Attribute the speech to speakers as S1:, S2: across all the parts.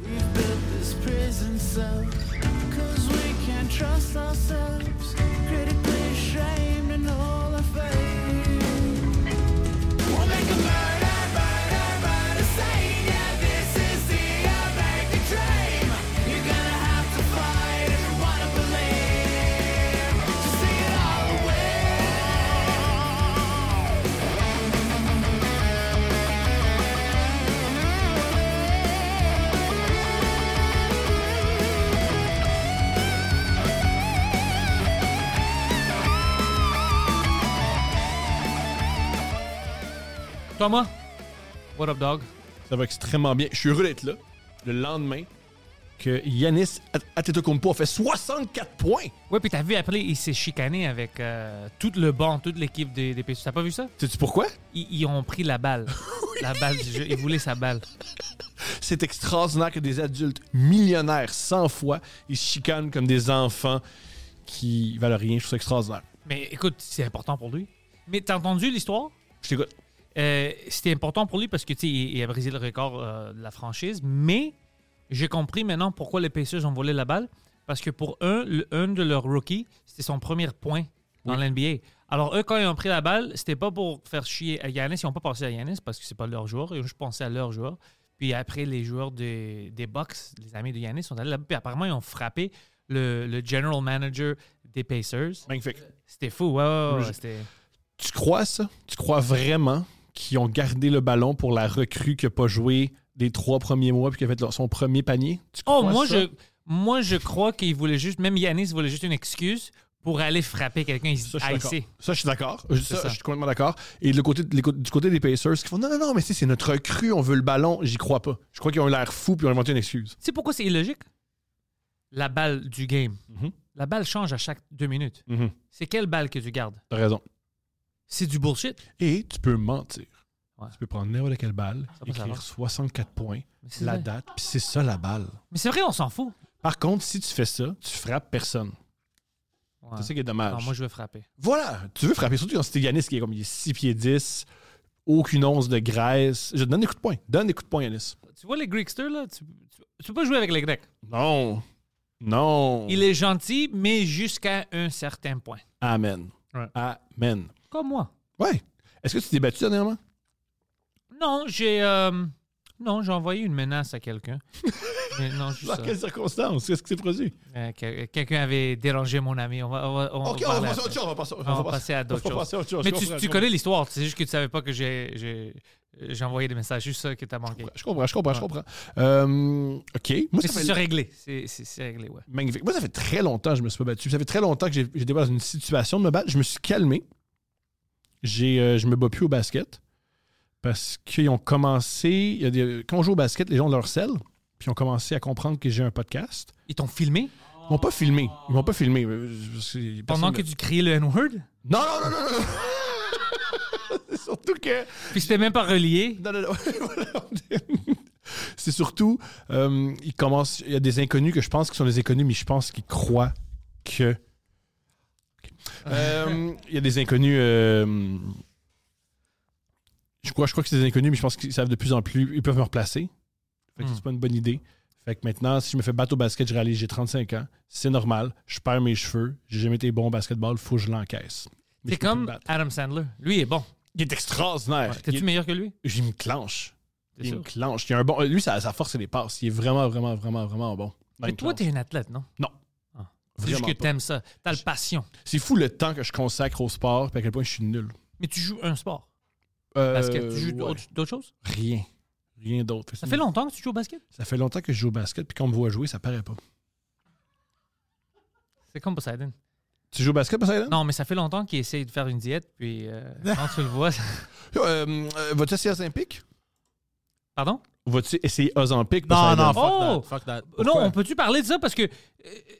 S1: We've built this prison cell 'cause we can't trust ourselves. Critically ashamed in all our faith. We'll make a murder, murder, murder scene. Yeah, this is the American dream. You're gonna have to fight if you wanna believe. Just take it all away.
S2: Thomas, what up, dog?
S3: Ça va extrêmement bien. Je suis heureux d'être là le lendemain que Yanis Atetokounmpo a fait 64 points.
S2: Ouais, puis t'as vu après, il s'est chicané avec euh, tout le banc, toute l'équipe des, des Pacers. T'as pas vu ça?
S3: Sais-tu pourquoi?
S2: Ils, ils ont pris la balle. La balle du jeu. Ils voulaient sa balle.
S3: C'est extraordinaire que des adultes millionnaires 100 fois, ils se chicanent comme des enfants qui valent rien. Je trouve ça extraordinaire.
S2: Mais écoute, c'est important pour lui. Mais t'as entendu l'histoire?
S3: Je t'écoute.
S2: Euh, c'était important pour lui parce que tu sais, il, il a brisé le record euh, de la franchise. Mais j'ai compris maintenant pourquoi les Pacers ont volé la balle. Parce que pour eux, le- un de leurs rookies, c'était son premier point dans l'NBA. Alors eux, quand ils ont pris la balle, c'était pas pour faire chier à Yanis. Ils n'ont pas pensé à Yanis parce que c'est pas leur joueur. Ils ont juste pensé à leur joueur. Puis après, les joueurs des, des Bucks, les amis de Yanis, sont allés là-bas. Puis apparemment, ils ont frappé le, le general manager des Pacers.
S3: Magnifique.
S2: C'était fou. Ouais, ouais, ouais,
S3: Je-
S2: c'était-
S3: Tu crois ça? Tu crois vraiment qu'ils ont gardé le ballon pour la recrue qui n'a pas joué les trois premiers mois puis qui a fait leur- son premier panier? Tu
S2: Oh,
S3: crois
S2: moi
S3: ça?
S2: je, moi, je crois qu'il voulait juste, même Yanis voulait juste une excuse pour aller frapper quelqu'un. Il se
S3: Ça, je suis d'accord.
S2: dit,
S3: Ça, je suis d'accord. Je-
S2: Ah, C'est
S3: ça,
S2: ça.
S3: je suis complètement d'accord. Et de côté, de l'éco- du côté des Pacers, qui font non, non, non, mais si, c'est notre recrue, on veut le ballon, j'y crois pas. Je crois qu'ils ont l'air fous puis ils ont inventé une excuse.
S2: Tu sais pourquoi c'est illogique? La balle du game.
S3: Mhm.
S2: La balle change à chaque deux minutes.
S3: Mhm.
S2: C'est quelle balle que tu gardes?
S3: T'as raison.
S2: C'est du bullshit.
S3: Et tu peux mentir.
S2: Ouais.
S3: Tu peux prendre n'importe quelle balle,
S2: Ça peut
S3: écrire
S2: savoir.
S3: 64 points,
S2: Mais c'est
S3: la
S2: vrai.
S3: date, puis c'est ça la balle.
S2: Mais c'est vrai, on s'en fout.
S3: Par contre, si tu fais ça, tu frappes personne.
S2: Ouais.
S3: C'est ça qui est dommage.
S2: Non, moi, je veux frapper.
S3: Voilà, tu veux frapper, surtout quand c'était Yanis qui est comme il est 6 pieds 10, aucune once de graisse. Je donne des coups de poing. Donne des coups de poing, Yanis.
S2: Tu vois les Greeksters, là? Tu, tu- tu peux pas jouer avec les Grecs.
S3: Non. Non.
S2: Il est gentil, mais jusqu'à un certain point.
S3: Amen.
S2: Ouais.
S3: Amen.
S2: Comme moi.
S3: Ouais. Est-ce que tu t'es battu dernièrement?
S2: Non, j'ai... euh, non, j'ai envoyé une menace à quelqu'un. Mais non, juste
S3: Dans
S2: ça.
S3: quelles circonstances? Qu'est-ce qui s'est produit?
S2: Euh, quel- Quelqu'un avait dérangé mon ami. On va, on va- on va
S3: Ok, on
S2: parler
S3: va passer à
S2: après.
S3: autre chose. On va passer,
S2: On va passer à d'autres
S3: on va passer à autre
S2: choses.
S3: chose,
S2: Mais
S3: je
S2: tu,
S3: comprends,
S2: tu
S3: je
S2: connais l'histoire. C'est juste que tu savais pas que j'ai- j'ai euh, j'ai envoyé des messages. Juste ça que t'as manqué.
S3: Je comprends, je comprends, je comprends. Euh, OK. Moi,
S2: Mais c'est
S3: ça fait
S2: c'est réglé. C'est c'est- c'est réglé, ouais.
S3: magnifique. Moi, ça fait très longtemps que je me suis pas battu. Ça fait très longtemps que j'ai- j'étais pas dans une situation de me battre. Je me suis calmé. J'ai, euh, je me bats plus au basket parce qu'ils ont commencé. il y a des- quand on joue au basket, les gens ont leur sel. Puis ils ont commencé à comprendre que j'ai un podcast.
S2: Ils t'ont filmé
S3: Ils m'ont pas filmé. Ils m'ont pas filmé. euh, parce que
S2: pendant
S3: personne
S2: que
S3: ne-
S2: tu criais le N-word.
S3: Non, non, non, non, non. c'est surtout que.
S2: Puis c'était même pas relié.
S3: Non, non, non. Voilà. c'est surtout. euh, il, commence, il y a des inconnus que je pense qui sont des inconnus, mais je pense qu'ils croient que. Ok. Euh, il y a des inconnus. euh, je, crois, je crois que c'est des inconnus, mais je pense qu'ils savent de plus en plus. Ils peuvent me replacer. Fait que
S2: Hmm.
S3: c'est pas une bonne idée. Fait que maintenant, si je me fais battre au basket, je réalise j'ai 35 ans. C'est normal. Je perds mes cheveux. J'ai jamais été bon au basketball. Faut que je l'encaisse. Mais
S2: C'est
S3: je peux plus me
S2: comme
S3: battre.
S2: Adam Sandler. Lui est bon.
S3: Il est extraordinaire.
S2: Ouais. T'es-tu
S3: Il-
S2: meilleur que lui
S3: il me clenche.
S2: T'es
S3: Il me
S2: sûr?
S3: clenche. Il a un bon... Lui, sa, sa force, c'est les passes. Il est vraiment, vraiment, vraiment, vraiment bon.
S2: Mais toi, t'es un athlète, non
S3: Non.
S2: Ah. C'est juste que
S3: Vraiment pas.
S2: t'aimes ça. T'as le passion.
S3: C'est fou le temps que je consacre au sport et à quel point je suis nul.
S2: Mais tu joues un sport.
S3: Euh,
S2: Basket. Tu joues
S3: ouais.
S2: d'autres d'autres choses
S3: Rien. Rien d'autre. que
S2: Ça
S3: c'est
S2: fait
S3: une-
S2: longtemps que tu joues au basket
S3: Ça fait longtemps que je joue au basket, puis quand on me voit jouer, ça paraît pas.
S2: C'est comme Poseidon.
S3: Tu joues au basket, Poseidon?
S2: Non, mais ça fait longtemps qu'il essaye de faire une diète. Puis euh, quand tu le vois,
S3: Euh, euh, Vas-tu à Olympique?
S2: Pardon?
S3: Vas-tu essayer Ozempic? pour ça
S4: Non, non,
S3: donne-
S4: fuck
S2: Oh!
S4: that. Fuck that.
S2: Non,
S4: Pourquoi?
S2: on peut-tu parler de ça? Parce que euh,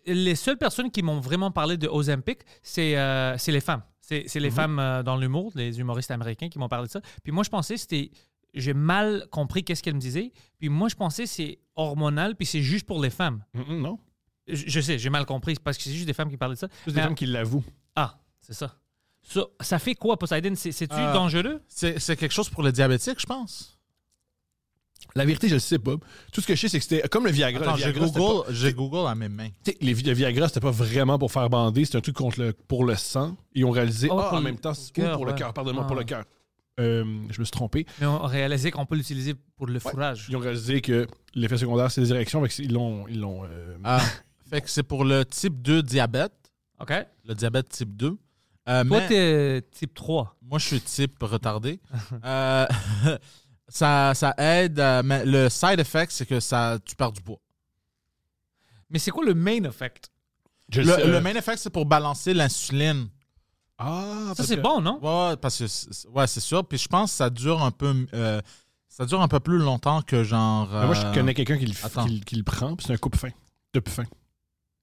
S2: les seules personnes qui m'ont vraiment parlé de Ozempic, c'est euh, c'est les femmes. C'est c'est les
S4: Mhm.
S2: femmes euh, dans l'humour, les humoristes américains qui m'ont parlé de ça. Puis moi, je pensais que c'était... J'ai mal compris qu'est-ce qu'elle me disait. Puis moi, je pensais que c'est hormonal, puis c'est juste pour les femmes.
S3: Mm, mm, non.
S2: Je, je sais, j'ai mal compris, c'est parce que c'est juste des femmes qui parlaient de ça.
S3: C'est des
S2: Mais-
S3: femmes qui l'avouent.
S2: Ah, c'est ça. ça. ça fait quoi, Poseidon? C'est- C'est-tu
S4: Euh,
S2: dangereux?
S4: C'est c'est quelque chose pour le diabétique, je pense.
S3: La vérité, je le sais pas. Tout ce que je sais, c'est que c'était comme le Viagra.
S4: Attends,
S3: le
S4: je
S3: Viagra, c'était
S4: Google, je Google à mes mains.
S3: Tu sais, les vi- le Viagra, c'était pas vraiment pour faire bander, c'était un truc contre le, pour le sang. Ils ont réalisé,
S2: Oh,
S3: ah,
S2: pour
S3: en
S2: le
S3: même temps, c'est- ou
S2: cœur,
S3: pour le
S2: ouais.
S3: cœur, pardonnez-moi, pour
S2: Ah.
S3: le cœur. Euh, je me suis trompé.
S2: Mais on a réalisé qu'on peut l'utiliser pour le fourrage.
S3: Ils ont réalisé que l'effet secondaire, c'est des érections, fait que c'est- ils l'ont. Ils l'ont euh,
S4: Ah, fait que c'est pour le type 2 diabète,
S2: OK?
S4: le diabète type 2. Euh,
S2: Toi,
S4: mais-
S2: t'es type 3.
S4: Moi, je suis type retardé. Euh, ça, ça aide, euh, mais le side effect, c'est que ça, tu perds du poids.
S2: Mais c'est quoi le main effect?
S3: je
S4: Le,
S3: sais, euh,
S4: le main effect, c'est pour balancer l'insuline.
S3: Ah,
S2: Ça,
S3: peut-être.
S2: c'est bon, non?
S4: Ouais, ouais, parce que, c'est- ouais, c'est sûr. Puis je pense que ça dure un peu, euh, ça dure un peu plus longtemps que genre.
S3: Mais ben, moi,
S4: euh,
S3: je connais quelqu'un qui, le f-
S4: attends.
S3: qui le- qui le prend, puis c'est un coupe faim. T'as plus faim.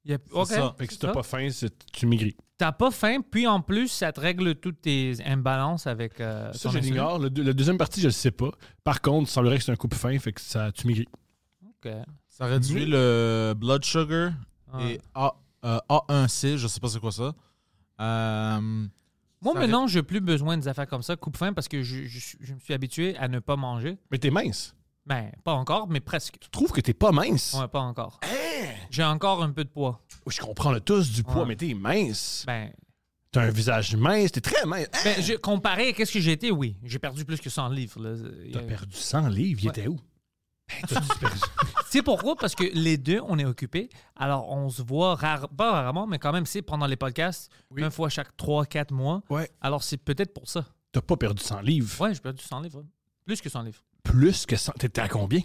S2: Il y a-
S4: C'est
S2: OK.
S4: ça.
S3: Fait que si
S2: Ah, c'est ça.
S3: t'as pas faim, c'est- tu maigris.
S2: T'as pas faim, puis en plus, ça te règle toutes tes imbalances avec. euh,
S3: Ça,
S2: ton
S3: je
S2: insuline.
S3: l'ignore. Le, deux- la deuxième partie, je le sais pas. Par contre, il semblerait que c'est un coupe faim, fait que ça, tu maigris.
S2: OK.
S4: Ça réduit le blood sugar
S2: Ah.
S4: et A, euh, A1C, je sais pas c'est quoi ça. Euh,
S2: Moi,
S4: ça
S2: maintenant, j'ai plus besoin des affaires comme ça, coupe faim, parce que je, je suis- je me suis habitué à ne pas manger.
S3: Mais t'es mince.
S2: Ben, pas encore, mais presque.
S3: Tu trouves que t'es pas mince.
S2: Ouais, pas encore.
S3: Hein?
S2: J'ai encore un peu de poids.
S3: Je comprends le tous du poids,
S2: Ouais.
S3: mais t'es mince.
S2: Ben,
S3: T'as un visage mince, t'es très mince. Hein?
S2: ben, je- comparé à qu'est-ce que j'ai été, oui. J'ai perdu plus que 100 livres. là. Euh, Il y
S3: T'as
S2: a-
S3: perdu 100 livres, il était où?
S2: C'est pourquoi? Parce que les deux, on est occupés. Alors, on se voit rare, pas rarement, mais quand même, c'est pendant les podcasts,
S3: Oui.
S2: une fois chaque 3-4 mois.
S3: Ouais.
S2: Alors, c'est peut-être pour ça.
S3: T'as pas perdu 100 livres.
S2: Ouais, j'ai perdu 100 livres. ouais. Plus que 100 livres.
S3: Plus que 100. T'étais à combien?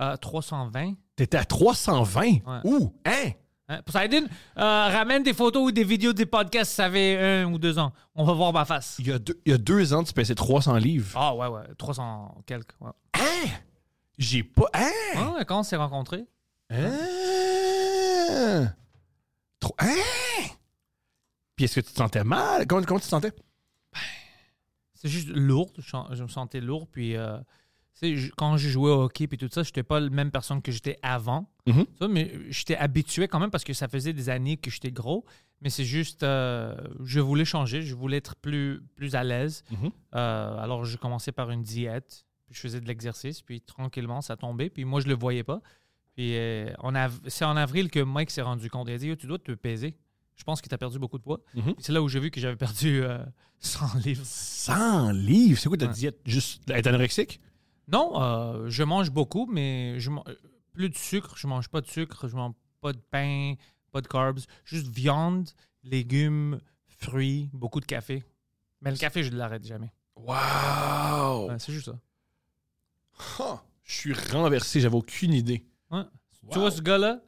S2: Euh, 320.
S3: T'étais à 320.
S2: Ouais.
S3: Ouh! Hein?
S2: Hein? Poseidon, euh, ramène des photos ou des vidéos des podcasts, ça fait un ou deux ans. On va voir ma face.
S3: Il y, a deux, il y a deux ans, tu pesais 300 livres. Hein?
S2: Ah ouais, ouais, 300 quelques. Ouais.
S3: J'ai pas. Hein?
S2: Ah, ouais, quand on s'est rencontrés?
S3: Hein? Tro- Hein? Puis est-ce que tu te sentais mal? Comment, comment tu te sentais?
S2: C'est juste lourd. Je, sens- je me sentais lourd. Puis, euh, tu sais, je- quand je jouais au hockey puis tout ça, j'étais pas la même personne que j'étais avant.
S3: Mhm.
S2: Tu vois, mais j'étais habitué quand même parce que ça faisait des années que j'étais gros. Mais c'est juste, euh, je voulais changer. Je voulais être plus, plus à l'aise.
S3: Mhm.
S2: Euh, alors, je commençais par une diète. Puis je faisais de l'exercice. Puis tranquillement, ça tombait. Puis moi, je le voyais pas. Puis euh, on av- c'est en avril que Mike s'est rendu compte. Il a dit Yo, Tu dois te peser. Je pense que tu as perdu beaucoup de poids.
S3: Mhm.
S2: Puis C'est là où j'ai vu que j'avais perdu euh, 100 livres.
S3: 100 livres? C'est quoi ta
S2: Ouais.
S3: diète? Juste être anorexique?
S2: Non, euh, je mange beaucoup, mais je man- euh, plus de sucre. Je mange pas de sucre, je mange pas de pain, pas de carbs. Juste viande, légumes, fruits, beaucoup de café. Mais le café, je ne l'arrête jamais.
S3: Wow!
S2: Ouais, c'est juste ça.
S3: Ah, je suis renversé, j'avais aucune idée.
S2: Ouais. Tu
S3: Wow.
S2: vois ce gars-là,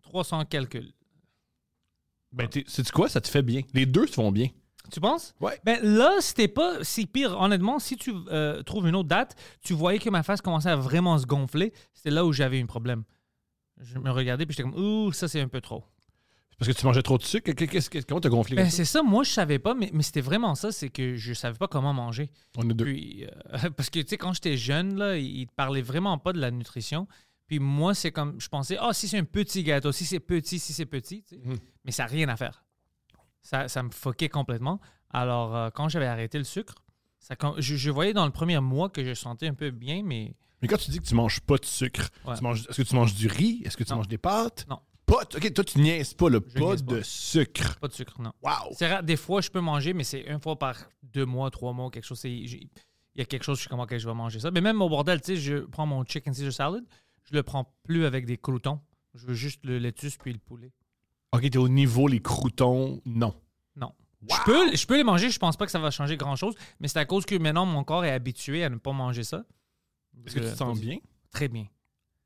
S2: 300 calculs.
S3: Ben, c'est quoi? Ça te fait bien. Les deux te vont bien.
S2: Tu penses?
S3: Ouais.
S2: Ben là, c'était pas si pire. Honnêtement, si tu euh, trouves une autre date, tu voyais que ma face commençait à vraiment se gonfler. C'était là où j'avais un problème. Je me regardais puis j'étais comme, ouh, ça c'est un peu trop.
S3: Parce que tu mangeais trop de sucre. Qu'est- qu'est- qu'est- comment t'as gonflé?
S2: Ben,
S3: comme ça?
S2: c'est ça, moi je savais pas, mais, mais c'était vraiment ça, c'est que je savais pas comment manger.
S3: On est deux.
S2: Puis, euh, parce que tu sais, quand j'étais jeune, là, ils te parlaient vraiment pas de la nutrition. Puis moi, c'est comme, je pensais, ah, si c'est un petit gâteau, si c'est petit, si c'est petit, tu sais.
S3: Mhm.
S2: mais ça n'a rien à faire. Ça, ça me foquait complètement. Alors, euh, quand j'avais arrêté le sucre, ça, com- je, je voyais dans le premier mois que je sentais un peu bien, mais
S3: Mais quand tu dis que tu manges pas de sucre,
S2: Ouais.
S3: tu manges- est-ce que tu manges du riz? Est-ce que tu
S2: Non.
S3: manges des pâtes?
S2: Non.
S3: Pas de- ok, toi, tu niaises pas, le
S2: Je
S3: Pas
S2: niaise pas.
S3: de sucre.
S2: pas de sucre, non.
S3: Wow!
S2: C'est rare, des fois, je peux manger, mais c'est une fois par deux mois, trois mois, quelque chose. C'est- j'ai- Il y a quelque chose, je suis comme, OK, je vais manger ça. Mais même au bordel, tu sais, je prends mon chicken Caesar salad, je le prends plus avec des croutons. Je veux juste le lettuce puis le poulet.
S3: Ok, t'es au niveau, les croutons, non.
S2: Non.
S3: Wow!
S2: Je, peux, je peux les manger, je pense pas que ça va changer grand-chose, mais c'est à cause que maintenant, mon corps est habitué à ne pas manger ça. Euh,
S3: Est-ce que tu te sens bien?
S2: Très bien.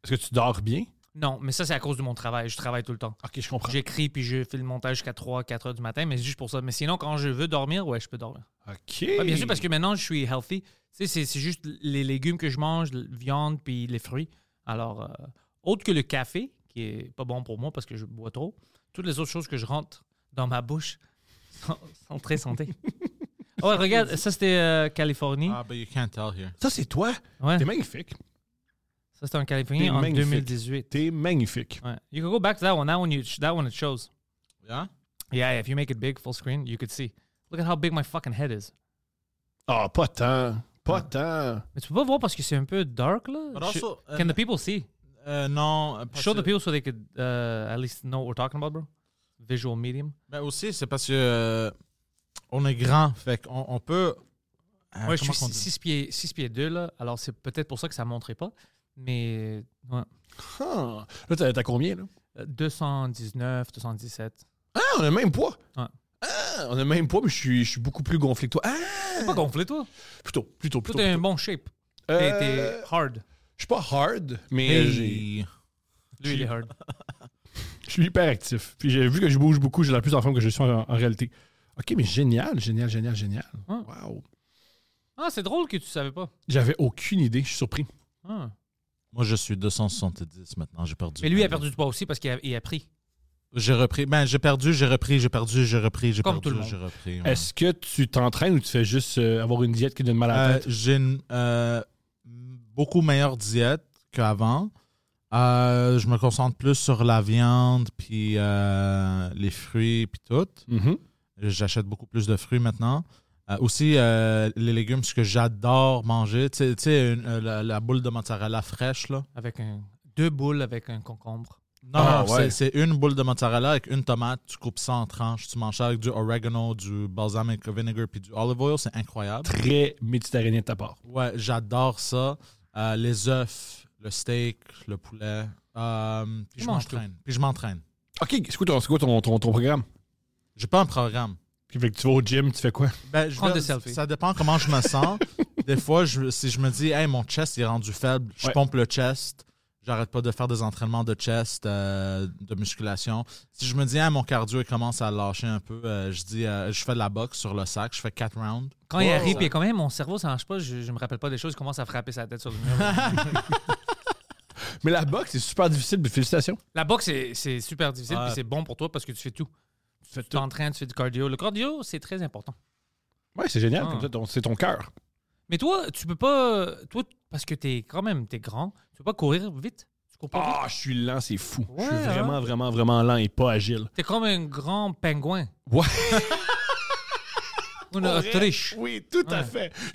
S3: Est-ce que tu dors bien?
S2: Non, mais ça, c'est à cause de mon travail. Je travaille tout le temps.
S3: Ok, je comprends.
S2: J'écris puis je fais le montage jusqu'à 3, 4 heures du matin, mais c'est juste pour ça. Mais sinon, quand je veux dormir, ouais, je peux dormir.
S3: Ok.
S2: Ouais, Ah, bien sûr, parce que maintenant, je suis healthy. Tu sais, c'est, c'est juste les légumes que je mange, la viande, puis les fruits. Alors, euh, autre que le café, qui est pas bon pour moi parce que je bois trop, toutes les autres choses que je rentre dans ma bouche sont, sont très santé. oh, regarde, ça, c'était euh, Californie.
S4: Ah, but you can't tell here.
S3: Ça, c'est toi.
S2: Ouais,
S3: T'es magnifique.
S2: ça, c'était en Californie
S3: t'es
S2: en
S3: magnifique.
S2: 2018.
S3: T'es magnifique.
S2: Ouais. You can go back to that one. That one, you, that one it shows.
S4: Yeah?
S2: Yeah, if you make it big, full screen, you could see. Look at how big my fucking head is.
S3: Ah, pas tant. Pas
S2: Ah.
S3: tant.
S2: Mais tu peux pas voir parce que c'est un peu dark, là.
S4: But also,
S2: Sh- Can the people see?
S4: Euh, non. euh, parce
S2: Show the
S4: que-
S2: people so they could uh, at least know what we're talking about, bro. Visual medium.
S4: Ben aussi, c'est parce que euh, on est grand, fait qu'on on peut. euh,
S2: Moi, je suis
S4: comment qu'on dit?
S2: 6 pieds, 2, là. Alors, c'est peut-être pour ça que ça ne montrait pas. Mais, ouais.
S3: Ah. Là, t'as t'as combien, là?
S2: Euh, 219, 217.
S3: Ah, on a le même poids.
S2: Ouais.
S3: Ah, on a le même poids, mais je suis, je suis beaucoup plus gonflé que toi. Ah!
S2: Pas gonflé, toi.
S3: Plutôt, plutôt,
S2: Toi,
S3: plutôt.
S2: t'es un bon shape. T'es
S3: Euh,
S2: t'es hard.
S3: Je suis pas hard, mais euh, j'ai-
S4: Hey.
S2: Lui, il est hard.
S3: je suis hyper actif. Puis j'ai vu que je bouge beaucoup, j'ai la plus en forme que je suis en, en réalité. OK, mais génial, génial, génial, génial.
S2: Ouais.
S3: Wow.
S2: Ah, c'est drôle que tu savais pas.
S3: J'avais aucune idée, je suis surpris.
S2: Ah.
S4: Moi, je suis 270 maintenant. J'ai perdu.
S2: Mais lui, il a perdu du poids aussi parce qu'il a, il a pris.
S4: J'ai repris. Ben, j'ai perdu, j'ai repris, j'ai perdu, j'ai repris, j'ai
S2: Comme
S4: perdu,
S2: tout le
S4: j'ai repris. ouais.
S3: Est-ce que tu t'entraînes ou tu fais juste euh, avoir une diète qui donne mal à la
S4: Euh,
S3: tête?
S4: j'ai une euh, beaucoup meilleure diète qu'avant. Euh, je me concentre plus sur la viande, puis euh, les fruits, puis tout.
S3: Mhm.
S4: J'achète beaucoup plus de fruits maintenant. Euh, aussi, euh, les légumes, ce que j'adore manger, tu sais- tu sais, une- euh, la, la boule de mozzarella fraîche, là.
S2: Avec un, deux boules avec un concombre.
S4: Non,
S3: Ah,
S4: non,
S3: ouais.
S4: c'est c'est une boule de mozzarella avec une tomate, tu coupes ça en tranches, tu manges ça avec du oregano, du balsamic vinegar, puis du olive oil, c'est incroyable.
S3: Très méditerranéen de ta part.
S4: Ouais, j'adore ça. Euh, les œufs, le steak, le poulet. Euh, puis
S2: Tu
S4: je
S2: manges tout.
S4: m'entraîne. Puis je m'entraîne.
S3: OK, c'est quoi ton, c'est quoi ton, ton- ton programme?
S4: J'ai pas un programme.
S3: Puis fait que tu vas au gym, tu fais quoi?
S4: Ben, je
S2: Prends
S4: vais-
S2: des selfies.
S4: Ça dépend comment je me sens. des fois, je- si je me dis, hey, mon chest est rendu faible, je
S3: Ouais.
S4: pompe le chest. J'arrête pas de faire des entraînements de chest, euh, de musculation. Si je me dis, hey, mon cardio il commence à lâcher un peu, euh, je dis, euh, je fais de la boxe sur le sac, je fais quatre rounds.
S2: Quand il arrive, puis il est quand même, mon cerveau, ça marche pas. Je, je me rappelle pas des choses. Il commence à frapper sa tête sur le mur.
S3: Mais la boxe, c'est super difficile, mais félicitations.
S2: La boxe, c'est- c'est super difficile,
S4: Ouais.
S2: puis c'est bon pour toi parce que tu fais tout. Tu fais t'entraînes, tu fais du cardio. Le cardio, c'est très important.
S3: Ouais, c'est génial.
S2: Ah.
S3: Comme ça, ton- c'est ton cœur.
S2: Mais toi, tu peux pas. Toi, parce que t'es quand même t'es grand, tu peux pas courir vite. Tu cours pas
S3: Ah, je suis lent, c'est fou. je
S2: Ouais, hein?
S3: suis vraiment, vraiment, vraiment lent et pas agile.
S2: vite. T'es comme un grand pingouin.
S3: Ouais.
S2: Une autruche.
S3: Oui, tout à
S2: Ouais.
S3: fait.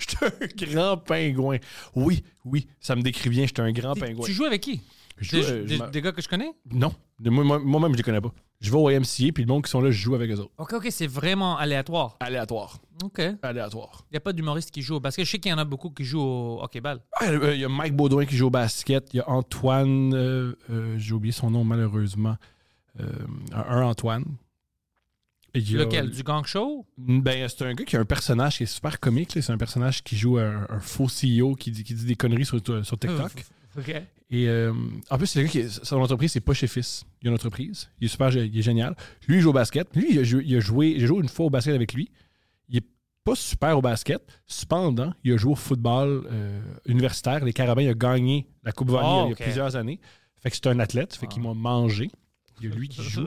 S3: J'étais un grand pingouin. Oui, oui, ça me décrit bien. J'étais un grand
S2: T'es-
S3: pingouin.
S2: Tu joues avec qui
S3: Je
S2: des,
S3: joue, euh, je
S2: des-
S3: m'a-
S2: des gars que je connais
S3: Non, de moi- moi- moi-même, je les connais pas. Je vais au YMCA, puis le monde qui sont là, je joue avec eux autres.
S2: Ok, ok, c'est vraiment aléatoire.
S3: Aléatoire.
S2: Ok. Il
S3: Aléatoire.
S2: n'y a pas d'humoriste qui joue au basket. Je sais qu'il y en a beaucoup qui jouent au hockey-ball.
S3: Ah, euh, Il y a Mike Baudouin qui joue au basket. Il y a Antoine, euh, euh, j'ai oublié son nom malheureusement. Euh, un Antoine. Il y a-
S2: Lequel Du gang show
S3: Ben, c'est un gars qui a un personnage qui est super comique. là. C'est un personnage qui joue un, un faux CEO qui dit, qui dit des conneries sur,
S2: Ah,
S3: sur TikTok.
S2: Ok.
S3: Et euh, en plus, c'est le gars qui est- son entreprise, c'est pas chez Fils. Il y a une entreprise. Il est super, gé- il est génial. Lui, il joue au basket. Lui, il a, joué- il a joué, j'ai joué une fois au basket avec lui. Il est pas super au basket. Cependant, il a joué au football euh, universitaire. Les Carabins, il a gagné la Coupe Vanier
S2: Oh,
S3: il y a
S2: ok.
S3: plusieurs années. Fait que c'est un athlète. Fait qu'il m'a mangé. Il y a lui qui joue.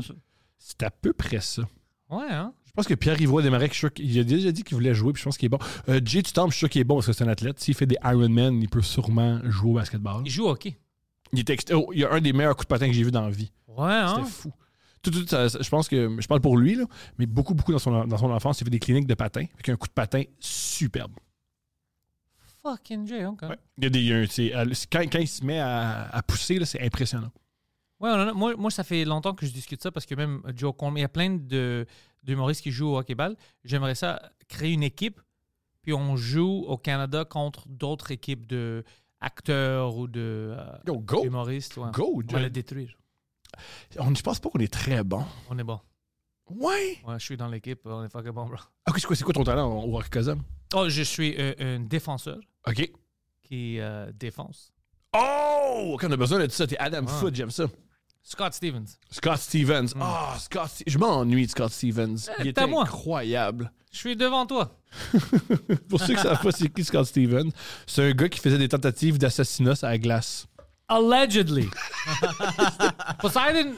S3: C'est à peu près ça.
S2: Ouais, hein
S3: Je pense que Pierre Ivoire Desmarais, je suis sûr qu'il a déjà dit qu'il voulait jouer, puis je pense qu'il est bon. Euh, Jay Tutam, je suis sûr qu'il est bon parce que c'est un athlète. S'il fait des Ironman, il peut sûrement jouer au basketball.
S2: Il joue au hockey.
S3: Il, est ext- oh, il y a un des meilleurs coups de patin que j'ai vu dans la vie.
S2: Ouais, hein
S3: C'était fou. Tout, tout, ça- ça- je pense que je parle pour lui, là, mais beaucoup, beaucoup dans son, dans son enfance, il fait des cliniques de patin avec un coup de patin superbe.
S2: Fucking Jay, hein. ok.
S3: Ouais. Il y a des, il y a un- c'est- à- c'est- quand, quand il se met à, à pousser, là, c'est impressionnant.
S2: Ouais, on en a- moi, moi, ça fait longtemps que je discute ça parce que même Joe Coleman, il y a plein de d'humoristes qui jouent au hockey-ball. J'aimerais ça créer une équipe, puis on joue au Canada contre d'autres équipes de acteurs ou de euh,
S3: Yo, go!
S2: humoristes. ouais.
S3: Go,
S2: on va le
S3: Jay!
S2: détruire.
S3: On- Je pense pas qu'on est très bon.
S2: On est bon.
S3: Ouais!
S2: Ouais, je suis dans l'équipe, on est fucking bon, bro.
S3: Ah, c'est quoi, c'est quoi ton talent au au Rockazam?
S2: Oh, je suis euh, un défenseur
S3: OK.
S2: qui euh, défense.
S3: Oh! Quand on a besoin de ça, t'es Adam
S2: Ouais.
S3: Foot, j'aime ça.
S2: Scott Stevens.
S3: Scott Stevens. Ah, Scott Ste- Je m'ennuie de Scott Stevens. Il était
S2: t'as moi.
S3: incroyable.
S2: Je suis devant toi.
S3: Pour ceux qui ne savent pas c'est qui Scott Stevens, c'est un gars qui faisait des tentatives d'assassinat à la glace.
S2: Allegedly. Poseidon,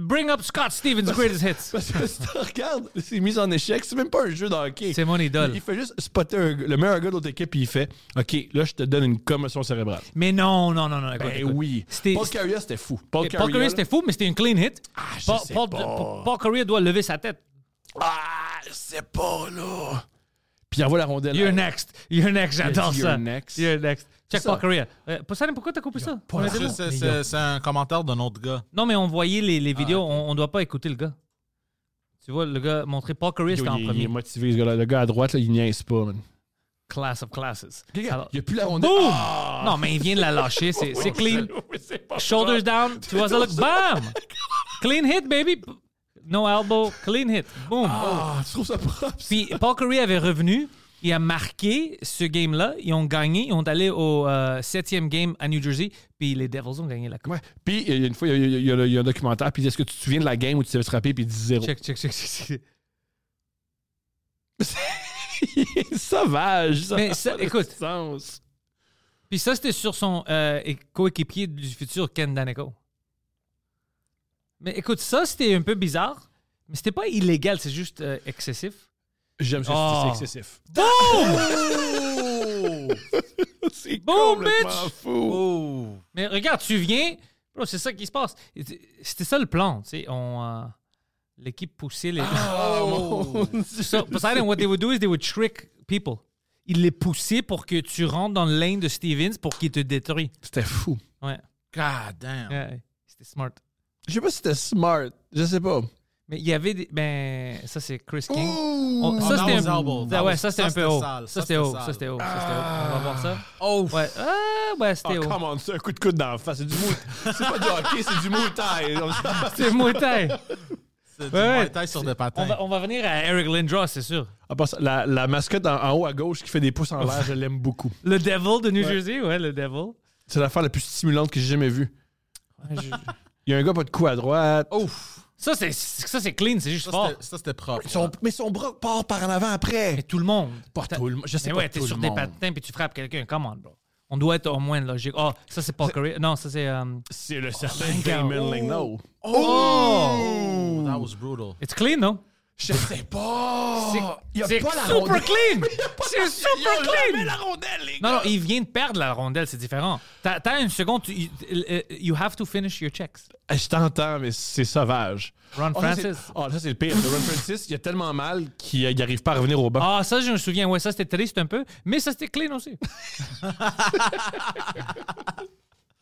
S2: bring up Scott Stevens' greatest hits.
S3: Parce que si tu regardes, c'est mis en échec, c'est même pas un jeu de hockey.
S2: C'est mon idole.
S3: Il fait juste spotter un gars- le meilleur gars de l'autre équipe, puis il fait OK, là, je te donne une commotion cérébrale.
S2: Mais non, non, non, non. écoute,
S3: Ben
S2: écoute.
S3: oui.
S2: C'était- Eh,
S3: Paul Carrier, c'était fou. Paul
S2: Paul
S3: Carrier, ah,
S2: Carrier, c'était fou, mais c'était une clean hit.
S3: je
S2: Paul,
S3: sais
S2: Paul-
S3: pas.
S2: Paul Carrier doit lever sa tête.
S3: Ah, je sais pas, là. Puis il envoie la rondelle.
S2: You're next. You're next. J'adore
S3: dit
S2: ça.
S3: Ben you're next.
S2: You're next. Check
S3: ça.
S2: Paul Carrier. Euh, Poseidon, pourquoi t'as coupé ça? On était
S4: C'est-
S2: là.
S4: c'est- C'est c'est un commentaire d'un autre gars.
S2: Non, mais on voyait les,
S3: Ah,
S2: les vidéos. On, on doit pas écouter le gars. Tu vois, le gars montrait Paul Carrier,
S3: Yo,
S2: c'était en
S3: il, il est
S2: premier.
S3: motivé, ce gars-là. Le gars à droite, là, il niaise pas, man.
S2: Class of classes.
S3: Regarde,
S2: Alors-
S3: Il n'y a plus la
S2: Boom!
S3: rondelle. Ah!
S2: Non, mais il vient de la lâcher. C'est c'est clean.
S3: Oui, c'est pas
S2: Shoulders down. Tu vois ça, look. Bam! Clean hit, baby. P- No elbow. Clean hit. Boom.
S3: Ah, tu trouves ça propre? ça?
S2: Puis Paul Curry avait revenu. Il a marqué ce game-là. Ils ont gagné. Ils ont allé au euh, septième game à New Jersey. Puis les Devils ont gagné la coupe.
S3: Ouais. Puis il y a une fois, il y a- il y, a- il y a un documentaire, puis il dit, est-ce que tu te souviens de la game où tu t'avais frappé, puis il dit zéro.
S2: Check, check, check, check, check.
S3: Sauvage, ça
S2: Mais
S3: n'a
S2: ça-
S3: pas de
S2: écoute.
S3: sens.
S2: Puis ça, c'était sur son euh, é- coéquipier du futur, Ken Danico. Mais écoute, ça, c'était un peu bizarre. Mais c'était pas illégal, c'est juste euh, excessif.
S3: J'aime ça,
S2: Oh.
S3: c'est excessif. c'est
S2: Boom,
S3: complètement
S2: Oh, bitch!
S3: fou.
S4: Oh!
S2: Mais regarde, tu viens. Bro, c'est ça qui se passe. Et tu- C'était ça le plan, tu sais. On, euh, L'équipe poussait les.
S4: Ah,
S3: Oh, mon Dieu.
S2: So, Poseidon, what they would do is they would trick people. Ils les poussaient pour que tu rentres dans le lane de Stevens pour qu'il te détruise.
S3: C'était fou.
S2: Ouais.
S4: God damn!
S2: Ouais, c'était smart.
S3: Je sais pas si c'était smart. Je sais pas.
S2: Mais il y avait des. Ben, ça, c'est Chris King.
S3: Ouh!
S2: On-
S4: Oh,
S2: ça, c'était
S4: that was elbow.
S2: un...
S4: That
S2: ah, ouais,
S4: was-
S2: ça, c'était
S4: ça,
S2: un peu
S4: c'était
S2: haut.
S4: sale.
S2: Ça,
S4: Ça,
S2: c'était haut.
S4: c'était
S2: Ça,
S4: sale.
S2: c'était haut. Ça, c'était haut. On va voir ça.
S3: Oh,
S2: Ouais, ah, ouais c'était haut.
S3: come on, c'est un coup de coude dans la face. C'est du mou- C'est pas du hockey, c'est du Muay Thai.
S2: C'est Muay Thai.
S4: C'est du
S2: Ouais.
S4: Muay Thai sur des patins.
S2: On va, on va venir à Eric Lindros, c'est sûr.
S3: À part ça, la, la mascotte en, en haut à gauche qui fait des pouces en l'air, je l'aime beaucoup.
S2: Le Devil de New Jersey, ouais, le Devil.
S3: C'est l'affaire la plus stimulante que j'ai jamais vue.
S2: Ouais, je- Oh,
S3: Il y a un gars pas de coup à droite.
S4: Ouf!
S2: Ça, c'est ça, c'est clean, c'est juste
S4: Ça,
S2: fort.
S4: c'était- ça, c'était propre.
S3: Son-
S2: Ah.
S3: mais son bras part par en avant après.
S2: Mais tout le monde.
S3: Pas
S2: T'as-
S3: tout le monde. Je sais
S2: Mais
S3: pas
S2: ouais, t'es
S3: tout
S2: sur
S3: le
S2: des
S3: monde.
S2: patins puis tu frappes quelqu'un. Come on, bro. On doit être au moins logique. Oh, ça, c'est pas Curry. Non, ça, c'est. euh,
S3: C'est le certain
S2: Damon
S3: Lingnau.
S4: Oh, That was brutal.
S2: It's clean, non?
S3: Je sais
S2: C'est
S3: pas. Il Oh, a
S2: c'est
S3: pas la
S2: super
S3: rondelle.
S2: clean!
S3: Il a pas la-
S2: C'est
S3: il a
S2: super
S3: jamais
S2: clean!
S3: la rondelle, les
S2: Non, non,
S3: gars.
S2: il vient de perdre la rondelle, c'est différent. T'as t'as une seconde, tu, you, you have to finish your checks.
S3: Je t'entends, mais c'est sauvage.
S2: Ron
S3: Ah, ça, c'est-
S2: Francis.
S3: Ah, ça, c'est le pire. Le Ron Francis, il a tellement mal qu'il n'arrive pas à revenir au banc.
S2: Ah, ça, je me souviens. Ouais, ça, c'était triste un peu, mais ça, c'était clean aussi.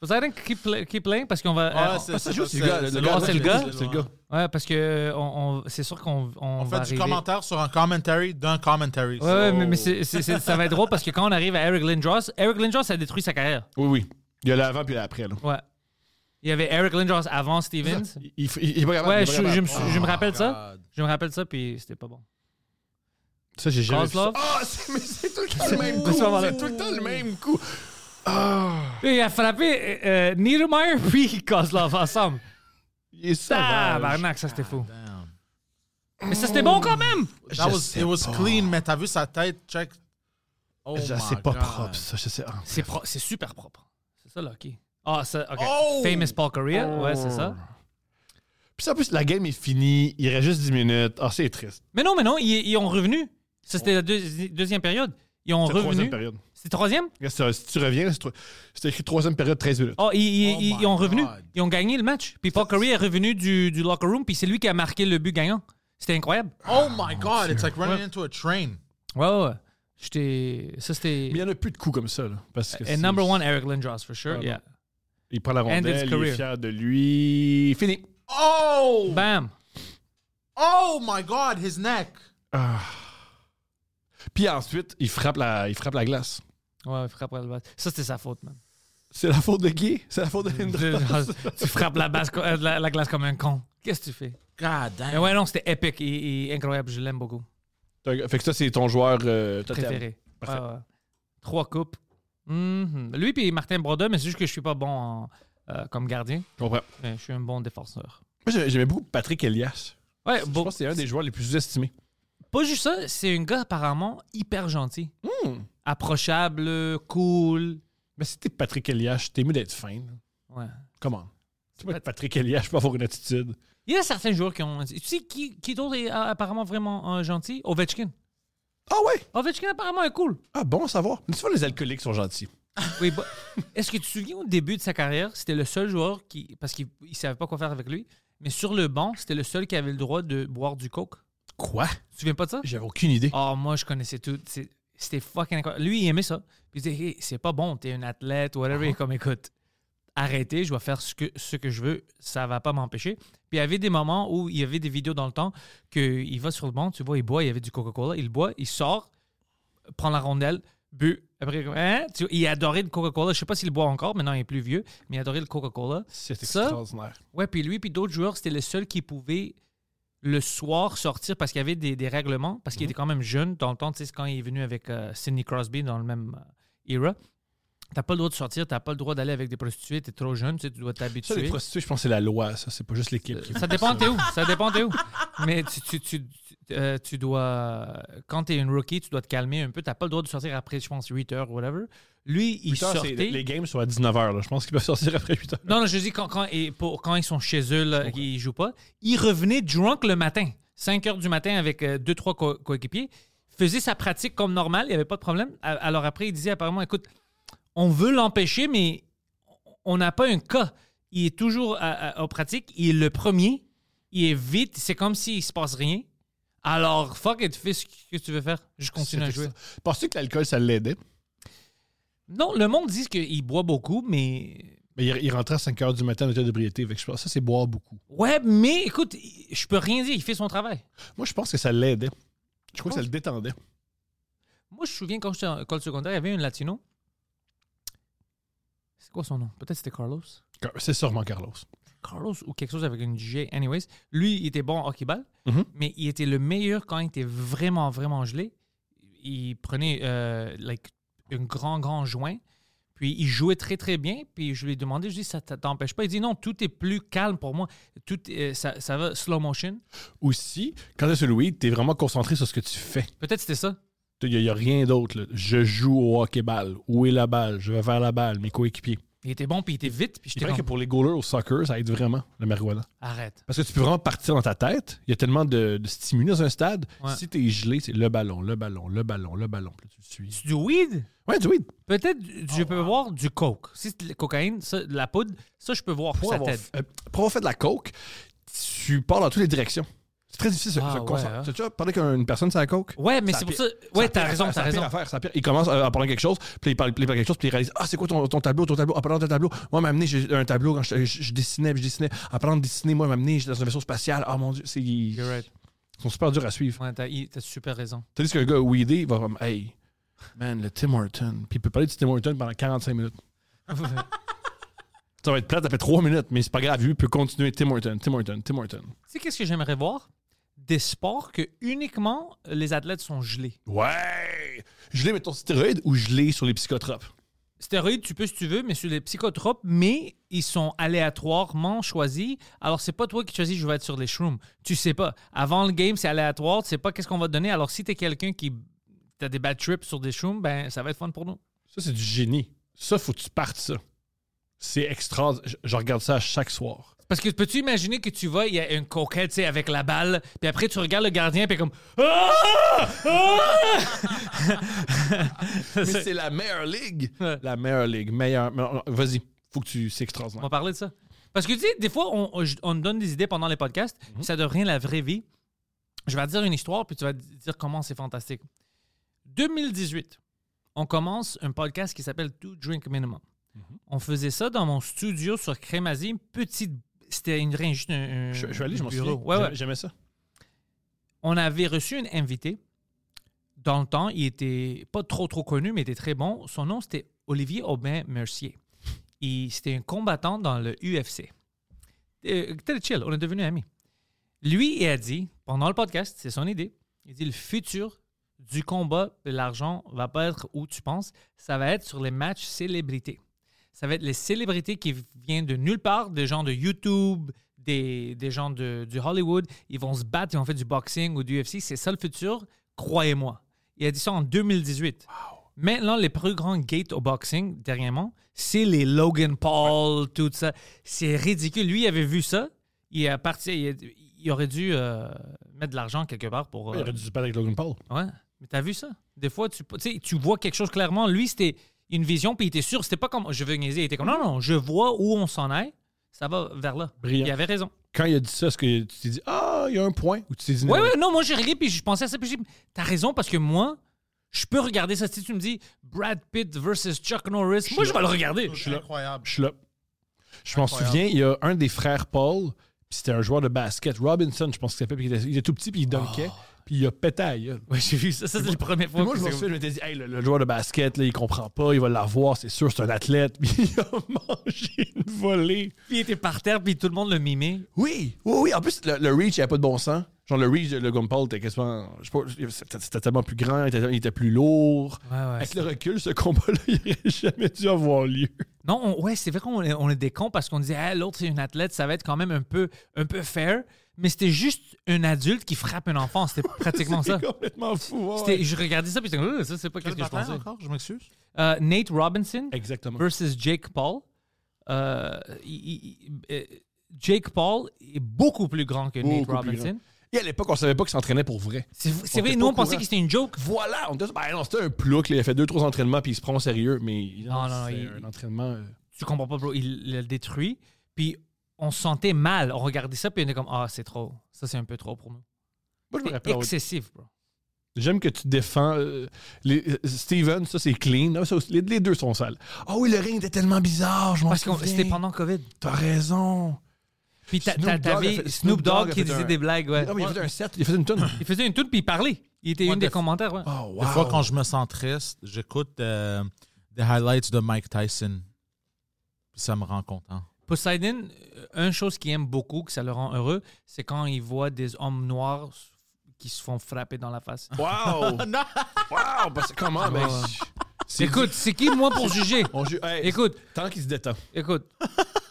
S2: Poseidon, keep, play- keep playing parce qu'on va. euh,
S4: Ah,
S3: Ah, ça joue, c'est le gars.
S4: c'est-
S2: gars, c'est le gars?
S3: C'est le gars.
S2: ouais, parce que euh, on, on- c'est sûr qu'on on va
S4: On fait du
S2: arriver.
S4: commentaire sur un commentary d'un commentary.
S2: Ouais, ouais, mais, mais c'est- c'est- c'est- ça va être drôle parce que quand on arrive à Eric Lindros, Eric Lindros a détruit sa carrière.
S3: Oui, oui. Il y a l'avant puis l'après. là.
S2: Ouais. Il y avait Eric Lindros avant Stevens.
S3: Il- Il il- il est pas capable. il
S2: Ouais,
S3: est pas
S2: je,
S3: capable. Oh,
S2: je me, je me rappelle ça.
S4: God.
S2: Je me rappelle ça, puis c'était pas bon.
S3: Ça, j'ai jamais vu ça.
S2: Kozlov.
S3: Ah, c'est mais c'est tout le temps le même coup.
S2: Ça va, là.
S3: C'est tout le temps le même coup.
S2: Et Il a frappé euh, euh, Niedermeyer puis Kozlov ensemble.
S3: Il est sauvage.
S2: Tabarnak, ça c'était fou. Mais ça c'était bon quand même!
S4: That
S3: Je
S4: was,
S3: sais
S4: it was
S3: pas.
S4: clean, mais t'as vu sa tête, check. Oh
S3: Je-
S4: my
S3: C'est pas
S4: God.
S3: propre, ça. Je sais. ah.
S2: C'est pro- c'est super propre. C'est ça, là, OK. Ah, ça, OK.
S4: Oh!
S2: Famous Paul Korea, ouais, c'est ça.
S3: Puis ça, en plus, la game est finie. Il reste juste 10 minutes. Ah, c'est triste.
S2: Mais non, mais non, ils, ils ont revenu. Ça, c'était la deuxi- deuxième période. Ils ont
S3: C'est la troisième
S2: revenu.
S3: période.
S2: C'est troisième?
S3: Regarde, ça, Si tu reviens, là, c'est tro- c'est écrit troisième période, 13 minutes.
S2: Oh, ils, ils-
S4: Oh
S2: ils-
S4: my
S2: ils ont revenu.
S4: God.
S2: Ils ont gagné le match. Puis Paul Korea est revenu du, du locker room, puis c'est lui qui a marqué le but gagnant. C'était incroyable.
S4: Oh my God, it's like running into a train.
S2: Ouais, ouais, ouais. J'étais... Ça, c'était...
S3: Mais il n'y en a plus de coups comme ça. Là, parce que
S2: Et
S3: c'est-
S2: number one, Eric Lindros, for sure.
S3: Ah, non.
S2: yeah.
S3: Il prend la
S2: End
S3: rondelle,
S2: his
S3: il
S2: career.
S3: est fier de lui. Fini.
S4: Oh!
S2: Bam!
S4: Oh my God, his neck.
S3: Puis ensuite, il frappe la, il frappe la glace.
S2: Ouais, frappe la base. Ça, c'était sa faute, man.
S3: C'est la faute de qui? C'est la faute de Lindros.
S2: tu frappes la, base, co- euh, la, la glace comme un con. Qu'est-ce que tu fais?
S4: God
S2: Mais
S4: damn.
S2: ouais, non, c'était épique et, et incroyable. Je l'aime beaucoup.
S3: fait que ça, c'est ton joueur euh, totem.
S2: Préféré.
S3: Parfait.
S2: Ouais, ouais. Trois coupes. Mhm. Lui puis Martin Brodeur, mais c'est juste que je suis pas bon en, euh, comme gardien.
S3: Je comprends.
S2: Mais je suis un bon défenseur.
S3: Moi, j'aimais- j'aimais beaucoup Patrick Elias.
S2: Ouais,
S3: Je
S2: bon,
S3: pense que c'est un des joueurs les plus sous-estimés.
S2: pas juste ça, c'est un gars apparemment hyper gentil.
S3: Hmm.
S2: Approchable, cool.
S3: Mais si t'es Patrick Elias, t'es mieux d'être fin. là.
S2: Ouais.
S3: Come on. Tu peux être Patrick Elias, je peux avoir une attitude.
S2: Il y a certains joueurs qui ont. Tu sais qui, qui d'autre est euh, apparemment vraiment euh, gentil Ovechkin.
S3: Ah ouais?
S2: Ovechkin apparemment est cool.
S3: Ah bon à savoir. Mais souvent, les alcooliques sont gentils.
S2: Oui, bah, est-ce que tu te souviens au début de sa carrière, c'était le seul joueur qui. Parce qu'il ne savait pas quoi faire avec lui, mais sur le banc, c'était le seul qui avait le droit de boire du coke.
S3: Quoi?
S2: Tu te souviens pas de ça?
S3: J'avais aucune idée.
S2: Oh, moi, je connaissais tout. C'est- C'était fucking incroyable. Lui, il aimait ça. Puis il disait, hey, c'est pas bon, t'es un athlète, whatever. Il est comme, écoute, arrêtez, je vais faire ce que, ce que je veux, ça va pas m'empêcher. Puis il y avait des moments où il y avait des vidéos dans le temps qu'il va sur le banc, tu vois, il boit, il y avait du Coca-Cola, il boit, il sort, prend la rondelle, bu. Après, il est comme, hein? Tu vois, il adorait le Coca-Cola. Je sais pas s'il boit encore, maintenant il est plus vieux, mais il adorait le Coca-Cola.
S3: C'est
S2: Ça?
S3: extraordinaire.
S2: Ouais, puis lui, puis d'autres joueurs, c'était le seul qui pouvait le soir sortir parce qu'il y avait des, des règlements, parce qu'il
S3: Mhm.
S2: était quand même jeune dans le temps, tu sais, c'est quand il est venu avec euh, Sidney Crosby dans le même euh, era. T'as pas le droit de sortir, t'as pas le droit d'aller avec des prostituées, t'es trop jeune, tu sais, tu dois
S3: Ça, les
S2: t'habituer.
S3: prostituées, je pense que c'est la loi, ça. C'est pas juste l'équipe qui
S2: Ça dépend t'es où, ça dépend t'es où. Mais tu, tu, tu, tu- euh, tu dois, euh, quand t'es une rookie, tu dois te calmer un peu, t'as pas le droit de sortir après, je pense, 8 heures ou whatever. Lui, il
S3: Huit heures, c'est-
S2: sortait...
S3: Les games sont à 19h. là. Je pense qu'ils peuvent sortir après 8h.
S2: Non, non, je dis quand, quand, et pour, quand ils sont chez eux, là, ils jouent pas. Ils revenaient drunk le matin, 5 heures du matin avec euh, deux, trois co- coéquipiers, faisaient sa pratique comme normal, il n'y avait pas de problème. A- Alors après, il disait apparemment, écoute, on veut l'empêcher, mais on n'a pas un cas. Il est toujours à- à- en pratique, il est le premier, il est vite, c'est comme s'il se passe rien. Alors, fuck it, fais ce que tu veux faire, je continue à jouer.
S3: Penses-tu que l'alcool, ça l'aidait?
S2: Non, le monde dit qu'il boit beaucoup, mais
S3: Mais il, il rentrait à 5h du matin en état d'ébriété. Fait que je pense que ça, c'est boire beaucoup.
S2: Ouais, mais écoute, je peux rien dire, il fait son travail.
S3: Moi, je pense que ça l'aidait. Je crois que ça
S2: penses?
S3: le détendait.
S2: Moi, je me souviens quand j'étais en école secondaire, il y avait un latino. C'est quoi son nom Peut-être c'était Carlos.
S3: Car- C'est sûrement Carlos.
S2: Carlos ou quelque chose avec une DJ. Anyways, lui, il était bon en hockey ball,
S3: Mhm.
S2: mais il était le meilleur quand il était vraiment, vraiment gelé. Il prenait euh, like, un grand, grand joint, puis il jouait très, très bien. Puis je lui ai demandé, je lui ai dit, ça t- t'empêche pas Il dit, non, tout est plus calme pour moi. Tout, est- ça, ça va slow motion.
S3: Aussi, quand t'es sur le weed, t'es vraiment concentré sur ce que tu fais.
S2: Peut-être c'était ça.
S3: Il n'y a, rien d'autre. là. Je joue au hockey-ball. Où est la balle? Je vais vers la balle, mes coéquipiers.
S2: Il était bon, puis il était vite, puis
S3: Je
S2: j'étais
S3: vrai que
S2: comme,
S3: pour les goalers au soccer, ça aide vraiment, le marijuana.
S2: arrête.
S3: Parce que tu peux vraiment partir dans ta tête. Il y a tellement de, de stimuli dans un stade.
S2: Ouais.
S3: Si t'es gelé, c'est le ballon, le ballon, le ballon, le ballon. Puis là, tu le suis.
S2: Tu du weed
S3: Ouais, du weed.
S2: Peut-être, du- je
S3: Oh,
S2: peux voir du coke. Si c'est de la cocaïne, ça, de la poudre, ça, je peux voir
S3: Pour
S2: sa
S3: avoir,
S2: tête.
S3: euh, pour avoir fait de la coke, tu pars dans toutes les directions. C'est très difficile de se-
S2: Ah,
S3: se
S2: ouais,
S3: concentrer.
S2: hein.
S3: Tu as déjà parlé avec une personne sur la coke?
S2: Ouais, mais
S3: Ça
S2: c'est pour
S3: pire-
S2: ça. Ouais,
S3: ça
S2: t'as
S3: pire
S2: raison,
S3: affaire,
S2: t'as
S3: ça
S2: raison.
S3: pire affaire, ça pire. Il commence à, à parler de quelque chose, puis il parle, il parle de quelque chose, puis il réalise Ah, c'est quoi ton, ton tableau, ton tableau En parlant de ton tableau, moi, m'a amené, j'ai un tableau quand je, je- je dessinais, puis je dessinais. En parlant de dessiner, moi, m'a amené, j'étais dans un vaisseau spatial. Ah, mon Dieu, c'est. Ils
S2: You're right.
S3: sont super durs à suivre.
S2: Ouais, t'as y- t'as super raison.
S3: Tandis qu'un gars weedé, il va comme Hey, man, le Tim Horton. Puis il peut parler du Tim Horton pendant 45 minutes. Ça va être plate, ça fait 3 minutes, mais c'est pas grave, lui, il peut continuer Tim Horton, Tim Horton, Tim Horton.
S2: Tu sais, qu'est-ce que j'aimerais voir? Des sports que uniquement les athlètes sont gelés.
S3: Ouais! Je l'ai, mettons, stéroïde ou je l'ai sur les psychotropes.
S2: Stéroïdes, tu peux si tu veux, mais sur les psychotropes, mais ils sont aléatoirement choisis. Alors, c'est pas toi qui choisis, je vais être sur les shrooms. Tu sais pas. Avant le game, c'est aléatoire, tu sais pas qu'est-ce qu'on va te donner. Alors, si t'es quelqu'un qui. T'as des bad trips sur des shrooms, ben, ça va être fun pour nous.
S3: Ça, c'est du génie. Ça, faut que tu partes ça. C'est extra. je- Je regarde ça à chaque soir.
S2: Parce que peux-tu imaginer que tu vas, il y a une coquette, tu sais, avec la balle, puis après tu regardes le gardien, puis comme. Ah! Ah!
S3: Mais c'est la meilleure ligue.
S2: Ouais.
S3: La meilleure ligue. Meilleure. meilleure- Vas-y. Faut que tu. C'est
S2: On
S3: extraordinaire.
S2: va parler de ça. Parce que tu sais, des fois, on, on- je- on me donne des idées pendant les podcasts,
S3: Mhm.
S2: puis ça devient la vraie vie. Je vais te dire une histoire, puis tu vas te dire comment c'est fantastique. 2018, on commence un podcast qui s'appelle To Drink Minimum.
S3: Mhm.
S2: On faisait ça dans mon studio sur Crémazie, une petite. C'était une rien, juste un. un-
S3: Je, je vais aller, je
S2: un
S3: m'en
S2: bureau.
S3: souviens.
S2: Ouais, ouais.
S3: J'aimais- J'aimais ça.
S2: on avait reçu un invité. Dans le temps, il était pas trop trop connu, mais il était très bon. Son nom, c'était Olivier Aubin Mercier. Et c'était un combattant dans le UFC. Euh, Très chill, on est devenus amis. Lui, il a dit, pendant le podcast, c'est son idée, il dit le futur du combat de l'argent va pas être où tu penses, ça va être sur les matchs célébrités. ça va être les célébrités qui viennent de nulle part, des gens de YouTube, des, des gens de, du Hollywood. Ils vont se battre, ils vont faire du boxing ou du UFC. C'est ça le futur, croyez-moi. Il a dit ça en 2018. Maintenant, les plus grands gates au boxing, dernièrement, c'est les Logan Paul, tout ça. C'est ridicule. Lui, il avait vu ça. Il, est parti, il, a- il aurait dû euh, mettre de l'argent quelque part pour. euh,
S3: Il aurait dû se battre avec Logan Paul.
S2: Ouais, mais t'as vu ça? Des fois, tu, tu sais, tu vois quelque chose clairement. Lui, c'était une vision, puis il était sûr. C'était pas comme je veux niaiser. Il était comme non, non, je vois où on s'en est. Ça va vers là.
S3: Brillant.
S2: Il avait raison.
S3: Quand il a dit ça, est-ce que tu t'es dit Ah, il y a un point Ou tu t'es dit
S2: Ouais,
S3: Non.
S2: ouais, non, moi, j'ai ri, puis je pensais à ça, puis j'ai dit, t'as raison, parce que moi, je peux regarder ça. Si tu me dis Brad Pitt versus Chuck Norris, moi, je vais le regarder.
S3: là.
S4: Incroyable.
S3: Je suis là. Je m'en
S4: Incroyable.
S3: souviens, il y a un des frères Paul, puis c'était un joueur de basket, Robinson, je pense qu'il s'appelait, puis il était, il était tout petit, puis il dunkait, puis il a pété à la gueule.
S2: Ah. Ouais, j'ai vu ça. Ça, c'est la première fois.
S3: Puis moi,
S2: que
S3: je me
S2: c'est-
S3: souviens, je m'étais dit, hey, le, le joueur de basket, là, il comprend pas, il va l'avoir, c'est sûr, c'est un athlète, puis il a mangé une volée.
S2: Puis il était par terre, puis tout le monde le mimait.
S3: Oui, oui, oui. En plus, le, le reach, il n'y avait pas de bon sens. Genre, le reach de Logan Paul était quasiment. Je sais pas, c'était- c'était tellement plus grand, il était, il était plus lourd.
S2: Ouais, ouais,
S3: Avec
S2: c'est-
S3: le recul, ce combat-là, il n'aurait jamais dû avoir lieu.
S2: Non, on- ouais, c'est vrai qu'on est, on est des cons parce qu'on disait, Ah, l'autre c'est une athlète, ça va être quand même un peu, un peu fair. Mais c'était juste un adulte qui frappe un enfant. C'était pratiquement ça.
S3: C'est complètement fou. ouais.
S2: C'était- Je regardais ça puis j'étais comme, Euh, ça c'est pas
S4: Quel
S2: qu'est-ce que je
S4: bataille
S2: pensais.
S4: encore? Je m'excuse.
S2: Euh, Nate Robinson
S3: Exactement.
S2: versus Jake Paul. Euh, il- il- il- euh, Jake Paul est beaucoup plus grand que Nate
S3: Beaucoup plus
S2: Robinson.
S3: grand. Et à l'époque, on savait pas qu'il s'entraînait pour vrai.
S2: C'est c'est
S3: On
S2: vrai,
S3: était
S2: nous
S3: pas
S2: on
S3: au
S2: pensait
S3: courant.
S2: que c'était une joke.
S3: Voilà, on était ben non, c'était un plouc, là, il a fait deux, trois entraînements, puis il se prend au sérieux, mais
S2: Non, non,
S3: c'est
S2: il-
S3: un entraînement. euh,
S2: tu comprends pas, bro. Il le détruit. Puis on se sentait mal. On regardait ça, puis on est comme, ah, c'est trop. Ça, c'est un peu trop pour nous.
S3: Moi, je me
S2: C'est
S3: rappelle.
S2: excessif, bro.
S3: J'aime que tu défends. euh, les, euh, Steven, ça, c'est clean. Ah, ça, les, les deux sont sales. Ah oui, le ring était tellement bizarre, je m'en
S2: Parce que
S3: souviens.
S2: c'était pendant COVID.
S3: T'as raison.
S2: Puis t'a-
S3: Snoop
S2: t'a-
S3: Dogg
S2: t'avais
S3: a fait-
S2: Snoop,
S3: Snoop
S2: Dogg
S3: Dogg a
S2: qui
S3: fait
S2: disait
S3: un-
S2: des blagues, ouais.
S3: Non, mais Ah il a fait un set, il a fait une tonne.
S2: Il faisait une toune, puis il parlait. Il était
S4: What
S2: une des
S4: the f-
S2: commentaires, ouais.
S3: Oh, wow.
S4: Des fois, quand je me sens triste, j'écoute euh, des highlights de Mike Tyson. Puis ça me rend content.
S2: Poseidon, euh, une chose qu'il aime beaucoup, que ça le rend heureux, c'est quand il voit des hommes noirs s- qui se font frapper dans la face.
S3: Wow! wow! Parce que comment, ben,
S2: Ouais.
S3: c'est-
S2: Écoute, c'est qui, moi, pour juger?
S3: on ju- hey,
S2: Écoute,
S3: Tant qu'il se détend.
S2: écoute,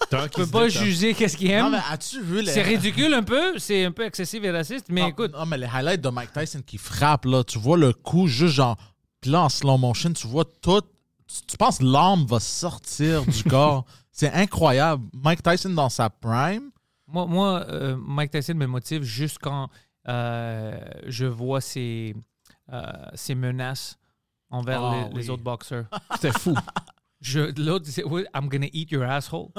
S3: Tant
S2: tu
S3: qu'il
S2: peux
S3: se
S2: pas
S3: détend.
S2: juger qu'est-ce qu'il aime.
S4: as-tu vu les.
S2: C'est ridicule un peu, c'est un peu excessif et raciste, mais
S4: Ah,
S2: écoute,
S4: ah, mais les highlights de Mike Tyson qui frappe, là, tu vois le coup juste genre. Puis là, en slow motion, tu vois tout. Tu, tu penses l'âme va sortir du corps. C'est incroyable. Mike Tyson dans sa prime.
S2: moi, moi euh, Mike Tyson me motive juste quand euh, je vois ses, euh, ses menaces envers
S4: Ah,
S2: les, les
S4: oui.
S2: autres boxeurs.
S3: C'était fou.
S2: Je- L'autre disait, Oui, I'm gonna eat your asshole.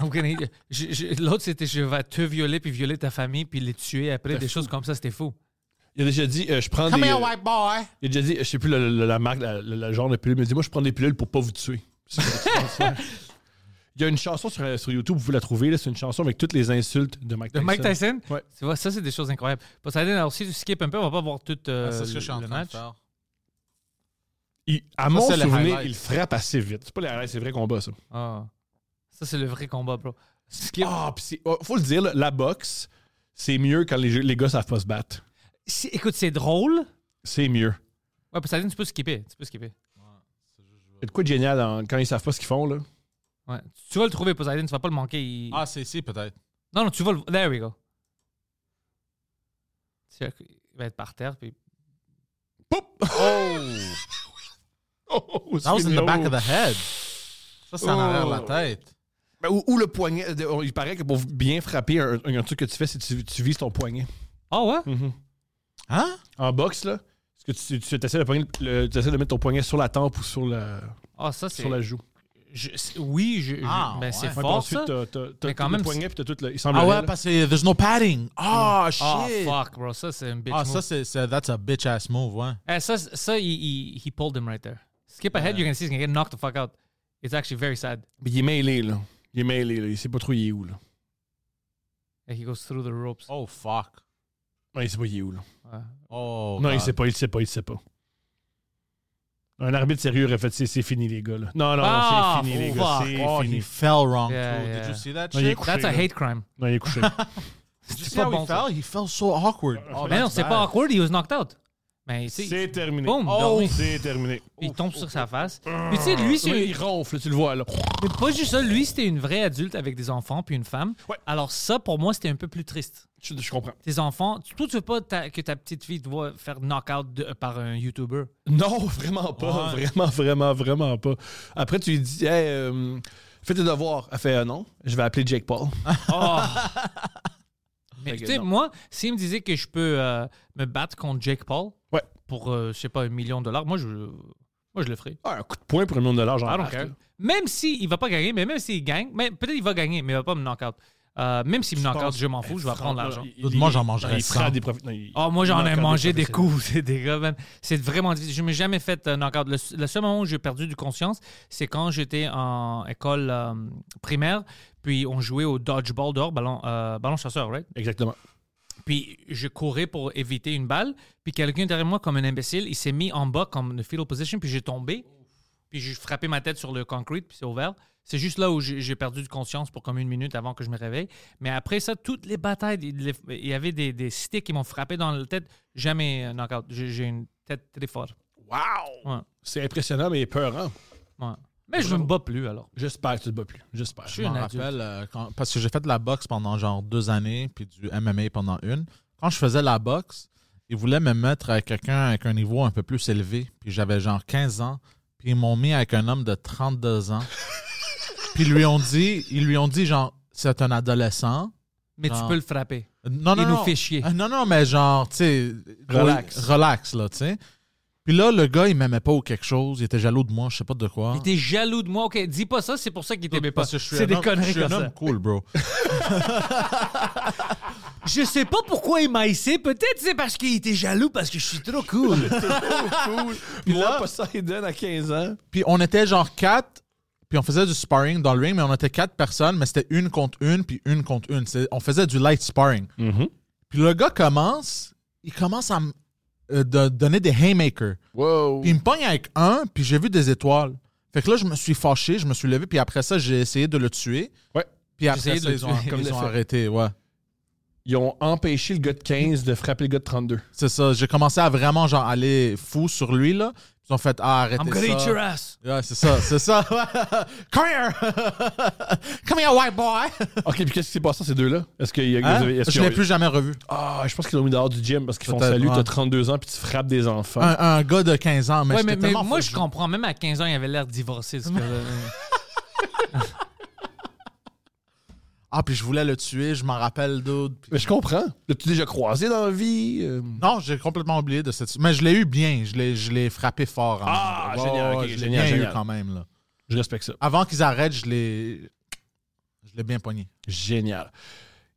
S2: I'm gonna eat your- je- je- L'autre, c'était, je vais te violer, puis violer ta famille, puis les tuer après, des choses comme ça, c'était fou.
S3: Il a déjà dit, euh, je prends
S4: Come
S3: des...
S4: here,
S3: euh,
S4: white boy!
S3: Il a déjà dit, je sais plus la, la- la marque, la, la- la genre de pilule, mais il dit, moi, je prends des pilules pour pas vous tuer. C'est ce que je pense, ouais. Il y a une chanson sur, sur YouTube, vous la trouvez, là, c'est une chanson avec toutes les insultes de Mike
S2: De
S3: Tyson.
S2: Mike Tyson,
S3: Ouais.
S2: tu vois, ça, c'est des choses incroyables. Poseidon, alors si tu skips un peu, on va pas voir tout
S4: Ah,
S2: euh, le match.
S3: Il- à mon
S4: c'est le
S3: souvenir,
S4: highlight.
S3: il frappe assez vite. C'est pas les highlights, c'est vrai combat, ça.
S2: Ah. Ça, c'est le vrai combat, bro. Skip.
S3: Ah, puis c'est- oh, faut le dire, là, la boxe, c'est mieux quand les, jeux- les gars savent pas se battre.
S2: C'est- Écoute, c'est drôle.
S3: C'est mieux.
S2: Ouais, Poseidon, tu peux skipper. Tu peux skipper.
S3: C'est de quoi de génial en- quand ils savent pas ce qu'ils font, là.
S2: Ouais. Tu vas le trouver, Poseidon, tu vas pas le manquer. il-
S4: Ah, c'est ici, peut-être.
S2: Non, non, tu vas le. There we go. Tu vas- Il va être par terre, puis.
S3: Poup!
S4: Oh!
S3: Oh,
S4: That was in
S3: c'est
S4: the back
S3: no.
S4: of the head. Ça, c'est en
S3: Oh.
S4: arrière de la tête.
S3: Ben, Ou, ou le poignet. de- oh, Il paraît que pour bien frapper, un, un truc que tu fais, c'est que tu, tu vises ton poignet.
S2: Ah ouais?
S3: Hmm.
S4: Hein?
S3: En boxe, là, ce que tu, tu essaies de, pogner le- tu essaies de mettre ton poignet sur la tempe ou sur la,
S2: Ah, ça, c'est.
S3: sur la joue.
S2: Je- c'est- Oui, je. je-
S4: Ah,
S2: ben,
S4: ouais.
S2: c'est
S4: Ouais,
S3: Ouais, puis
S2: fort.
S3: ensuite,
S2: ça.
S3: t'as- t'as- t'as
S2: Mais quand
S3: tout
S2: même,
S3: le poignet puis t'as tout le. Il
S4: Ah
S3: semblerait,
S4: ouais,
S3: là.
S4: parce que there's no padding. Ah,
S3: euh,
S2: Ah,
S4: shit!
S2: fuck, bro. Ça, c'est un bitch.
S4: Ah,
S2: move.
S4: ça, c'est, c'est- that's a bitch ass move, ouais.
S2: Eh, ça, c'est- ça, he, he, he pulled him right there. Skip ahead, you're gonna see he's gonna get knocked the fuck out. It's actually very sad.
S3: Mais il est mêlé, là. Il est mêlé, là. Il sait pas trop il est où, là.
S2: And he goes through the ropes.
S4: Oh, fuck.
S3: Non, il sait pas il est où, là.
S2: Ouais.
S4: Oh,
S3: non, il
S4: God.
S3: sait pas, il sait pas, il sait pas. Un arbitre sérieux aurait fait c'est c'est fini, les gars, là. Non, non,
S2: Ah,
S3: non, c'est fini, les
S2: fuck.
S3: gars. C'est
S4: Oh, he
S3: fini.
S4: fell wrong,
S2: Yeah,
S4: too.
S2: yeah.
S4: Did you see that
S3: Non, il est
S4: shit?
S3: couché,
S2: That's a
S3: là.
S2: hate crime.
S3: Non, il est couché.
S4: Did you
S2: C'est
S4: see
S2: pas
S4: how
S2: bon,
S4: he
S2: ça.
S4: fell? He fell so awkward. Oh,
S2: Mais non,
S4: that's
S2: c'est
S4: bad.
S2: pas awkward, he was knocked out. Mais tu sais,
S3: C'est terminé.
S2: Boum,
S3: Oh,
S2: dormi.
S3: c'est terminé.
S2: il tombe sur sa face. Puis tu sais, lui, c'est
S3: Oui, il ronfle, tu le vois là.
S2: Mais pas juste ça, lui, c'était une vraie adulte avec des enfants puis une femme.
S3: Ouais.
S2: Alors ça, pour moi, c'était un peu plus triste.
S3: Je, je comprends.
S2: Tes enfants, tu ne veux pas ta- que ta petite fille te voit faire knock-out de- par un YouTuber.
S3: Non, vraiment pas. Vraiment, vraiment, vraiment pas. Après, tu lui dis, hey, euh, fais tes devoirs. Elle fait, euh, non, je vais appeler Jake Paul.
S2: Oh. Mais
S3: Fait que
S2: tu sais,
S3: non.
S2: moi, s'il me disait que je peux euh, me battre contre Jake Paul
S3: Ouais.
S2: pour, euh, je sais pas, un million de dollars, moi, je, moi, je le ferais.
S3: Ah, un coup de poing pour un million de dollars, j'en
S2: I don't
S3: rate,
S2: care.
S3: là.
S2: Même s'il ne va pas gagner, mais même s'il gagne, mais peut-être il va gagner, mais il va pas me knock-out. Euh, même s'il me knock-out,
S3: penses-
S2: je m'en fous, je vais prendre l'argent.
S3: Il- il-
S4: Moi, j'en mangerais
S3: il
S4: cent.
S3: prend des profits. Non, il-
S2: Oh, moi, j'en ai
S3: knock-out
S2: mangé des
S3: professionnels.
S2: coups, c'est des gars, man. C'est vraiment difficile. Je ne m'ai jamais fait un knock-out. Le, s- le seul moment où j'ai perdu du conscience, c'est quand j'étais en école euh, primaire, puis on jouait au dodgeball dehors, ballon, euh, ballon chasseur, right?
S3: Exactement.
S2: Puis je courais pour éviter une balle, puis quelqu'un derrière moi, comme un imbécile, il s'est mis en bas comme une fetal position, puis j'ai tombé, puis j'ai frappé ma tête sur le concrete, puis c'est ouvert. C'est juste là où j'ai j'ai perdu de conscience pour comme une minute avant que je me réveille. Mais après ça, toutes les batailles, il les- il y avait des, des sticks qui m'ont frappé dans la tête. Jamais euh, knockout. J'ai j'ai une tête très forte.
S3: Wow!
S2: Ouais,
S3: C'est impressionnant, mais peurant.
S2: ouais. Mais je ne me bats plus alors.
S3: J'espère que tu te bats plus. J'espère.
S2: Je
S4: Je
S2: suis un
S4: me
S2: adulte.
S4: rappelle, euh, quand- parce que j'ai fait de la boxe pendant genre deux années, puis du MMA pendant une. Quand je faisais la boxe, ils voulaient me mettre avec quelqu'un avec un niveau un peu plus élevé, puis j'avais genre 15 ans, puis ils m'ont mis avec un homme de 32 ans. puis ils lui ont dit, ils lui ont dit genre, c'est un adolescent.
S2: Mais tu
S4: Non.
S2: peux le frapper.
S4: Non, non,
S2: Il nous
S4: non.
S2: fait chier.
S4: Ah, Non, non, mais genre, tu sais.
S3: Relax.
S4: oui, Relax, là, tu sais. Puis là, le gars, il m'aimait pas ou quelque chose. Il était jaloux de moi, je sais pas de quoi.
S2: Il était jaloux de moi. Ok, dis pas ça, c'est pour ça qu'il t'aimait pas.
S4: Parce que je suis
S2: C'est
S4: un
S2: des
S4: homme-
S2: conneries
S4: je suis
S2: comme
S4: un
S2: ça.
S4: homme cool, bro.
S2: Je sais pas pourquoi il m'a essayé. Peut-être c'est parce qu'il était jaloux parce que je suis trop cool.
S3: cool. Puis là, Poseidon à 15 ans.
S4: Puis on était genre quatre, puis on faisait du sparring dans le ring, mais on était quatre personnes, mais c'était une contre une, puis une contre une. C'est- On faisait du light sparring. Puis le gars commence, il commence à me euh, de- donner des haymakers.
S3: Wow.
S4: Puis il me pogne avec un, puis j'ai vu des étoiles. Fait que là, je me suis fâché, je me suis levé, puis après ça, j'ai essayé de le tuer.
S3: Ouais.
S4: Puis après
S2: essayé de
S4: ça,
S2: le
S4: ils ont,
S2: tuer,
S3: comme
S4: ils
S3: le
S4: ont
S3: fait.
S4: arrêté, ouais.
S3: Ils ont empêché le gars de 15 de frapper le gars de 32.
S4: C'est ça, j'ai commencé à vraiment genre aller fou sur lui, là. Ils ont fait, ah, arrêtez
S2: I'm
S4: ça.
S2: gonna eat your ass.
S4: Ouais, c'est ça, c'est ça. Come here! Come here, white boy!
S3: OK, puis qu'est-ce qui s'est passé à ces deux-là? Est-ce qu'il y a...
S4: Hein?
S3: est-ce
S4: Je
S3: qu'ils
S4: l'ai
S3: ont-
S4: plus jamais revu.
S3: Ah, je pense qu'ils l'ont mis dehors du gym parce qu'ils font «
S4: Peut-être,
S3: Salut,
S4: ouais.
S3: t'as 32 ans puis tu frappes des enfants.
S4: Un, un gars de 15 ans, mais
S2: Ouais,
S4: j'étais
S2: mais, mais
S4: tellement
S2: moi,
S4: fou.
S2: je comprends. Même à 15 ans, il avait l'air divorcé. ce gars-là.
S4: Ah, puis je voulais le tuer, je m'en rappelle d'autres. puis-
S3: Mais je comprends. L'as-tu déjà croisé dans la vie? Euh,
S4: Non, j'ai complètement oublié de cette... Mais je l'ai eu bien, je l'ai, je l'ai frappé fort. en-
S3: Ah,
S4: Ouais,
S3: génial,
S4: ouais,
S3: ok,
S4: je l'ai
S3: génial,
S4: bien eu
S3: génial.
S4: quand même, là.
S3: Je respecte ça.
S4: Avant qu'ils arrêtent, je l'ai... Je l'ai bien pogné.
S3: Génial.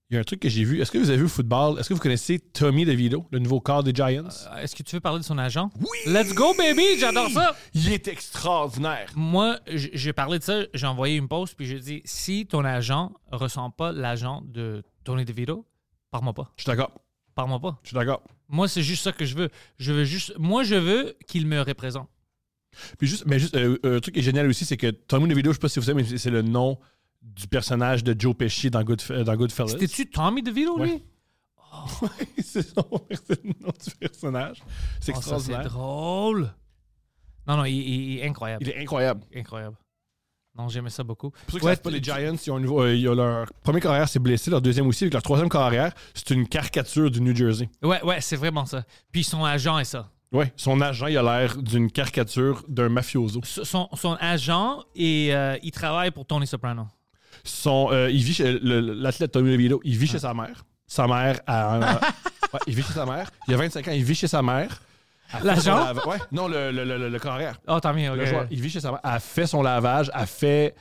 S3: Il y a un truc que j'ai vu. Est-ce que vous avez vu au football? Est-ce que vous connaissez Tommy DeVito, le nouveau corps des Giants?
S2: Euh, Est-ce que tu veux parler de son agent? Oui! Let's go, baby! J'adore ça!
S3: Il est extraordinaire.
S2: Moi, j- j'ai parlé de ça. J'ai envoyé une pause, puis j'ai dit si ton agent ressent pas l'agent de Tony DeVito, parle-moi pas.
S3: Je suis d'accord.
S2: Parle-moi pas.
S3: Je suis d'accord.
S2: Moi, c'est juste ça que je veux. Je veux juste. Moi, je veux qu'il me représente.
S3: Puis juste, mais juste, euh, euh, un truc qui est génial aussi, c'est que Tommy DeVito, je sais pas si vous savez, mais c'est- c'est le nom du personnage de Joe Pesci dans, Good, dans Goodfellas.
S2: C'était-tu Tommy DeVito, lui? Oh,
S3: Ouais. c'est le nom c'est le nom du personnage. C'est
S2: Oh, ça, c'est
S3: extraordinaire.
S2: drôle! Non, non, il, il- il est incroyable.
S3: il est incroyable.
S2: Incroyable. Non, j'aimais ça beaucoup.
S3: Pour ceux qui
S2: Ouais,
S3: savent pas, les Giants, ils ont, un nouveau- euh, ils ont leur premier carrière s'est blessé, leur deuxième aussi, avec leur troisième carrière, c'est une caricature du New Jersey.
S2: Ouais, ouais, c'est vraiment ça. Puis son agent est ça.
S3: Ouais, son agent, il a l'air d'une caricature d'un mafioso.
S2: S- Son, son agent, et, euh, il travaille pour Tony Soprano.
S3: Son, euh, il vit chez le- l'athlète Tommy DeVito, il vit
S2: Ah.
S3: chez sa mère. Sa mère a- ouais, il vit chez sa mère. Il a 25 ans, il vit chez sa mère. Elle fait
S2: L'agent?
S3: son lava- Ouais, non, le, le, le, le- le carrière.
S2: Oh, tant mieux.
S3: Le
S2: ok.
S3: joueur, il vit chez sa mère. Elle fait son lavage, elle fait.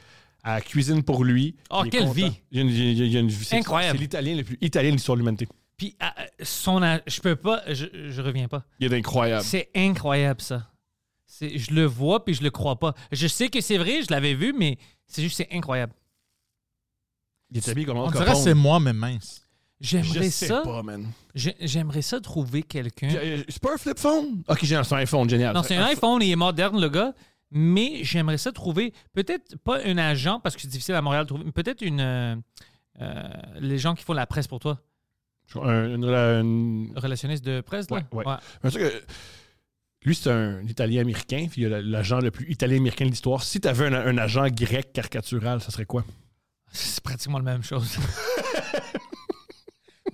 S3: Elle cuisine pour lui.
S2: Oh,
S3: Il est
S2: quelle
S3: content.
S2: vie!
S3: Il y a une, il y a- il y a une vie. c'est-
S2: Incroyable.
S3: C'est l'italien le plus italien de l'histoire de l'humanité.
S2: Puis ah, euh, son agent, je peux pas, je, je reviens pas.
S3: Il est incroyable.
S2: C'est incroyable ça. C'est- Je le vois puis je le crois pas. Je sais que c'est vrai, je l'avais vu, mais c'est juste c'est incroyable.
S3: Il est habillé comme
S4: On
S3: Al
S4: dirait
S3: Capone.
S4: que c'est moi, mais mince.
S2: J'aimerais
S3: Je sais
S2: ça. Hein?
S3: pas, man.
S2: j'ai- J'aimerais ça trouver quelqu'un.
S3: Euh, C'est pas un flip phone? Ok, j'ai un c'est un iPhone, génial.
S2: Non, c'est un iPhone, il est moderne, le gars. Mais j'aimerais ça trouver, peut-être pas un agent, parce que c'est difficile à Montréal de trouver, mais peut-être une. euh, euh, les gens qui font la presse pour toi.
S3: Un, une- une-
S2: Relationniste de presse, là?
S3: Ouais, ouais. un truc, euh, lui, c'est un Italien-Américain, puis il a le- l'agent le plus Italien-Américain de l'histoire. Si tu avais un, un agent grec caricatural, ça serait quoi?
S2: C'est pratiquement la même chose.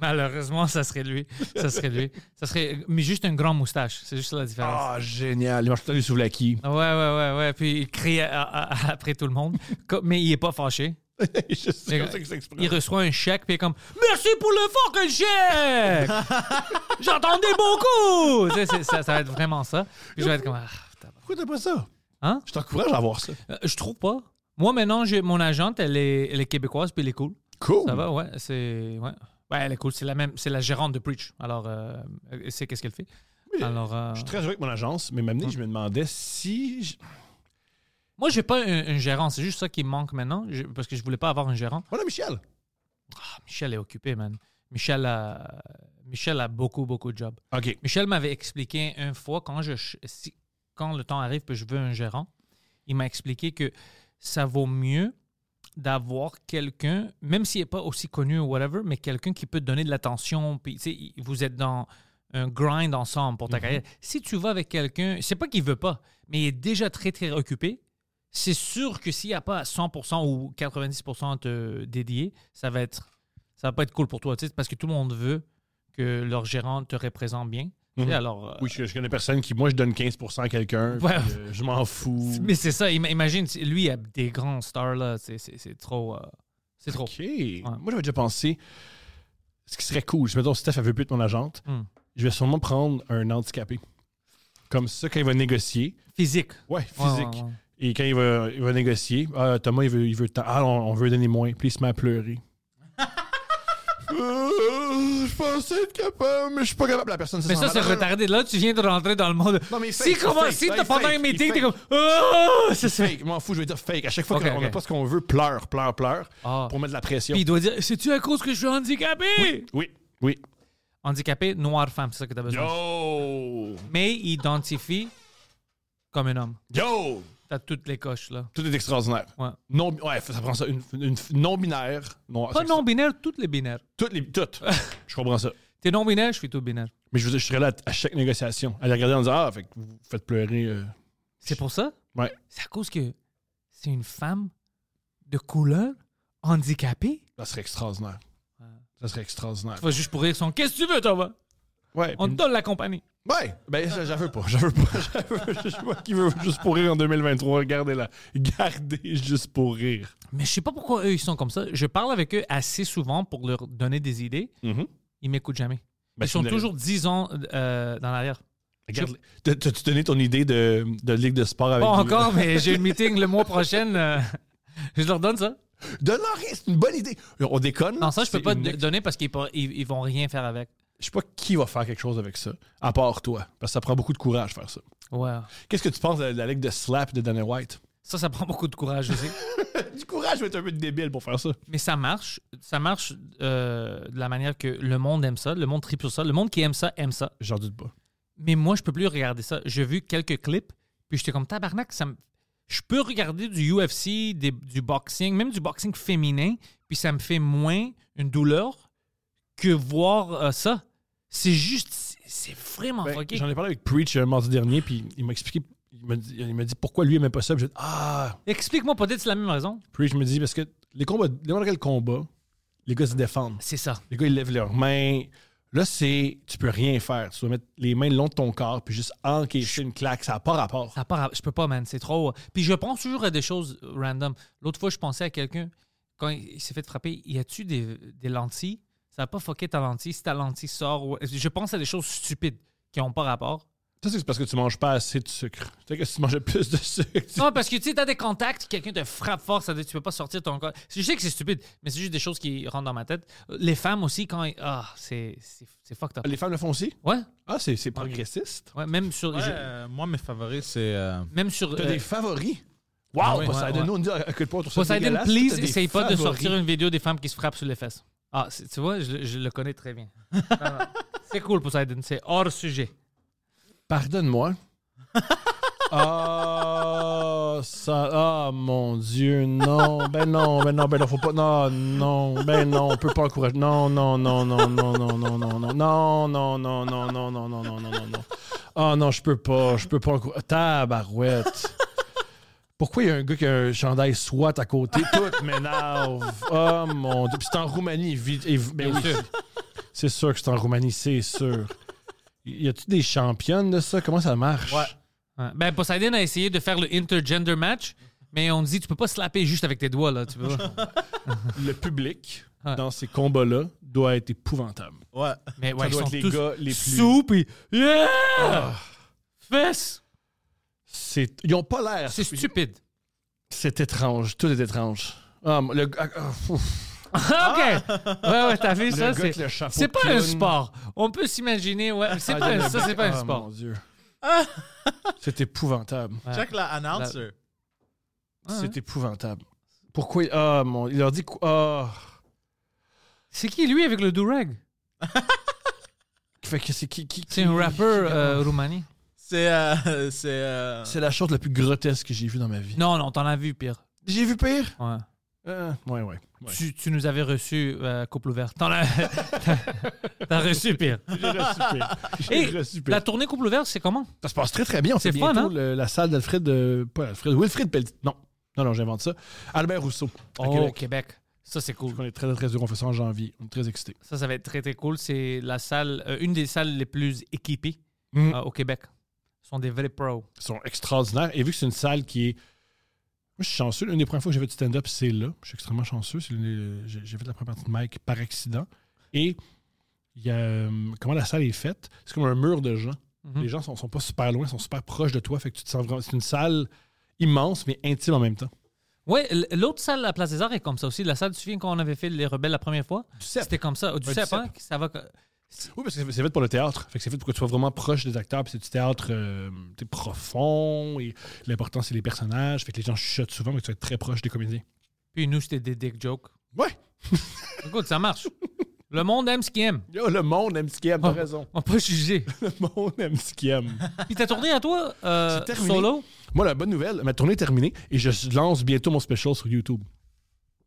S2: Malheureusement, ça serait lui. Ça serait lui. Ça serait, mais juste un grand moustache. C'est juste ça la différence.
S3: Ah, génial! Il mange tout le temps des souvlaki.
S2: Ouais, ouais, ouais, ouais. Puis il crie à- à- à- après tout le monde. Comme- Mais il est pas fâché.
S3: Je sais
S2: Mais-
S3: comme ça qu'il s'exprime.
S2: Il reçoit un chèque, puis il est comme Merci pour le fucking chèque J'entendais beaucoup Tu sais, c'est- ça, ça va être vraiment ça. Puis je vais être comme Ah, tabarnak.
S3: Pourquoi t'as pas ça?
S2: Hein?
S3: Je t'encourage à avoir ça.
S2: Euh, Je trouve pas. Moi, maintenant, j'ai mon agente, elle est, elle est québécoise, puis elle est cool.
S3: Cool!
S2: Ça va, ouais. C'est. Ouais. Ouais, elle est cool. C'est la même. C'est la gérante de Preach. Alors, euh, elle sait qu'est-ce qu'elle fait.
S3: Oui,
S2: Alors, euh,
S3: Je suis très heureux avec mon agence, mais maintenant, je me demandais si. je-
S2: moi, j'ai pas un, un gérant. C'est juste ça qui me manque maintenant, je- parce que je voulais pas avoir un gérant.
S3: Voilà, Michel!
S2: Ah, Michel est occupé, man. Michel a, Michel a beaucoup, beaucoup de jobs.
S3: OK.
S2: Michel m'avait expliqué une fois quand je ch- si- quand le temps arrive que je veux un gérant, il m'a expliqué que ça vaut mieux d'avoir quelqu'un, même s'il n'est pas aussi connu ou whatever, mais quelqu'un qui peut te donner de l'attention. Puis tu sais, il- vous êtes dans un grind ensemble pour ta
S3: Mhm.
S2: carrière. Si tu vas avec quelqu'un, c'est pas qu'il veut pas, mais il est déjà très très occupé. C'est sûr que s'il n'y a pas 100% ou 90% à te dédier, ça va être ça va pas être cool pour toi, tu sais, parce que tout le monde veut que leur gérant te représente bien. Tu sais,
S3: Mhm.
S2: Alors, euh,
S3: Oui, je, je connais personne qui, moi, je donne 15 à quelqu'un. puis,
S2: Ouais.
S3: euh, je m'en fous.
S2: mais c'est ça. im- Imagine, si- lui, il a des grands stars là. C'est c'est- c'est trop, euh, c'est trop.
S3: OK. Moi, j'avais déjà pensé. Ce qui serait cool, je me dis, Steph, elle veut plus de mon agente.
S2: Hmm.
S3: Je vais sûrement prendre un handicapé. Comme ça, quand il va négocier.
S2: Physique.
S3: Ouais, physique.
S2: Ouais, ouais, ouais.
S3: Et quand il va, il va négocier, Ah, Thomas, il veut, il veut tant. Ah, on, on veut donner moins. Puis il se met à pleurer. Euh, je pensais être capable, mais je suis pas capable. La personne,
S2: Mais ça,
S3: s'en
S2: c'est
S3: va.
S2: retardé. Là, tu viens de rentrer dans le monde.
S3: Non, mais
S2: si
S3: fake,
S2: comment,
S3: fake,
S2: si
S3: fake,
S2: t'as pendant un
S3: fake,
S2: meeting, t'es
S3: il fake.
S2: comme oh, c'est ça.
S3: Fake, je m'en fous, je vais dire fake. À chaque fois
S2: Ok,
S3: qu'on
S2: ok.
S3: n'a pas ce qu'on veut, pleure, pleure, pleure
S2: Ah.
S3: pour mettre de la pression.
S2: Puis il doit dire, c'est-tu à cause que je suis handicapé?
S3: Oui, oui.
S2: Handicapé, noir, femme, c'est ça que t'as besoin.
S3: Yo!
S2: Mais il identifie comme un homme.
S3: Yo!
S2: T'as toutes les coches là.
S3: Tout est extraordinaire.
S2: Ouais.
S3: Non, ouais, ça prend ça. Une, une- non-binaire. Non,
S2: Pas
S3: Ah, c'est-
S2: non binaire, toutes les binaires.
S3: Toutes les. Toutes. je comprends ça.
S2: T'es non binaire, je suis tout binaire.
S3: Mais je veux dire, je serais là à chaque négociation. À les regarder en disant Ah, fait que vous faites pleurer. euh.
S2: C'est pour ça?
S3: Ouais.
S2: C'est à cause que c'est une femme de couleur handicapée.
S3: Ça serait extraordinaire. Ça serait extraordinaire.
S2: Tu vas juste pour rire son Qu'est-ce que tu veux, Thomas?
S3: Ouais.
S2: On te
S3: puis-
S2: donne la compagnie.
S3: Ouais. Ben, ça, j'en veux pas. J'en veux pas. J'en veux- Je vois qui veut juste pour rire en 2023. Regardez-la. Gardez juste pour rire.
S2: Mais je sais pas pourquoi eux, ils sont comme ça. Je parle avec eux assez souvent pour leur donner des idées.
S3: Mhm.
S2: Ils m'écoutent jamais. ils
S3: Ben, tu
S2: sont
S3: me
S2: toujours 10 ans euh, dans l'arrière.
S3: Regarde. T'as- T'as-tu donné ton idée de, de ligue de sport avec
S2: Pas
S3: Guillaume?
S2: encore, mais j'ai une meeting le mois prochain. euh, je leur donne ça.
S3: Donne-leur rien, c'est une bonne idée. On déconne.
S2: Non, ça, je
S3: c'est
S2: peux pas
S3: une
S2: te donner parce qu'ils pas- ils, ils vont rien faire avec.
S3: je sais pas qui va faire quelque chose avec ça, à part toi, parce que ça prend beaucoup de courage de faire ça.
S2: Ouais.
S3: Qu'est-ce que tu penses de la ligue de slap de Dana White?
S2: Ça, ça prend beaucoup de courage aussi.
S3: Du courage va être un peu débile pour faire ça.
S2: Mais ça marche. Ça marche euh, de la manière que le monde aime ça, le monde tripe sur ça. Le monde qui aime ça, aime ça.
S3: J'en doute pas.
S2: Mais moi, je peux plus regarder ça. J'ai vu quelques clips, puis j'étais comme tabarnak. Ça me- Je peux regarder du UFC, des- du boxing, même du boxing féminin, puis ça me fait moins une douleur que voir euh, ça. C'est juste. C'est vraiment
S3: Ben,
S2: fucké.
S3: J'en ai parlé avec Preach euh, mardi dernier, puis il m'a expliqué, il m'a dit, il m'a dit pourquoi lui aimait pas ça. Puis J'ai dit, ah,
S2: Explique-moi peut-être c'est la même raison.
S3: Preach me dit, parce que les combats, n'importe quel combat, les gars se défendent.
S2: C'est ça.
S3: Les gars, ils lèvent leurs mains. Là, c'est, tu peux rien faire. Tu dois mettre les mains le long de ton corps, puis juste encaisser une claque. Ça n'a pas rapport.
S2: Ça a pas rap- je peux pas, man. C'est trop. euh. Puis je pense toujours à des choses random. L'autre fois, je pensais à quelqu'un, quand il il s'est fait frapper, y a-tu des, des lentilles Ça va pas fucker ta lentille. Si ta lentille sort, ou- je pense à des choses stupides qui n'ont pas rapport.
S3: Ça, c'est parce que tu manges pas assez de sucre. Tu sais que si tu mangeais plus de sucre, tu-
S2: Non, parce que tu sais, t'as des contacts, quelqu'un te frappe fort, ça, veut dire que tu peux pas sortir ton corps. Je sais que c'est stupide, mais c'est juste des choses qui rentrent dans ma tête. Les femmes aussi, quand. Ah, c'est c'est- c'est fucked up.
S3: Les femmes le font aussi?
S2: Ouais,
S3: Ah, c'est c'est progressiste.
S2: ouais, même sur.
S4: Ouais,
S2: je-
S4: euh, moi, mes favoris, c'est. euh,
S2: même sur.
S3: T'as
S2: euh,
S3: des favoris?
S2: Ah
S3: Wow! Bah,
S2: oui,
S3: Poseidon,
S2: ouais, Bah,
S3: nous, on dit à quel point on trouve ça
S2: Poseidon,
S3: dégueulasse. T'as
S2: please,
S3: des
S2: essaye pas de
S3: favoris.
S2: sortir une vidéo des femmes qui se frappent sur les fesses. Ah, c'est- tu vois, je, je le connais très bien. Ah, c'est cool, Poseidon. C'est hors sujet.
S3: Pardonne-moi. Ah, ça. Ah, mon Dieu. Non, ben non, ben non, ben non, faut pas. Non, non, ben non, on peut pas encourager. Non, non, non, non, non, non, non, non, non, non, non, non, non, non, non, non, non, non, non, non. Ah, non, je peux pas, je peux pas encourager. Tabarouette. Pourquoi il y a un gars qui a un chandail SWAT à côté? Tout m'énerve. Oh mon Dieu. Puis c'est en Roumanie. vi- et- ben oui. C'est sûr que c'est en Roumanie, c'est sûr. Y a-tu des championnes de ça? Comment ça marche?
S2: Ouais. Ouais. Ben, Poseidon a essayé de faire le intergender match, mais on dit tu peux pas slapper juste avec tes doigts, là. Tu peux pas.
S3: le public
S2: Ouais.
S3: dans ces combats-là doit être épouvantable.
S4: Ouais.
S2: Mais ouais,
S3: ça
S2: ils
S3: doit
S2: sont
S3: être les
S2: tous
S3: gars les plus. Ah.
S2: sous, puis yeah! Fesses!
S3: C'est- Ils ont pas l'air.
S2: C'est stupide.
S3: C'est étrange. Tout est étrange. Ah, le, ah, ah, ouf.
S2: OK. Ouais, ouais, t'as vu ça?
S3: Ah! Le gars
S2: C'est
S3: avec le chapeau
S2: c'est
S3: de
S2: pas
S3: clown.
S2: un sport. On peut s'imaginer, ouais. C'est
S3: Ah,
S2: pas
S3: il y en
S2: un-
S3: a-
S2: ça, c'est pas un
S3: Ah,
S2: sport. Ah!
S3: mon Dieu. c'est épouvantable.
S4: Check la announcer.
S2: Ah, hein?
S3: C'est épouvantable. Pourquoi. Ah, mon. Il leur dit quoi. Ah.
S2: C'est qui, lui, avec le durag?
S3: Fait que c'est qui. qui-
S2: C'est
S3: qui-
S2: un rappeur euh, roumanien.
S4: C'est. euh, c'est. euh,
S3: C'est la chose la plus grotesque que j'ai vue dans ma vie.
S2: Non, non, t'en as vu pire.
S3: J'ai vu pire.
S2: Ouais.
S3: Euh, ouais, ouais. ouais.
S2: Tu, tu nous avais reçu euh, couple ouvert. T'en as, t'as- t'as reçu pire.
S3: J'ai reçu pire. J'ai
S2: Et
S3: reçu pire.
S2: la tournée couple ouvert, c'est comment?
S3: Ça se passe très très bien. On
S2: C'est
S3: sait
S2: fun,
S3: bientôt
S2: hein?
S3: le- la salle d'Alfred, euh, pas Alfred, Wilfrid Pelletier. Non, non, non, j'invente ça. Albert Rousseau. à
S2: Oh, Québec.
S3: Québec.
S2: Ça, c'est cool.
S3: On est très très heureux. On fait ça en janvier. On est très excités.
S2: Ça, ça va être très, très cool. C'est la salle, euh, une des salles les plus équipées
S3: Mm.
S2: euh, au Québec. Ce sont des vrais pros.
S3: Ils sont extraordinaires. Et vu que c'est une salle qui est. Moi, je suis chanceux. L'une des premières fois que j'ai fait du stand-up, c'est là. Je suis extrêmement chanceux. C'est l'une des- J'ai j'ai fait la première partie de Mike par accident. Et il y a, euh, comment la salle est faite, c'est comme un mur de gens.
S2: Mhm. Hmm.
S3: Les gens sont, sont pas super loin, sont super proches de toi. Fait que tu te sens vraiment. C'est une salle immense, mais intime en même temps.
S2: Ouais, l- l'autre salle, la Place des Arts, est comme ça aussi. La salle, tu te souviens quand on avait fait Les Rebelles la première fois?
S3: cep.
S2: C'était comme ça. Oh, du
S3: Ouais, du
S2: cep, hein,
S3: cep.
S2: que ça va... que-
S3: Oui, parce que c'est fait pour le théâtre. Fait que c'est fait pour que tu sois vraiment proche des acteurs. Puis c'est du théâtre euh, t'sais, profond. Et l'important, c'est les personnages. Fait que les gens chuchotent souvent, mais tu vas être très proche des comédiens.
S2: Puis nous, c'était des dick jokes.
S3: Ouais!
S2: Écoute, ça marche. Le monde aime ce qu'il aime.
S3: Yo, le monde aime ce qu'il aime, t'as raison.
S2: On peut juger.
S3: Ah. Le monde aime ce qu'il aime.
S2: Puis t'as tourné à toi, euh,
S3: C'est terminé.
S2: solo?
S3: Moi, la bonne nouvelle, ma tournée est terminée et je lance bientôt mon special sur YouTube.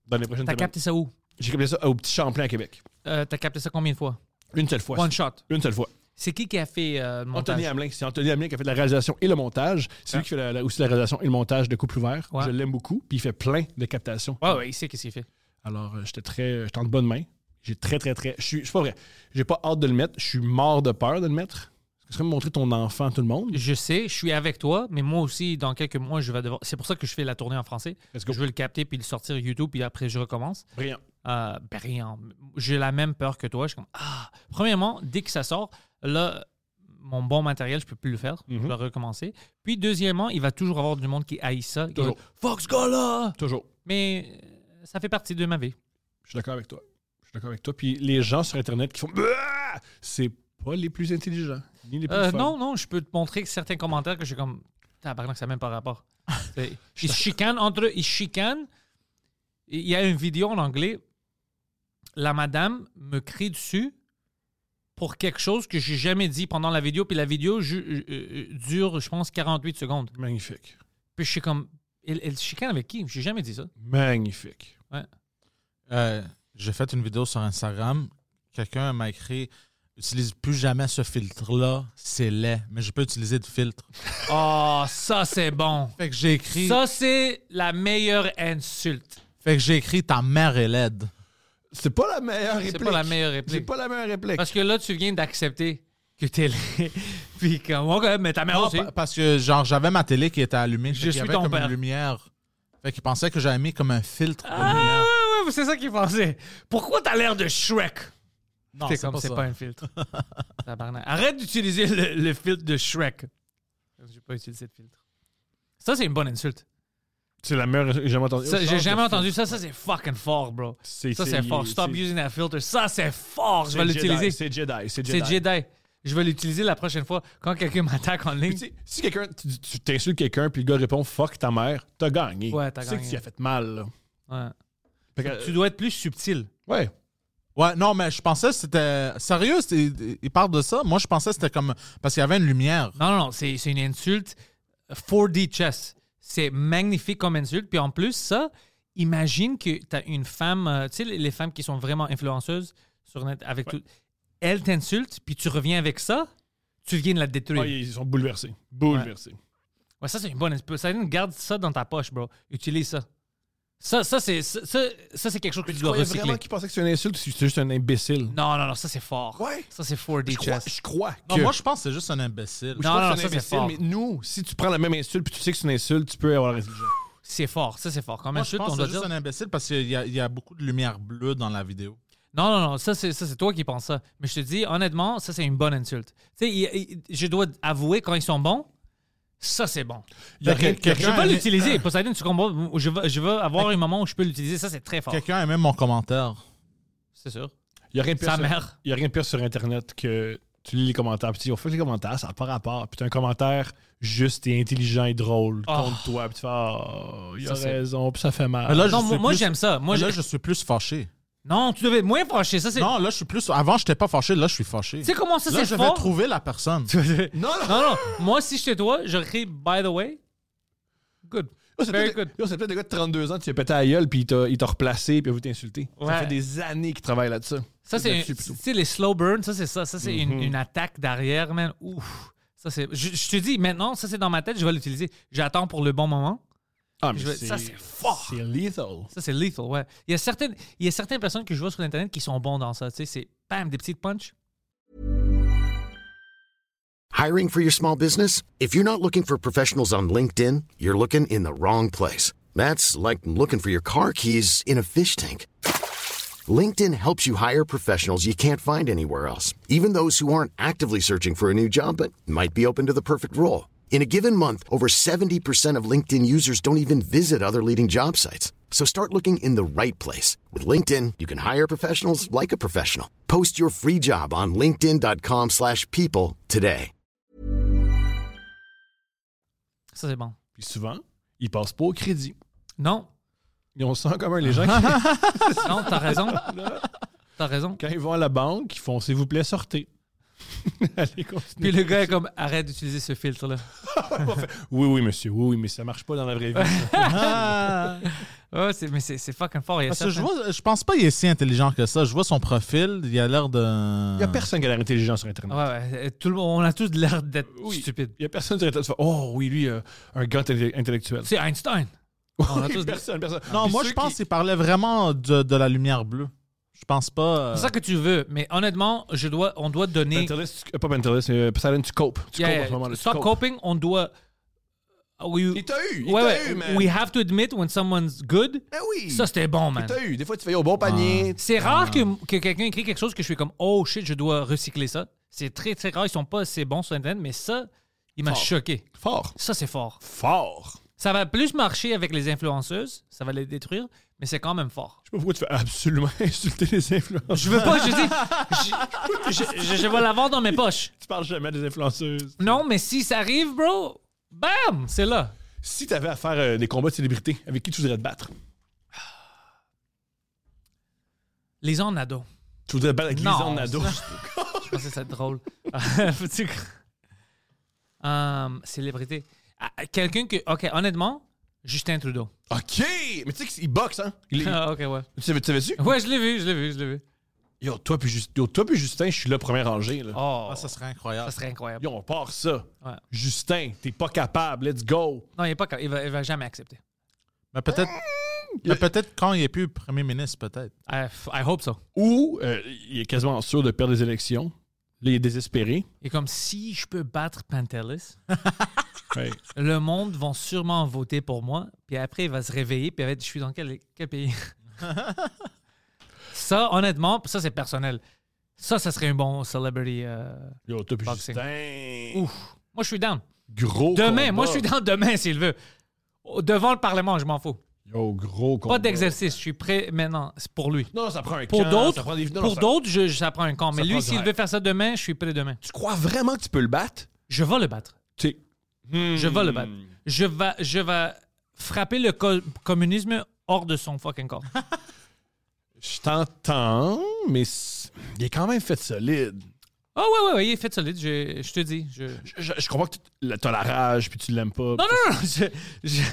S3: Dans les prochaines
S2: T'as
S3: semaines.
S2: capté ça où?
S3: J'ai capté ça au Petit Champlain à Québec.
S2: Euh, t'as capté ça combien de fois?
S3: Une seule fois.
S2: One shot.
S3: Une seule fois.
S2: C'est qui qui a fait euh, le montage? Ah.
S3: Anthony Hamelin. C'est Anthony Hamelin qui a fait la réalisation et le montage. C'est lui qui fait la- la- aussi la réalisation et le montage de Couple ouvert.
S2: Ouais.
S3: Je l'aime beaucoup. Puis il fait plein de captations.
S2: Ouais, ouais, il sait qu'est-ce qu'il fait.
S3: Alors, euh, j'étais très. J'étais en bonne main. J'ai très, très, très. Je suis je suis pas vrai. J'ai pas hâte de le mettre. Je suis mort de peur de le mettre. Est-ce que tu pourrais me montrer ton enfant à tout le monde?
S2: Je sais, je suis avec toi, mais moi aussi, dans quelques mois, je vais devoir. C'est pour ça que je fais la tournée en français.
S3: Let's go.
S2: Je vais le capter, puis le sortir YouTube, puis après, je recommence.
S3: Brillant.
S2: Euh, ben, rien. J'ai la même peur que toi. Je suis comme, ah. Premièrement, dès que ça sort, là, mon bon matériel, je peux plus le faire. Je
S3: Mhm.
S2: vais recommencer. Puis, deuxièmement, il va toujours avoir du monde qui haït ça. qui va
S3: Toujours.
S2: dire, Fuck ce gars-là!
S3: Toujours.
S2: Mais euh, ça fait partie de ma vie.
S3: Je suis d'accord avec toi. Je suis d'accord avec toi. Puis les gens sur Internet qui font Ah! c'est pas les plus intelligents, ni les plus
S2: Euh,
S3: fun.
S2: non, non, je peux te montrer certains commentaires que je suis comme, tabarnak, ça n'a même pas rapport. C'est- ils se chicanent entre eux, ils se chicanent. Et Il y a une vidéo en anglais. La madame me crie dessus pour quelque chose que j'ai jamais dit pendant la vidéo. Puis la vidéo ju- euh, euh, dure, je pense, 48 secondes.
S3: Magnifique.
S2: Puis je suis comme, elle, elle se chicane avec qui? J'ai jamais dit ça.
S3: Magnifique.
S4: Euh, J'ai fait une vidéo sur Instagram. Quelqu'un m'a écrit Utilise plus jamais ce filtre-là, c'est laid. Mais je peux utiliser de filtre.
S2: Oh, ça, c'est bon.
S4: Fait que j'ai écrit.
S2: Ça, c'est la meilleure insulte.
S4: Fait que j'ai écrit Ta mère est laide.
S3: C'est pas la meilleure réplique.
S2: C'est pas la meilleure réplique.
S3: C'est pas la meilleure réplique.
S2: Parce que là, tu viens d'accepter que t'es laid. Puis comme, OK, mais ta mère
S4: Non,
S2: aussi.
S4: pa- parce que genre j'avais ma télé qui était allumée.
S2: Je
S4: Fait qu'il
S2: suis
S4: y avait
S2: ton
S4: comme
S2: père.
S4: une lumière. Fait qu'il pensait que j'avais mis comme un filtre de
S2: Ah,
S4: lumière.
S2: ouais, ouais, c'est ça qu'il pensait. Pourquoi t'as l'air de Shrek?
S4: Non,
S2: C'est comme, c'est
S4: ça.
S2: pas un filtre. Tabarnak. Arrête d'utiliser le, le filtre de Shrek. J'ai pas utilisé de filtre. Ça, c'est une bonne insulte.
S3: C'est la meilleure j'ai jamais entendu.
S2: Ça,
S3: Oh,
S2: J'ai
S3: change
S2: jamais
S3: de
S2: entendu ça. Ça, c'est fucking fort, bro.
S3: C'est-
S2: Ça,
S3: c'est-
S2: c'est fort.
S3: c'est-
S2: Stop
S3: c'est-
S2: using that filter. Ça, c'est fort. Je
S3: C'est
S2: vais
S3: Jedi,
S2: l'utiliser.
S3: C'est Jedi. C'est Jedi.
S2: C'est Jedi. Je vais l'utiliser la prochaine fois quand quelqu'un m'attaque en
S3: Puis
S2: ligne.
S3: tu sais, si quelqu'un, tu dis- tu t'insultes quelqu'un, puis le gars répond fuck ta mère, t'as gagné.
S2: Ouais, t'as
S3: Tu sais
S2: gagné.
S3: que tu as fait mal. là.
S2: Ouais.
S3: Fait que, euh,
S2: Tu dois être plus subtil.
S3: Ouais.
S4: Ouais, non, mais je pensais que c'était. Sérieux, c'était- il parle de ça. Moi, je pensais que c'était comme. Parce qu'il y avait une lumière.
S2: Non, non, non, c'est c'est une insulte 4D chess. C'est magnifique comme insulte. Puis en plus, ça, imagine que tu as une femme, euh, tu sais, les les femmes qui sont vraiment influenceuses sur Net, avec tout. Elle t'insulte, puis tu reviens avec ça, tu viens de la détruire.
S3: Ah, ils sont bouleversés. Bouleversés.
S2: Ouais, ça, c'est une bonne inspiration. Céline, Garde ça dans ta poche, bro. Utilise ça. Ça, ça c'est ça, ça- ça, c'est quelque chose que tu
S3: Tu
S2: dois
S3: croyais
S2: recycler.
S3: vraiment qu'ils pensaient que c'était une insulte ou que c'était juste un imbécile?
S2: Non, non, non, ça, c'est fort.
S3: Ouais.
S2: Ça, c'est 4D
S3: Je crois,
S2: chess.
S3: je crois que...
S4: Non, moi, je pense que c'est juste un imbécile.
S3: je
S2: Non,
S3: crois
S2: non,
S3: que c'est
S2: ça,
S3: un
S2: c'est
S3: imbécile, mais nous, si tu prends la même insulte puis tu sais que c'est une insulte, tu peux avoir la résultat.
S2: C'est fort, ça, c'est fort. Comme
S4: Moi, je
S2: insulte,
S4: pense
S2: on
S4: que
S2: doit
S4: c'est
S2: dire.
S4: juste un imbécile parce qu'il y, a- il y a beaucoup de lumière bleue dans la vidéo.
S2: Non, non, non, ça, c'est ça, c'est toi qui penses ça. Mais je te dis, honnêtement, ça, c'est une bonne insulte. Tu sais, il- il- je dois avouer, quand ils sont bons, ça, c'est bon.
S4: Il y a
S3: Fait que
S4: quel-
S2: Je
S4: quelqu'un Ah. a
S2: veux
S4: aimé-
S2: l'utiliser. Poseidon, tu comprends? Je veux, je veux avoir un moment où je peux l'utiliser. Ça, c'est très fort.
S4: Ah. Quelqu'un aimait mon commentaire.
S2: C'est sûr.
S3: Il n'y a rien de pire
S2: Sa
S3: sur-
S2: mère.
S3: il y a rien de pire sur Internet que tu lis les commentaires. Puis tu dis, on fait les commentaires, ça n'a pas rapport. Puis tu as un commentaire juste et intelligent et drôle
S2: Oh.
S3: contre toi. Puis tu fais, oh, il a
S2: Ça, c'est-
S3: raison. Puis Ah. ça fait mal.
S4: Mais Ah, là,
S2: non,
S4: je
S2: moi,
S4: suis
S2: moi,
S4: plus-
S2: j'aime ça. Moi,
S4: là,
S2: j'ai-
S4: je suis plus fâché.
S2: Non, tu devais être moins fâché. Ça, c'est.
S4: Non, là, je suis plus. Avant, je n'étais pas fâché. Là, je suis fâché.
S2: Tu sais comment ça,
S4: Là,
S2: c'est
S4: je
S2: fort?
S4: vais trouver la personne.
S3: non, non.
S2: Non, non. Moi, si j'étais toi, j'aurais by the way. Good.
S3: Yo, c'est
S2: Very
S3: peut-être
S2: good.
S3: yo, c'est peut-être le gars de 32 ans, tu lui as pété à la gueule, puis il t'a il t'a replacé, puis il a voulu t'insulter.
S2: Ouais.
S3: Ça fait des années qu'il travaille là-dessus.
S2: Ça, c'est. Tu
S3: Là-dessus, plutôt.
S2: sais, les slow burns, ça, c'est ça. Ça, c'est
S4: Mhm.
S2: une, une attaque derrière, man. Ouf. Ça, c'est. Je, je te dis, maintenant, ça, c'est dans ma tête, je vais l'utiliser. J'attends pour le bon moment.
S3: Ah, mais
S2: Je vais- ça, c'est fort.
S3: C'est lethal.
S2: Ça, c'est lethal, ouais. Il y, a certaines, il y a certaines personnes que je vois sur Internet qui sont bons dans ça. Tu sais, c'est bam, des petites punches.
S5: Hiring for your small business? If you're not looking for professionals on LinkedIn, you're looking in the wrong place. That's like looking for your car keys in a fish tank. LinkedIn helps you hire professionals you can't find anywhere else, even those who aren't actively searching for a new job but might be open to the perfect role. In a given month, over 70% of LinkedIn users don't even visit other leading job sites. So start looking in the right place. With LinkedIn, you can hire professionals like a professional. Post your free job on linkedin.com/people slash people today.
S2: Ça, c'est bon.
S3: Puis souvent, ils passent pas au crédit.
S2: Non,
S3: Ils ont ça en commun, les gens qui,
S2: non, t'as raison. T'as raison.
S3: quand ils vont à la banque, ils font s'il vous plaît, sortez. Allez, continuez.
S2: Puis le gars est comme, arrête d'utiliser ce filtre-là.
S3: Oui, oui, monsieur, oui, oui, mais ça marche pas dans la vraie vie. ça.
S4: Ah.
S2: Ouais, c'est- mais c'est c'est fucking fort. Il y a
S4: Parce que je,
S2: certaines-
S4: vois, je pense pas qu'il est si intelligent que ça. Je vois son profil, il a l'air de.
S3: Il y a personne qui a l'air intelligent sur Internet.
S2: Ouais, ouais, euh, tout le monde, on a tous l'air d'être
S3: Oui.
S2: Ah, stupide.
S3: Il y a personne sur Internet qui fait Oh oui, lui, euh, un gars intelli- intellectuel.
S2: C'est Einstein. On a tous des-
S3: personne, personne.
S4: Non,
S3: Puis
S4: moi,
S3: ceux
S4: je pense
S3: qui-
S4: qu'il parlait vraiment de, de la lumière bleue. Je pense pas. euh,
S2: C'est ça que tu veux, mais honnêtement, je dois, on doit donner.
S3: Mentalist, tu- euh, pas mentalist, euh, Poseidon, tu copes. Tu
S2: Yeah,
S3: copes en
S2: yeah,
S3: ce moment-là. tu
S2: Stop
S3: copes.
S2: coping, on doit. uh, We-
S3: Il t'a eu, il
S2: Ouais,
S3: t'a
S2: ouais,
S3: eu, man.
S2: We have to admit when someone's good.
S3: Ben oui.
S2: Ça, Ah. c'était bon, man.
S3: T'as eu. Des fois, tu fais au bon panier.
S2: C'est rare que, que quelqu'un écrit quelque chose que je suis comme, oh shit, je dois recycler ça. C'est très, très rare. Ils sont pas assez bons sur Internet, mais ça, il m'a
S3: Fort.
S2: choqué.
S3: Fort.
S2: Ça, c'est fort.
S3: Fort.
S2: Ça va plus marcher avec les influenceuses, ça va les détruire, mais c'est quand même fort.
S3: Je sais pas pourquoi tu fais absolument insulter les influenceurs.
S2: Je veux pas, je dis, je, je, je- je vais l'avoir dans mes poches.
S3: Tu parles jamais des influenceuses.
S2: Non, mais si ça arrive, bro, bam, c'est là.
S3: Si t'avais à faire euh, des combats de célébrités, avec qui tu voudrais te battre
S2: Les en ado.
S3: Tu voudrais te battre avec
S2: Non,
S3: Lisanne Nadeau.
S2: Je pensais que c'était drôle. Faut-tu cr- Hum, célébrité. Ah, ah, Quelqu'un que, ok, honnêtement, Justin Trudeau.
S3: OK! Mais tu sais qu'il boxe, hein? Il est-
S2: Ah, ok, ouais.
S3: Tu savais- tu savais-tu?
S2: Ouais, je l'ai vu, je l'ai vu, je l'ai vu.
S3: Yo, toi puis, Just- Yo, toi puis Justin, je suis là, premier rangé. Là.
S2: Oh,
S4: Ah, ça serait incroyable.
S2: ça serait incroyable.
S3: Yo, on part ça.
S2: Ouais.
S3: Justin, t'es pas capable, let's go.
S2: Non, il, est pas, ca- il, va, il va jamais accepter.
S4: Mais peut-être. Mais peut-être quand il est plus premier ministre, peut-être.
S2: I, I hope so.
S3: Ou euh, il est quasiment sûr de perdre les élections. Là, il est désespéré.
S2: Et comme si je peux battre Pantelis,
S3: Ouais.
S2: le monde va sûrement voter pour moi, puis après, il va se réveiller, puis il va être, je suis dans quel, quel pays? ça, honnêtement, ça, c'est personnel. Ça, ça serait un bon celebrity. euh,
S3: Yo, toi puis
S2: Boxing.
S3: Justin.
S2: Ouf. Moi, je suis down.
S3: Gros
S2: Demain,
S3: combat.
S2: moi, je suis down demain, s'il veut. Au- Devant le Parlement, je m'en fous.
S3: Yo, gros combat.
S2: Pas d'exercice. Je suis prêt maintenant. C'est pour lui.
S3: Non, ça prend un
S2: Pour
S3: camp,
S2: d'autres,
S3: ça prend des- non, non,
S2: pour
S3: ça-
S2: d'autres, je, je- ça prend un camp. Mais
S3: ça prend
S2: lui,
S3: du
S2: s'il
S3: hype.
S2: veut faire ça demain, je suis prêt demain.
S3: Tu crois vraiment que tu peux le battre?
S2: Je vais le battre.
S3: Tu sais,
S2: Je vais le battre.
S3: Hmm.
S2: Je vais, je vais frapper le co- communisme hors de son fucking corps.
S3: Je t'entends, mais c'est- il est quand même fait solide.
S2: Ah ouais, ouais, ouais, il est fait solide, je, je te dis. Je...
S3: Je, je- je comprends que tu- t'as la rage puis tu l'aimes pas.
S2: Non, non, non, je- je-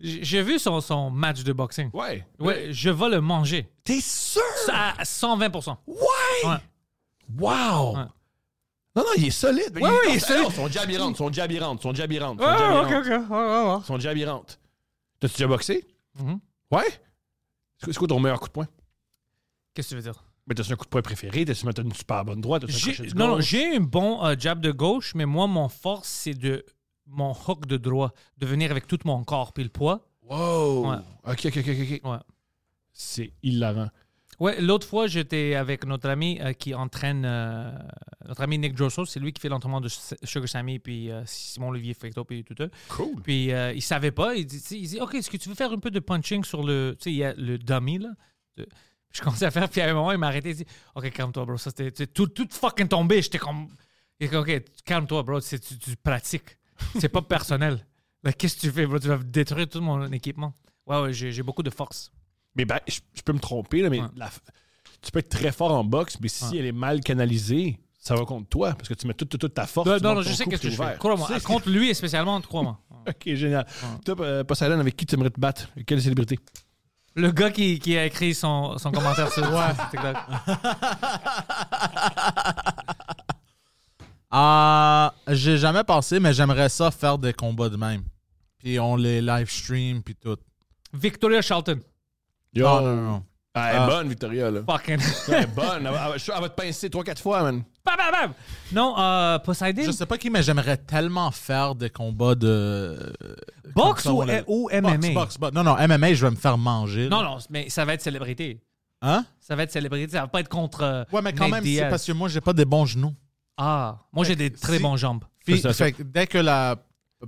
S2: J'ai vu son, son match de boxing.
S3: Ouais.
S2: Ouais, je vais le manger.
S3: T'es sûr?
S2: À 120%.
S3: Ouais!
S2: Ouais.
S3: Wow!
S2: Ouais.
S3: Non, non, il est solide.
S2: Ouais, ouais, il est solide.
S3: parfait. Non, Son jab, il rentre. Son jab, il rentre. Son jab, il rentre. Son jab, il
S2: Ah,
S3: rentre.
S2: ok. Ouais, ouais, ouais.
S3: Son jab, il rentre. T'as-tu déjà boxé?
S2: Mhm.
S3: Ouais. C'est quoi- c'est quoi ton meilleur coup de poing?
S2: Qu'est-ce que tu veux dire?
S3: Mais t'as-tu un coup de poing préféré? T'as-tu t'as une super bonne droite? T'as-tu un crochet
S2: J'ai-
S3: du
S2: Non, non,
S3: gauche?
S2: j'ai un bon euh, jab de gauche, mais moi, mon force, c'est de mon hook de droit, de venir avec tout mon corps puis le poids.
S3: Wow!
S2: Ouais.
S3: Ok, ok, ok, ok. ok.
S2: Ouais.
S3: C'est hilarant.
S2: Ouais, l'autre fois, j'étais avec notre ami euh, qui entraîne, euh, notre ami Nick Drosso, c'est lui qui fait l'entraînement de S- Sugar Sammy, puis euh, Simon Olivier Frito, puis tout eux.
S3: Cool.
S2: Puis euh, il savait pas, il dit, tu sais, il dit OK, est-ce que tu veux faire un peu de punching sur le, tu sais, il y a le dummy, là? De- Je commençais à faire, puis à un moment, il m'a arrêté, il dit OK, calme-toi, bro, ça c'était tu sais, tout, tout fucking tombé, j'étais comme. Il dit, OK, calme-toi, bro, c'est tu, tu pratiques, c'est pas personnel. Là, Qu'est-ce que tu fais, bro? Tu vas détruire tout mon équipement. Ouais, ouais, j'ai j'ai beaucoup de force.
S3: Mais ben, je, je peux me tromper, là, mais
S2: Ouais.
S3: la- tu peux être très fort en boxe, mais si
S2: Ouais.
S3: elle est mal canalisée, ça va contre toi, parce que tu mets toute, toute, toute ta force.
S2: Non,
S3: tu
S2: non,
S3: montes
S2: je
S3: ton
S2: sais
S3: coup,
S2: qu'est-ce que
S3: puis
S2: je
S3: t'es
S2: fais.
S3: ouvert.
S2: Crois-moi,
S3: Tu sais,
S2: contre lui et spécialement, crois-moi.
S3: Ok, génial. Toi, euh, Poseidon, avec qui tu aimerais te battre? Quelle célébrité?
S2: Le gars qui, qui a écrit son, son commentaire sur sur TikTok.
S4: Euh,
S2: Ah.
S4: J'ai jamais pensé, mais j'aimerais ça faire des combats de même. Puis on les live stream, puis tout.
S2: Victoria Charlton.
S3: Yo.
S4: Non, non, non.
S3: Ah, elle est
S4: Ah.
S3: bonne, Victoria, là.
S2: Fucking.
S3: Elle est bonne. Elle, va- elle va- je suis sûr, elle va te pincer 3-4 fois, man.
S2: Bam, bam, bam. Non, euh, Poseidon.
S4: Je sais pas qui, mais j'aimerais tellement faire des combats de. euh,
S2: Boxe
S4: comme ça,
S2: ou-
S4: on l'a-
S2: ou
S4: Boxe,
S2: MMA?
S4: boxe, boxe. Non, non, MMA, je vais me faire manger.
S2: Non,
S4: là.
S2: non, mais ça va être célébrité.
S4: Hein?
S2: Ça va être célébrité. Ça va pas être contre. euh,
S4: Ouais, mais quand
S2: Nate
S4: même,
S2: Diaz.
S4: c'est parce que moi, j'ai pas des bons genoux.
S2: Ah, moi j'ai des très
S4: si-
S2: bonnes jambes.
S4: Puis,
S3: Ça, ça, ça.
S4: fait que dès que la.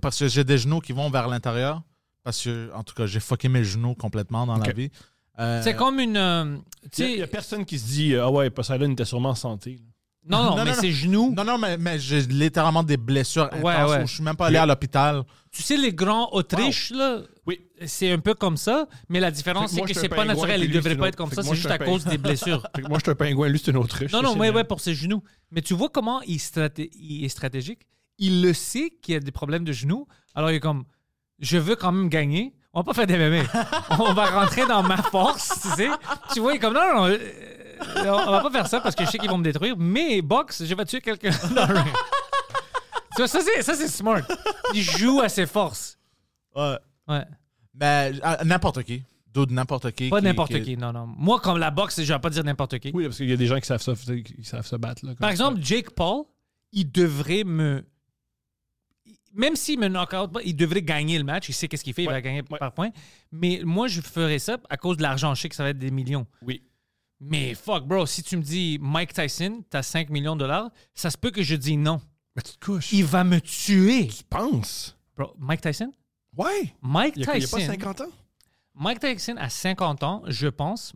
S4: Parce que j'ai des genoux qui vont vers l'intérieur. Parce que, en tout cas, j'ai fucké mes genoux complètement dans la
S3: Ok.
S4: vie. Euh,
S2: C'est comme une. euh, tu
S3: Il y,
S2: sais-
S3: a personne qui se dit, euh, ah ouais, Poseidon était sûrement en santé.
S2: non, non,
S4: Non,
S2: mais
S4: non,
S2: ses genoux.
S4: Non, non, mais, mais j'ai littéralement des blessures
S2: Ouais,
S4: intenses
S2: ouais.
S4: où je suis même pas allé à l'hôpital.
S2: Tu sais, les grands Autriches, là.
S3: Oui.
S2: C'est un peu comme ça, mais la différence,
S3: Fait que
S2: c'est
S3: moi,
S2: que
S3: je suis
S2: c'est
S3: un
S2: pas
S3: pingouin,
S2: naturel.
S3: puis
S2: Il
S3: lui,
S2: devrait
S3: c'est
S2: pas
S3: une
S2: être comme
S3: autre.
S2: ça,
S3: Fait que
S2: c'est
S3: moi,
S2: juste
S3: je
S2: à
S3: suis un
S2: cause des blessures.
S3: Moi, je suis un pingouin, lui, c'est une autruche.
S2: Non,
S3: Ça,
S2: non,
S3: c'est
S2: ouais,
S3: bien.
S2: ouais, pour ses genoux. Mais tu vois comment il, straté- il est stratégique. Il le sait qu'il y a des problèmes de genoux. Alors, il est comme, je veux quand même gagner. On va pas faire des mémés. on va rentrer dans ma force, tu sais. Tu vois, il est comme, non, non, non. euh, on va pas faire ça parce que je sais qu'ils vont me détruire. Mais boxe, je vais tuer quelqu'un. dans le ring. tu vois, ça, c'est, ça, c'est smart. Il joue à ses forces. Ouais.
S4: Euh, Mais à- n'importe qui. Dude, n'importe qui.
S2: Pas
S4: qui-
S2: n'importe qui, non, non. Moi, comme la boxe, je vais pas dire n'importe qui.
S3: Oui, parce qu'il y a des gens qui savent, ça, qui savent se battre. Là, comme
S2: Par
S3: ça.
S2: exemple, Jake Paul, il devrait me. Même s'il me knock-out pas, il devrait gagner le match. Il sait qu'est-ce qu'il fait, il
S3: Ouais,
S2: va gagner
S3: ouais.
S2: par point. Mais moi, je ferais ça à cause de l'argent. Je sais que ça va être des millions.
S3: Oui.
S2: Mais fuck, bro, si tu me dis Mike Tyson, t'as 5 millions de dollars, ça se peut que je dis non.
S3: Mais tu te couches.
S2: Il va me tuer.
S3: Tu penses?
S2: Bro, Mike Tyson?
S3: Ouais.
S2: Mike
S3: Il y a, il hein. y a
S2: Tyson.
S3: pas 50 ans?
S2: Mike Tyson à 50 ans, je pense,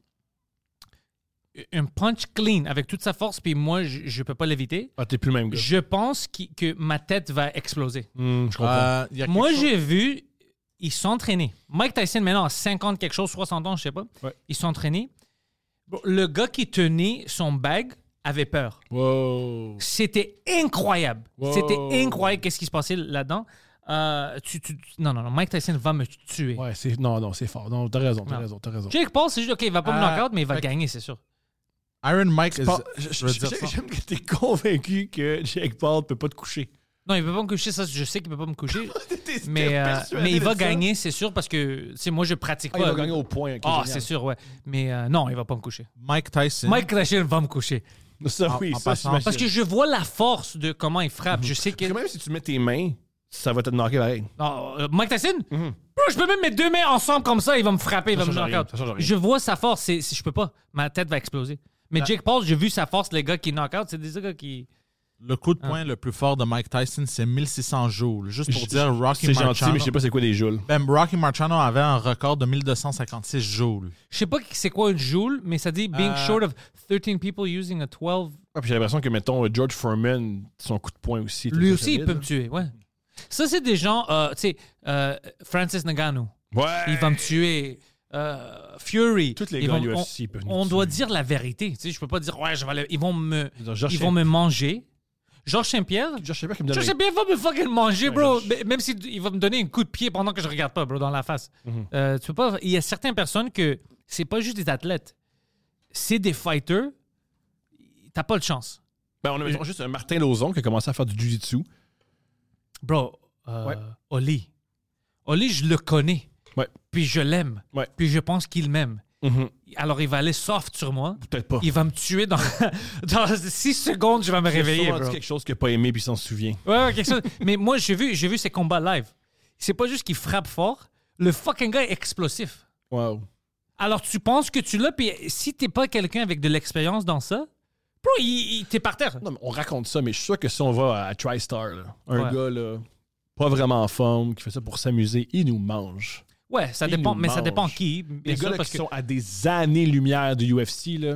S2: un punch clean avec toute sa force, puis moi, je, je peux pas l'éviter.
S3: Ah, t'es plus le même gars.
S2: Je pense qui- que ma tête va exploser.
S3: Hmm, je comprends.
S4: Euh, il y a quelque
S2: Moi,
S4: chose-
S2: j'ai vu, ils s'entraînaient. Mike Tyson, maintenant, à 50 quelque chose, 60 ans, je sais pas.
S3: Ouais.
S2: Ils s'entraînaient. Bon, Le gars qui tenait son bag avait peur.
S3: Wow.
S2: C'était incroyable.
S3: Wow.
S2: C'était incroyable qu'est-ce qui se passait là-dedans. Euh, tu- tu- non, non, non, Mike Tyson va me tuer.
S3: Ouais, c'est... Non, non, c'est fort. Non, t'as raison, t'as
S2: Non.
S3: raison, t'as raison.
S2: Jake Paul, c'est juste, OK, il va pas me
S3: Ah,
S4: Euh,
S2: knock out, mais il va
S4: fait-
S2: gagner, c'est sûr.
S4: Iron Mike is-
S3: Pas- je-
S4: je
S3: je-
S4: veux dire
S3: j'ai-
S4: ça.
S3: J'aime que t'es convaincu que Jake Paul peut pas te coucher.
S2: Non, il peut pas me coucher, ça, je sais qu'il peut pas me coucher.
S3: T'es- t'es
S2: mais, euh,
S3: persuadé
S2: mais il
S3: de
S2: va
S3: ça?
S2: gagner, c'est sûr, parce que, tu sais, moi, je pratique
S3: Ah,
S2: pas.
S3: il va gagner au point. ok,
S2: Ah,
S3: génial.
S2: c'est sûr, ouais. Mais euh, non, il va pas me coucher.
S4: Mike Tyson.
S3: Ben-
S2: Mike Tyson va me coucher.
S3: Ça,
S4: En-
S3: oui,
S4: en
S3: ça,
S4: passant.
S3: j'imagine.
S2: Parce que je vois la force de comment il frappe. Je sais que.
S3: Parce que même si tu mets tes mains, ça va te knocker pareil.
S2: Oh, euh, Mike Tyson? Bro, je peux même mettre deux mains ensemble comme ça, il va me frapper, il va
S3: Mhm. Ça
S2: me
S3: change
S2: knock
S3: rien,
S2: out.
S3: ça change rien.
S2: Je vois sa force, c'est- c'est- je peux pas. Ma tête va exploser. Mais Jake Paul, j'ai vu sa force, les gars qui knock out, c'est des gars qui.
S4: Le coup de poing le plus fort de Mike Tyson, c'est 1600 joules. Juste pour
S3: Ah. Je-
S4: dire Rocky
S3: C'est gentil,
S4: Marciano.
S3: mais je sais pas c'est quoi des joules.
S4: Ben, Rocky Marciano avait un record de 1256 joules.
S2: Je sais pas c'est quoi une joule, mais ça dit being
S4: Euh,
S2: short of 13 people using a 12
S3: Ah, puis j'ai l'impression que, mettons, euh, George Foreman, son coup de poing aussi. était
S2: Lui
S3: très
S2: aussi, il
S3: solide, hein.
S2: peut
S3: là.
S2: me tuer, ouais. Ça, c'est des gens, euh, tu sais, euh, Francis Ngannou,
S3: Ouais.
S2: il va me tuer. euh, Fury.
S3: Tous les
S2: Ils
S3: gars
S2: vont- on-
S3: UFC peuvent nous
S2: On,
S3: tuer.
S2: doit dire la vérité. Tu sais, je peux pas dire, ouais, je vais aller- ils vont me,
S3: Je veux dire, Georges
S2: ils vont me manger. Georges Saint-Pierre,
S3: Georges Saint-Pierre qui me donne
S2: Georges
S3: les-
S2: Saint-Pierre va me fucking manger, bro.
S3: Georges.
S2: Mais- Même s'il va me donner un coup de pied pendant que je regarde pas, bro, dans la face.
S3: Mhm.
S2: Euh, tu peux pas. Il y a certaines personnes que c'est pas juste des athlètes, c'est des fighters. T'as pas de chance,
S3: Ben, on a mettons, juste un Martin Lozon qui a commencé à faire du jiu-jitsu.
S2: bro. euh,
S3: Ouais.
S2: Oli, Oli, je le connais.
S3: Ouais.
S2: Puis je l'aime.
S3: Ouais. Mm-hmm.
S2: Puis je pense qu'il m'aime. Alors il va aller soft sur moi.
S3: Peut-être pas.
S2: Il va me tuer dans, dans 6 secondes, je vais me
S3: Il a
S2: réveiller.
S3: sûrement dit
S2: Bro.
S3: Oh. quelque chose qu'il n'a pas aimé puis il s'en souvient.
S2: Ouais, ouais, quelque chose. Mais moi, j'ai vu, j'ai vu ses combats live. C'est pas juste qu'il frappe fort, le fucking gars est explosif.
S3: Wow.
S2: Alors tu penses que tu l'as, puis si t'es pas quelqu'un avec de l'expérience dans ça, bro, il, il- t'es par terre.
S3: Non, mais on raconte ça, mais je suis sûr que si on va à TriStar, là, un
S2: Ouais.
S3: gars là, pas vraiment en forme, qui fait ça pour s'amuser, il nous mange.
S2: Ouais, ça
S3: Il
S2: dépend,
S3: nous
S2: mais ça
S3: mange.
S2: dépend qui. bien
S3: Les
S2: sûr,
S3: gars là,
S2: parce
S3: qui
S2: que
S3: sont à des années-lumière du UFC, là.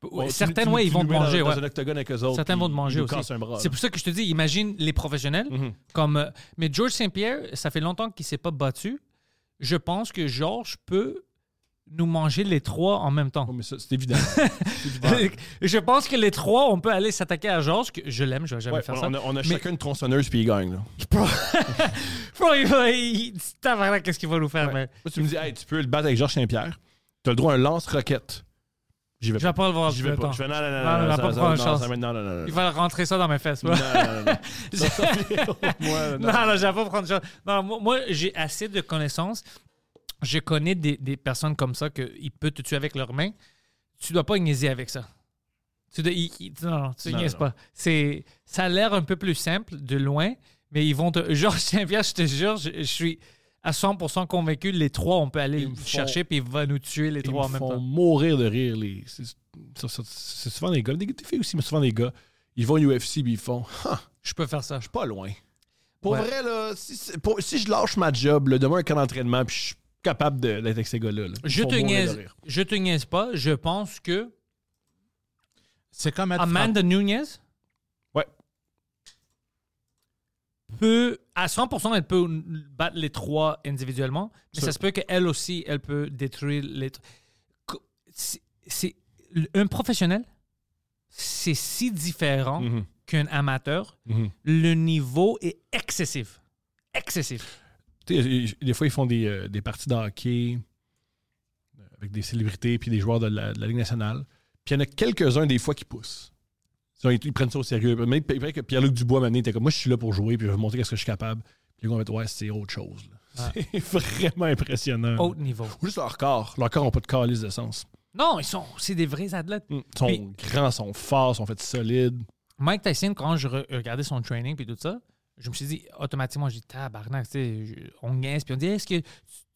S2: Ouais,
S3: on- tu-
S2: certaines,
S3: tu-
S2: ouais,
S3: tu
S2: ils vont
S3: nous
S2: te
S3: mets dans-
S2: manger,
S3: dans
S2: ouais.
S3: un octogone avec eux autres,
S2: Certains
S3: puis
S2: vont te manger
S3: ils nous
S2: aussi.
S3: cassent un bras,
S2: C'est
S3: là.
S2: pour ça que je te dis, imagine les professionnels
S3: Mhm.
S2: comme. euh, Mais George St. Pierre, ça fait longtemps qu'il s'est pas battu. Je pense que Georges peut nous manger les trois en même temps.
S3: Oh, mais ça, c'est évident. C'est évident.
S2: je pense que les trois, on peut aller s'attaquer à Georges. que Je l'aime, je vais jamais
S3: Ouais,
S2: faire ça.
S3: on, on a, on
S2: Mais-
S3: a chacun une tronçonneuse puis il gagne. Là.
S2: Bro, il va- il- tabarnak, qu'est-ce qu'il va nous faire, mais-
S3: Moi, tu me dis, hey, tu peux le battre avec Georges Saint-Pierre. Tu as le droit à un lance-roquette. J'y vais
S2: Je vais
S3: pas.
S2: pas le voir.
S3: J'y vais
S2: tout le
S3: pas.
S2: temps.
S3: Je vais, non, non,
S2: Non,
S3: non, non,
S2: on va
S3: non,
S2: pas prendre
S3: ça- ça-
S2: une
S3: non,
S2: chance.
S3: ça- non, non, non, non.
S2: Il va rentrer ça dans mes fesses. moi.
S3: Non, non, non, non. Ça, ça fait- Moi, non.
S2: Non, non, je vais pas prendre ça. Non, moi, moi, j'ai assez de connaissances. Je connais des, des personnes comme ça qu'ils peuvent te tuer avec leurs mains. Tu dois pas niaiser avec ça. Tu dois- il- il- non, non, tu
S3: Non,
S2: niaises
S3: non.
S2: pas. C'est, ça a l'air un peu plus simple de loin, mais ils vont te. Georges Saint-Pierre, je te jure, je, je suis à 100% convaincu, les trois, on peut aller
S3: Ils
S2: le
S3: me font-
S2: chercher, puis il va nous tuer les
S3: Ils
S2: trois en
S3: me
S2: même
S3: font
S2: temps.
S3: mourir de rire. Les... C'est ça- ça- c'est souvent des gars, des, des filles aussi, mais souvent des gars. Ils vont au UFC puis ils font Ah,
S2: Je peux faire ça.
S3: je suis pas loin. Pour
S2: Ouais.
S3: vrai, là, si, si- pour- si je lâche ma job, là, demain, un camp d'entraînement, puis je suis capable de- d'être avec ces gars-là. là. Ils
S2: Je
S3: font
S2: te,
S3: mourir de
S2: niaise,
S3: rire.
S2: je te niaise pas. Je pense que
S4: C'est comme
S3: Ah,
S4: être
S2: Amanda Nunez
S3: Ouais.
S2: peut, à 100%, elle peut battre les trois individuellement, mais ça se peut qu'elle aussi, elle peut détruire les tr- Co- c'est- c'est Un professionnel, c'est si différent
S3: Mhm.
S2: qu'un amateur.
S3: Mhm.
S2: Le niveau est excessif. Excessif.
S3: Tu sais, ils- des fois, ils font des, euh, des parties de hockey euh, avec des célébrités puis des joueurs de la, de la Ligue nationale. Puis il y en a quelques-uns, des fois, qui poussent. Tu sais, Ils, ils prennent ça au sérieux. Même il paraît que Pierre-Luc Dubois, maintenant, était comme Moi, je suis là pour jouer, puis je vais vous montrer qu'est-ce que je suis capable. Puis les gars vont être Ouais, c'est autre chose. là. C'est vraiment impressionnant.
S2: Haut niveau.
S3: Ou juste leur corps. Leur corps n'a pas de calice de sens.
S2: Non, ils sont, c'est des vrais athlètes.
S3: Ils sont
S2: Mm. Puis-
S3: grands, sont forts, sont faits solides.
S2: Mike Tyson, quand je re- regardais son training puis tout ça, je me suis dit automatiquement, j'ai dit tabarnak, tu sais, je- on gagne, puis on dit est-ce que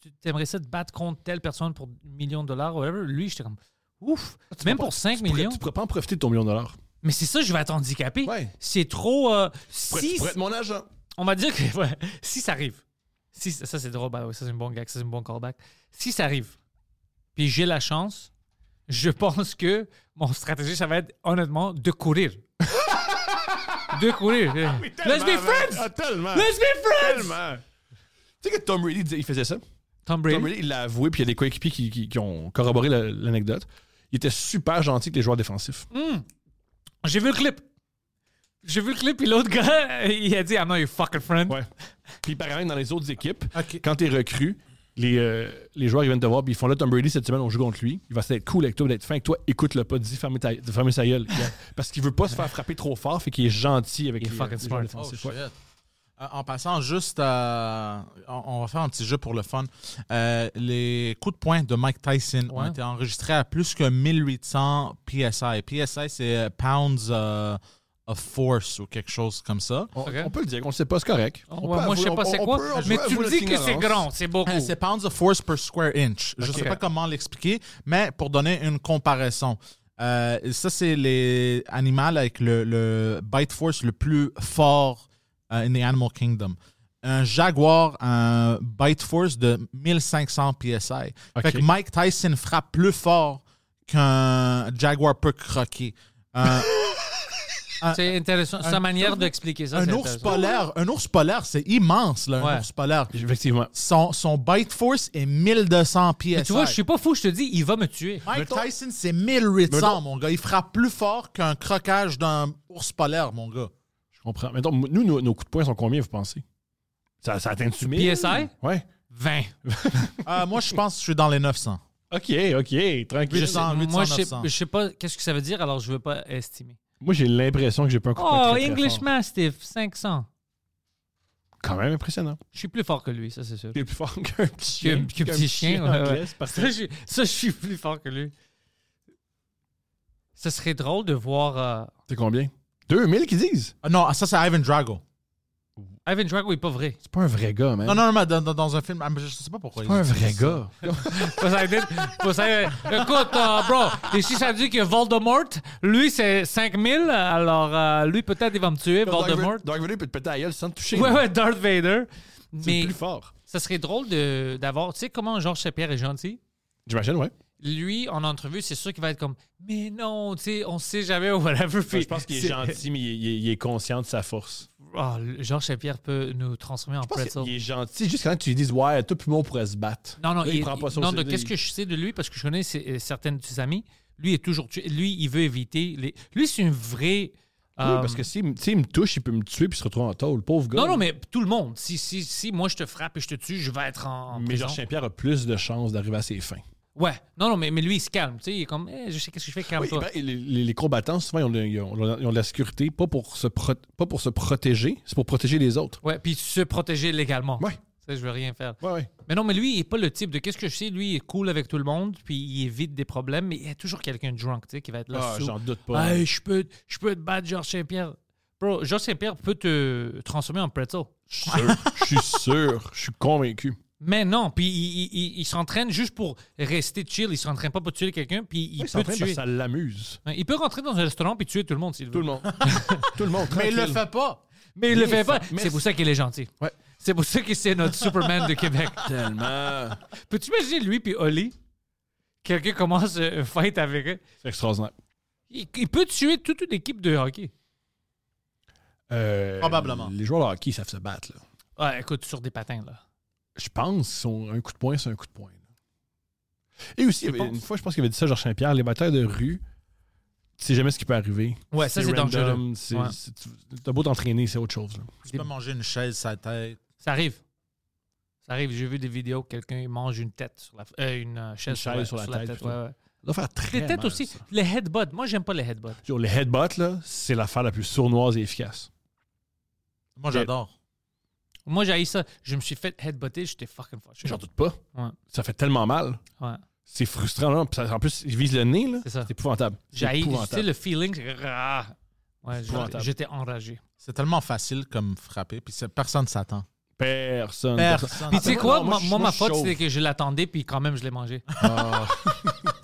S2: tu, tu aimerais ça te battre contre telle personne pour millions de dollars, whatever. Lui, j'étais comme ouf, même pour 5
S3: Ah, Tu pourrais,
S2: millions.
S3: tu pourrais pas en profiter de ton million de dollars.
S2: Mais c'est ça, je vais être handicapé.
S3: Ouais.
S2: C'est trop. euh,
S3: Tu pourrais-
S2: si,
S3: tu pourrais être mon agent.
S2: on va dire que ouais, si ça arrive, si ça ça, c'est drôle, bah ouais, ça c'est une bonne gag, ça c'est une bonne callback. Si ça arrive, puis j'ai la chance, je pense que mon stratégie ça va être honnêtement de courir. de courir. Let's be friends.
S3: Ah, tellement.
S2: Let's be friends.
S3: Tellement. Tu sais que Tom Brady, disait- il faisait ça.
S2: Tom Brady.
S3: Tom Brady, il l'a avoué, puis il y a des coéquipiers qui, qui- qui ont corroboré la- l'anecdote. Il était super gentil avec les joueurs défensifs.
S2: J'ai vu le clip. J'ai vu le clip, puis l'autre gars, il a dit I'm not your fucking friend.
S3: Ouais. Puis par exemple, dans les autres équipes,
S4: Ok.
S3: quand t'es recru, les, euh, les joueurs ils viennent te voir, puis ils font là, Tom Brady, cette semaine, on joue contre lui. Il va être cool avec toi, il va être fin avec toi. Écoute-le pas, dis, fermez, ta- fermez sa gueule. Il a- parce qu'il veut pas se faire frapper trop fort, fait qu'il est gentil avec
S2: Il est
S3: les,
S2: fucking
S3: les joueurs
S2: smart.
S4: Oh,
S3: défensifs. Ouais.
S4: shit. Euh, En passant juste à- On, on va faire un petit jeu pour le fun. Euh, les coups de poing de Mike Tyson ont
S2: Ouais.
S4: été enregistrés à plus que 1800 PSI. PSI, c'est euh, Pounds euh, of Force ou quelque chose comme ça.
S3: On,
S2: Ok.
S3: on peut le dire, on le sait pas, c'est correct. On
S2: Oh, Ouais,
S3: peut
S2: moi, je sais
S3: avouer-
S2: pas
S3: on-
S2: c'est
S3: on
S2: quoi,
S3: peut- on peut
S2: mais tu me
S3: avouer
S2: dis
S3: notre
S2: que c'est
S3: ignorance. Ah,
S2: grand, c'est beaucoup.
S4: Euh, C'est pounds of force per square inch. Je ne
S2: Ok.
S4: sais pas comment l'expliquer, mais pour donner une comparaison, euh, ça, c'est les animaux avec le, le bite force le plus fort euh, in the animal kingdom. Un jaguar a un bite force de 1500 PSI. Fait
S3: Ok.
S4: que Mike Tyson frappe plus fort qu'un jaguar peut croquer. Un- un-
S2: C'est intéressant.
S4: un-
S2: Sa manière d'expliquer ça.
S4: un
S2: c'est
S4: ours
S2: intéressant.
S4: polaire, un ours polaire, c'est immense, là,
S2: Ouais.
S4: un ours polaire.
S3: Effectivement.
S4: Son, son bite force est 1200 pieds.
S2: Mais tu vois, je suis pas fou, je te dis, il va me tuer.
S4: Mike
S3: Mettons-
S4: Tyson, c'est 1800,
S3: Mettons-
S4: mon gars. Il frappe plus fort qu'un croquage d'un ours polaire, mon gars.
S3: Je comprends. Mais donc, nous, nos, nos coups de poing sont combien, vous pensez? Ça, ça atteint du 1000?
S2: PSI?
S3: Ouais.
S2: 20.
S4: Euh, moi, je pense que je suis dans les 900.
S3: OK, OK, tranquille.
S4: Je sens- 800,
S2: Moi, je sais,
S4: 900.
S2: je sais pas qu'est-ce que ça veut dire, alors je veux pas estimer.
S3: Moi, j'ai l'impression que j'ai pas un coup de poing
S2: Oh,
S3: Ah, très, très
S2: English
S3: fort.
S2: Mastiff, 500.
S3: Quand même impressionnant.
S2: Je suis plus fort que lui, ça, c'est sûr.
S3: T'es plus fort qu'un petit
S2: Qu'un
S3: chien.
S2: qu'un petit chien, ouais,
S3: anglais,
S2: ouais.
S3: c'est parfait.
S2: Ça je, ça, je suis plus fort que lui. Ce serait drôle de voir. euh,
S3: C'est combien? 2000 qu'ils disent?
S4: Ah, non, ça, c'est Ivan Drago.
S2: Ivan Drago est pas vrai.
S3: C'est pas un vrai gars, man.
S4: Non, non, non, mais dans, dans- dans un film, ah, mais je sais pas pourquoi.
S3: C'est pas un
S4: ils utilisent
S3: vrai
S4: ça.
S3: gars.
S2: Poseidon, Poseidon. Écoute, euh, bro, ici ça dit que Voldemort, lui c'est 5000, alors euh, lui peut-être il va me tuer, Voldemort.
S3: Dark Vader peut te péter la gueule sans te toucher.
S2: Ouais, ouais, Darth Vader.
S3: C'est
S2: Mais
S3: le plus fort.
S2: ça serait drôle de- d'avoir, tu sais comment Georges Saint-Pierre est gentil?
S3: J'imagine, ouais.
S2: Lui, en entrevue, c'est sûr qu'il va être comme, mais non, tu sais, on sait jamais ou whatever.
S3: je pense qu'il est gentil, mais il est, il est- il est conscient de sa force.
S2: Oh, le- Georges Saint-Pierre peut nous transformer en
S3: Je pense
S2: pretzel.
S3: qu'il est gentil juste quand tu lui dis Ouais, toi, puis moi, on pourrait se battre.
S2: Non, non,
S3: Là,
S2: il,
S3: prend pas ça au
S2: non, de
S3: sérieux.
S2: qu'est-ce que je sais de lui, parce que je connais ses- euh, certaines de ses amies, lui est toujours tué. Lui, il veut éviter. les- Lui, c'est une vraie.
S3: Oui,
S2: euh,
S3: parce que s'il me- s'il me touche, il peut me tuer puis se retrouve en tôle. Pauvre gars.
S2: Non, non, mais tout le monde. Si, si, si moi je te frappe et je te tue, je vais être en, en
S3: Mais
S2: prison.
S3: Georges Saint-Pierre a plus de chances d'arriver à ses fins.
S2: Ouais. Non, non, mais, mais lui, il se calme. Tu sais, il est comme, Eh, je sais qu'est-ce que je fais,
S3: Oui,
S2: calme-toi.
S3: ben, les, les- les combattants, souvent, ils ont, de- ils ont- ils ont de la sécurité, pas pour se, pro- pas pour se protéger, c'est pour protéger les autres.
S2: Ouais, puis se protéger légalement.
S3: Ouais.
S2: Ça, je veux rien faire.
S3: Ouais, ouais.
S2: Mais non, mais lui, il est pas le type de qu'est-ce que je sais. Lui, il est cool avec tout le monde, puis il évite des problèmes, mais il y a toujours quelqu'un de drunk, tu sais, qui va être là.
S3: Ah,
S2: sous.
S3: j'en doute pas.
S2: Hey, je peux, je peux te battre, Georges Saint-Pierre. Bro, Georges Saint-Pierre peut te transformer en pretzel.
S3: Je suis sûr, je suis sûr, je suis convaincu.
S2: Mais non, puis il, il- il- il s'entraîne juste pour rester chill. Il s'entraîne pas pour tuer quelqu'un, puis il
S3: Il
S2: peut
S3: s'entraîne parce
S2: tuer.
S3: que ça l'amuse.
S2: Ouais, Il peut rentrer dans un restaurant puis tuer tout le monde s'il veut.
S3: Tout le monde. tout le monde.
S4: Mais il le
S3: tranquille.
S4: fait pas.
S2: Mais il le fait pas.
S3: fait.
S2: C'est pour ça qu'il est gentil.
S3: Ouais.
S2: C'est pour ça que c'est notre Superman de Québec.
S3: Tellement.
S2: Peux-tu imaginer lui puis Oli? Quelqu'un commence euh, un fight avec eux.
S3: C'est extraordinaire.
S2: Il, il peut tuer toute une équipe de hockey.
S3: Euh,
S4: Probablement.
S3: Les joueurs de hockey, ils savent se battre. là.
S2: Ah, écoute, sur des patins, là.
S3: Je pense qu'ils sont un coup de poing, c'est un coup de poing. là. Et aussi, il y avait-
S2: penses?
S3: une fois, je pense qu'il avait dit ça, Georges Saint-Pierre, les batailles de rue, tu sais jamais ce qui peut arriver.
S2: Ouais, ça, c'est
S3: random,
S2: dangereux.
S3: c'est-
S2: Ouais.
S3: c'est- tu- T'as beau t'entraîner, c'est autre chose. là.
S4: Tu peux manger une chaise, sa tête.
S2: Ça arrive. Ça arrive. J'ai vu des vidéos, quelqu'un il mange une tête sur la, euh, une euh, chaise,
S3: Une chaise sur la tête, plutôt.
S2: ouais, ouais.
S3: Ça doit faire très
S2: Les têtes
S3: mal,
S2: aussi.
S3: ça.
S2: Les headbutts. Moi, j'aime pas les headbutts.
S3: Yo, le headbutt, là, c'est l'affaire la plus sournoise et efficace.
S4: Moi, j'adore.
S2: Moi, j'ai ça. Je me suis fait headbutter. J'étais fucking fâché.
S3: J'en doute pas.
S2: Ouais.
S3: Ça fait tellement mal.
S2: Ouais.
S3: C'est frustrant. là. Puis ça- en plus, il vise le nez. là.
S2: C'est ça.
S3: épouvantable. C'est
S2: J'ai tu sais,
S3: épouvantable.
S2: le feeling. c'est- Ah! Ouais,
S3: Épouvantable. Ah,
S2: j'étais enragé.
S4: C'est tellement facile comme frapper, puis c'est- personne s'attend.
S3: Personne.
S4: Personne.
S2: Puis tu sais
S3: non,
S2: quoi,
S3: non,
S2: Ah, moi,
S3: moi, je-
S2: moi,
S3: moi,
S2: ma
S3: je
S2: faute,
S3: chauffe.
S2: c'était que je l'attendais, puis quand même, je l'ai mangé.
S3: Ah.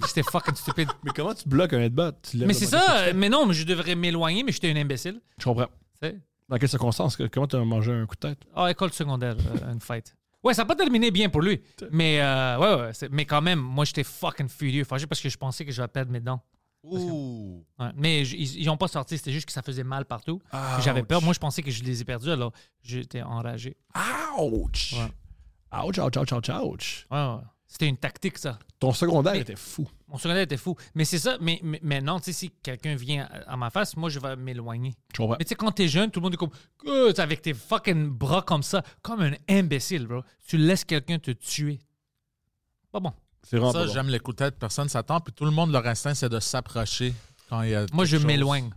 S2: C'était fucking stupide.
S3: Mais comment tu bloques un headbutt? Tu lèves
S2: mais
S3: la
S2: c'est
S3: main, qu'est-ce que
S2: ça,
S3: tu fais?
S2: mais non, mais je devrais m'éloigner, mais j'étais un imbécile.
S3: Je comprends.
S2: tu sais.
S3: Dans quelles circonstances? Que- Comment tu as mangé un coup de tête?
S2: Ah, école secondaire, euh, une fight. Ouais, ça n'a pas terminé bien pour lui. Mais, euh, ouais, ouais, c'est- mais quand même, moi, j'étais fucking furieux, fâché parce que je pensais que je vais perdre mes dents.
S4: Ouh.
S2: Ouais, Mais j- ils n'ont pas sorti, c'était juste que ça faisait mal partout. Puis J'avais peur. Moi, je pensais que je les ai perdus, alors j'étais enragé.
S3: Ouch! Ouch, ouch, ouch, ouch, ouch.
S2: Ouais, ouais. C'était une tactique, ça.
S3: Ton secondaire était fou.
S2: Mon secondaire était fou. Mais c'est ça, mais, mais, mais non, tu sais, si quelqu'un vient à, à ma face, moi, je vais m'éloigner.
S3: Je comprends.
S2: Mais tu sais, quand t'es jeune, tout le monde est comme, Euh, t'es avec tes fucking bras comme ça, comme un imbécile, bro. Tu laisses quelqu'un te tuer. Pas bon.
S3: C'est vraiment
S4: Ça,
S3: pas bon.
S4: j'aime les coups de tête, personne s'attend, puis tout le monde, leur instinct, c'est de s'approcher quand il y a.
S2: Moi,
S4: quelque
S2: je
S4: chose.
S2: m'éloigne.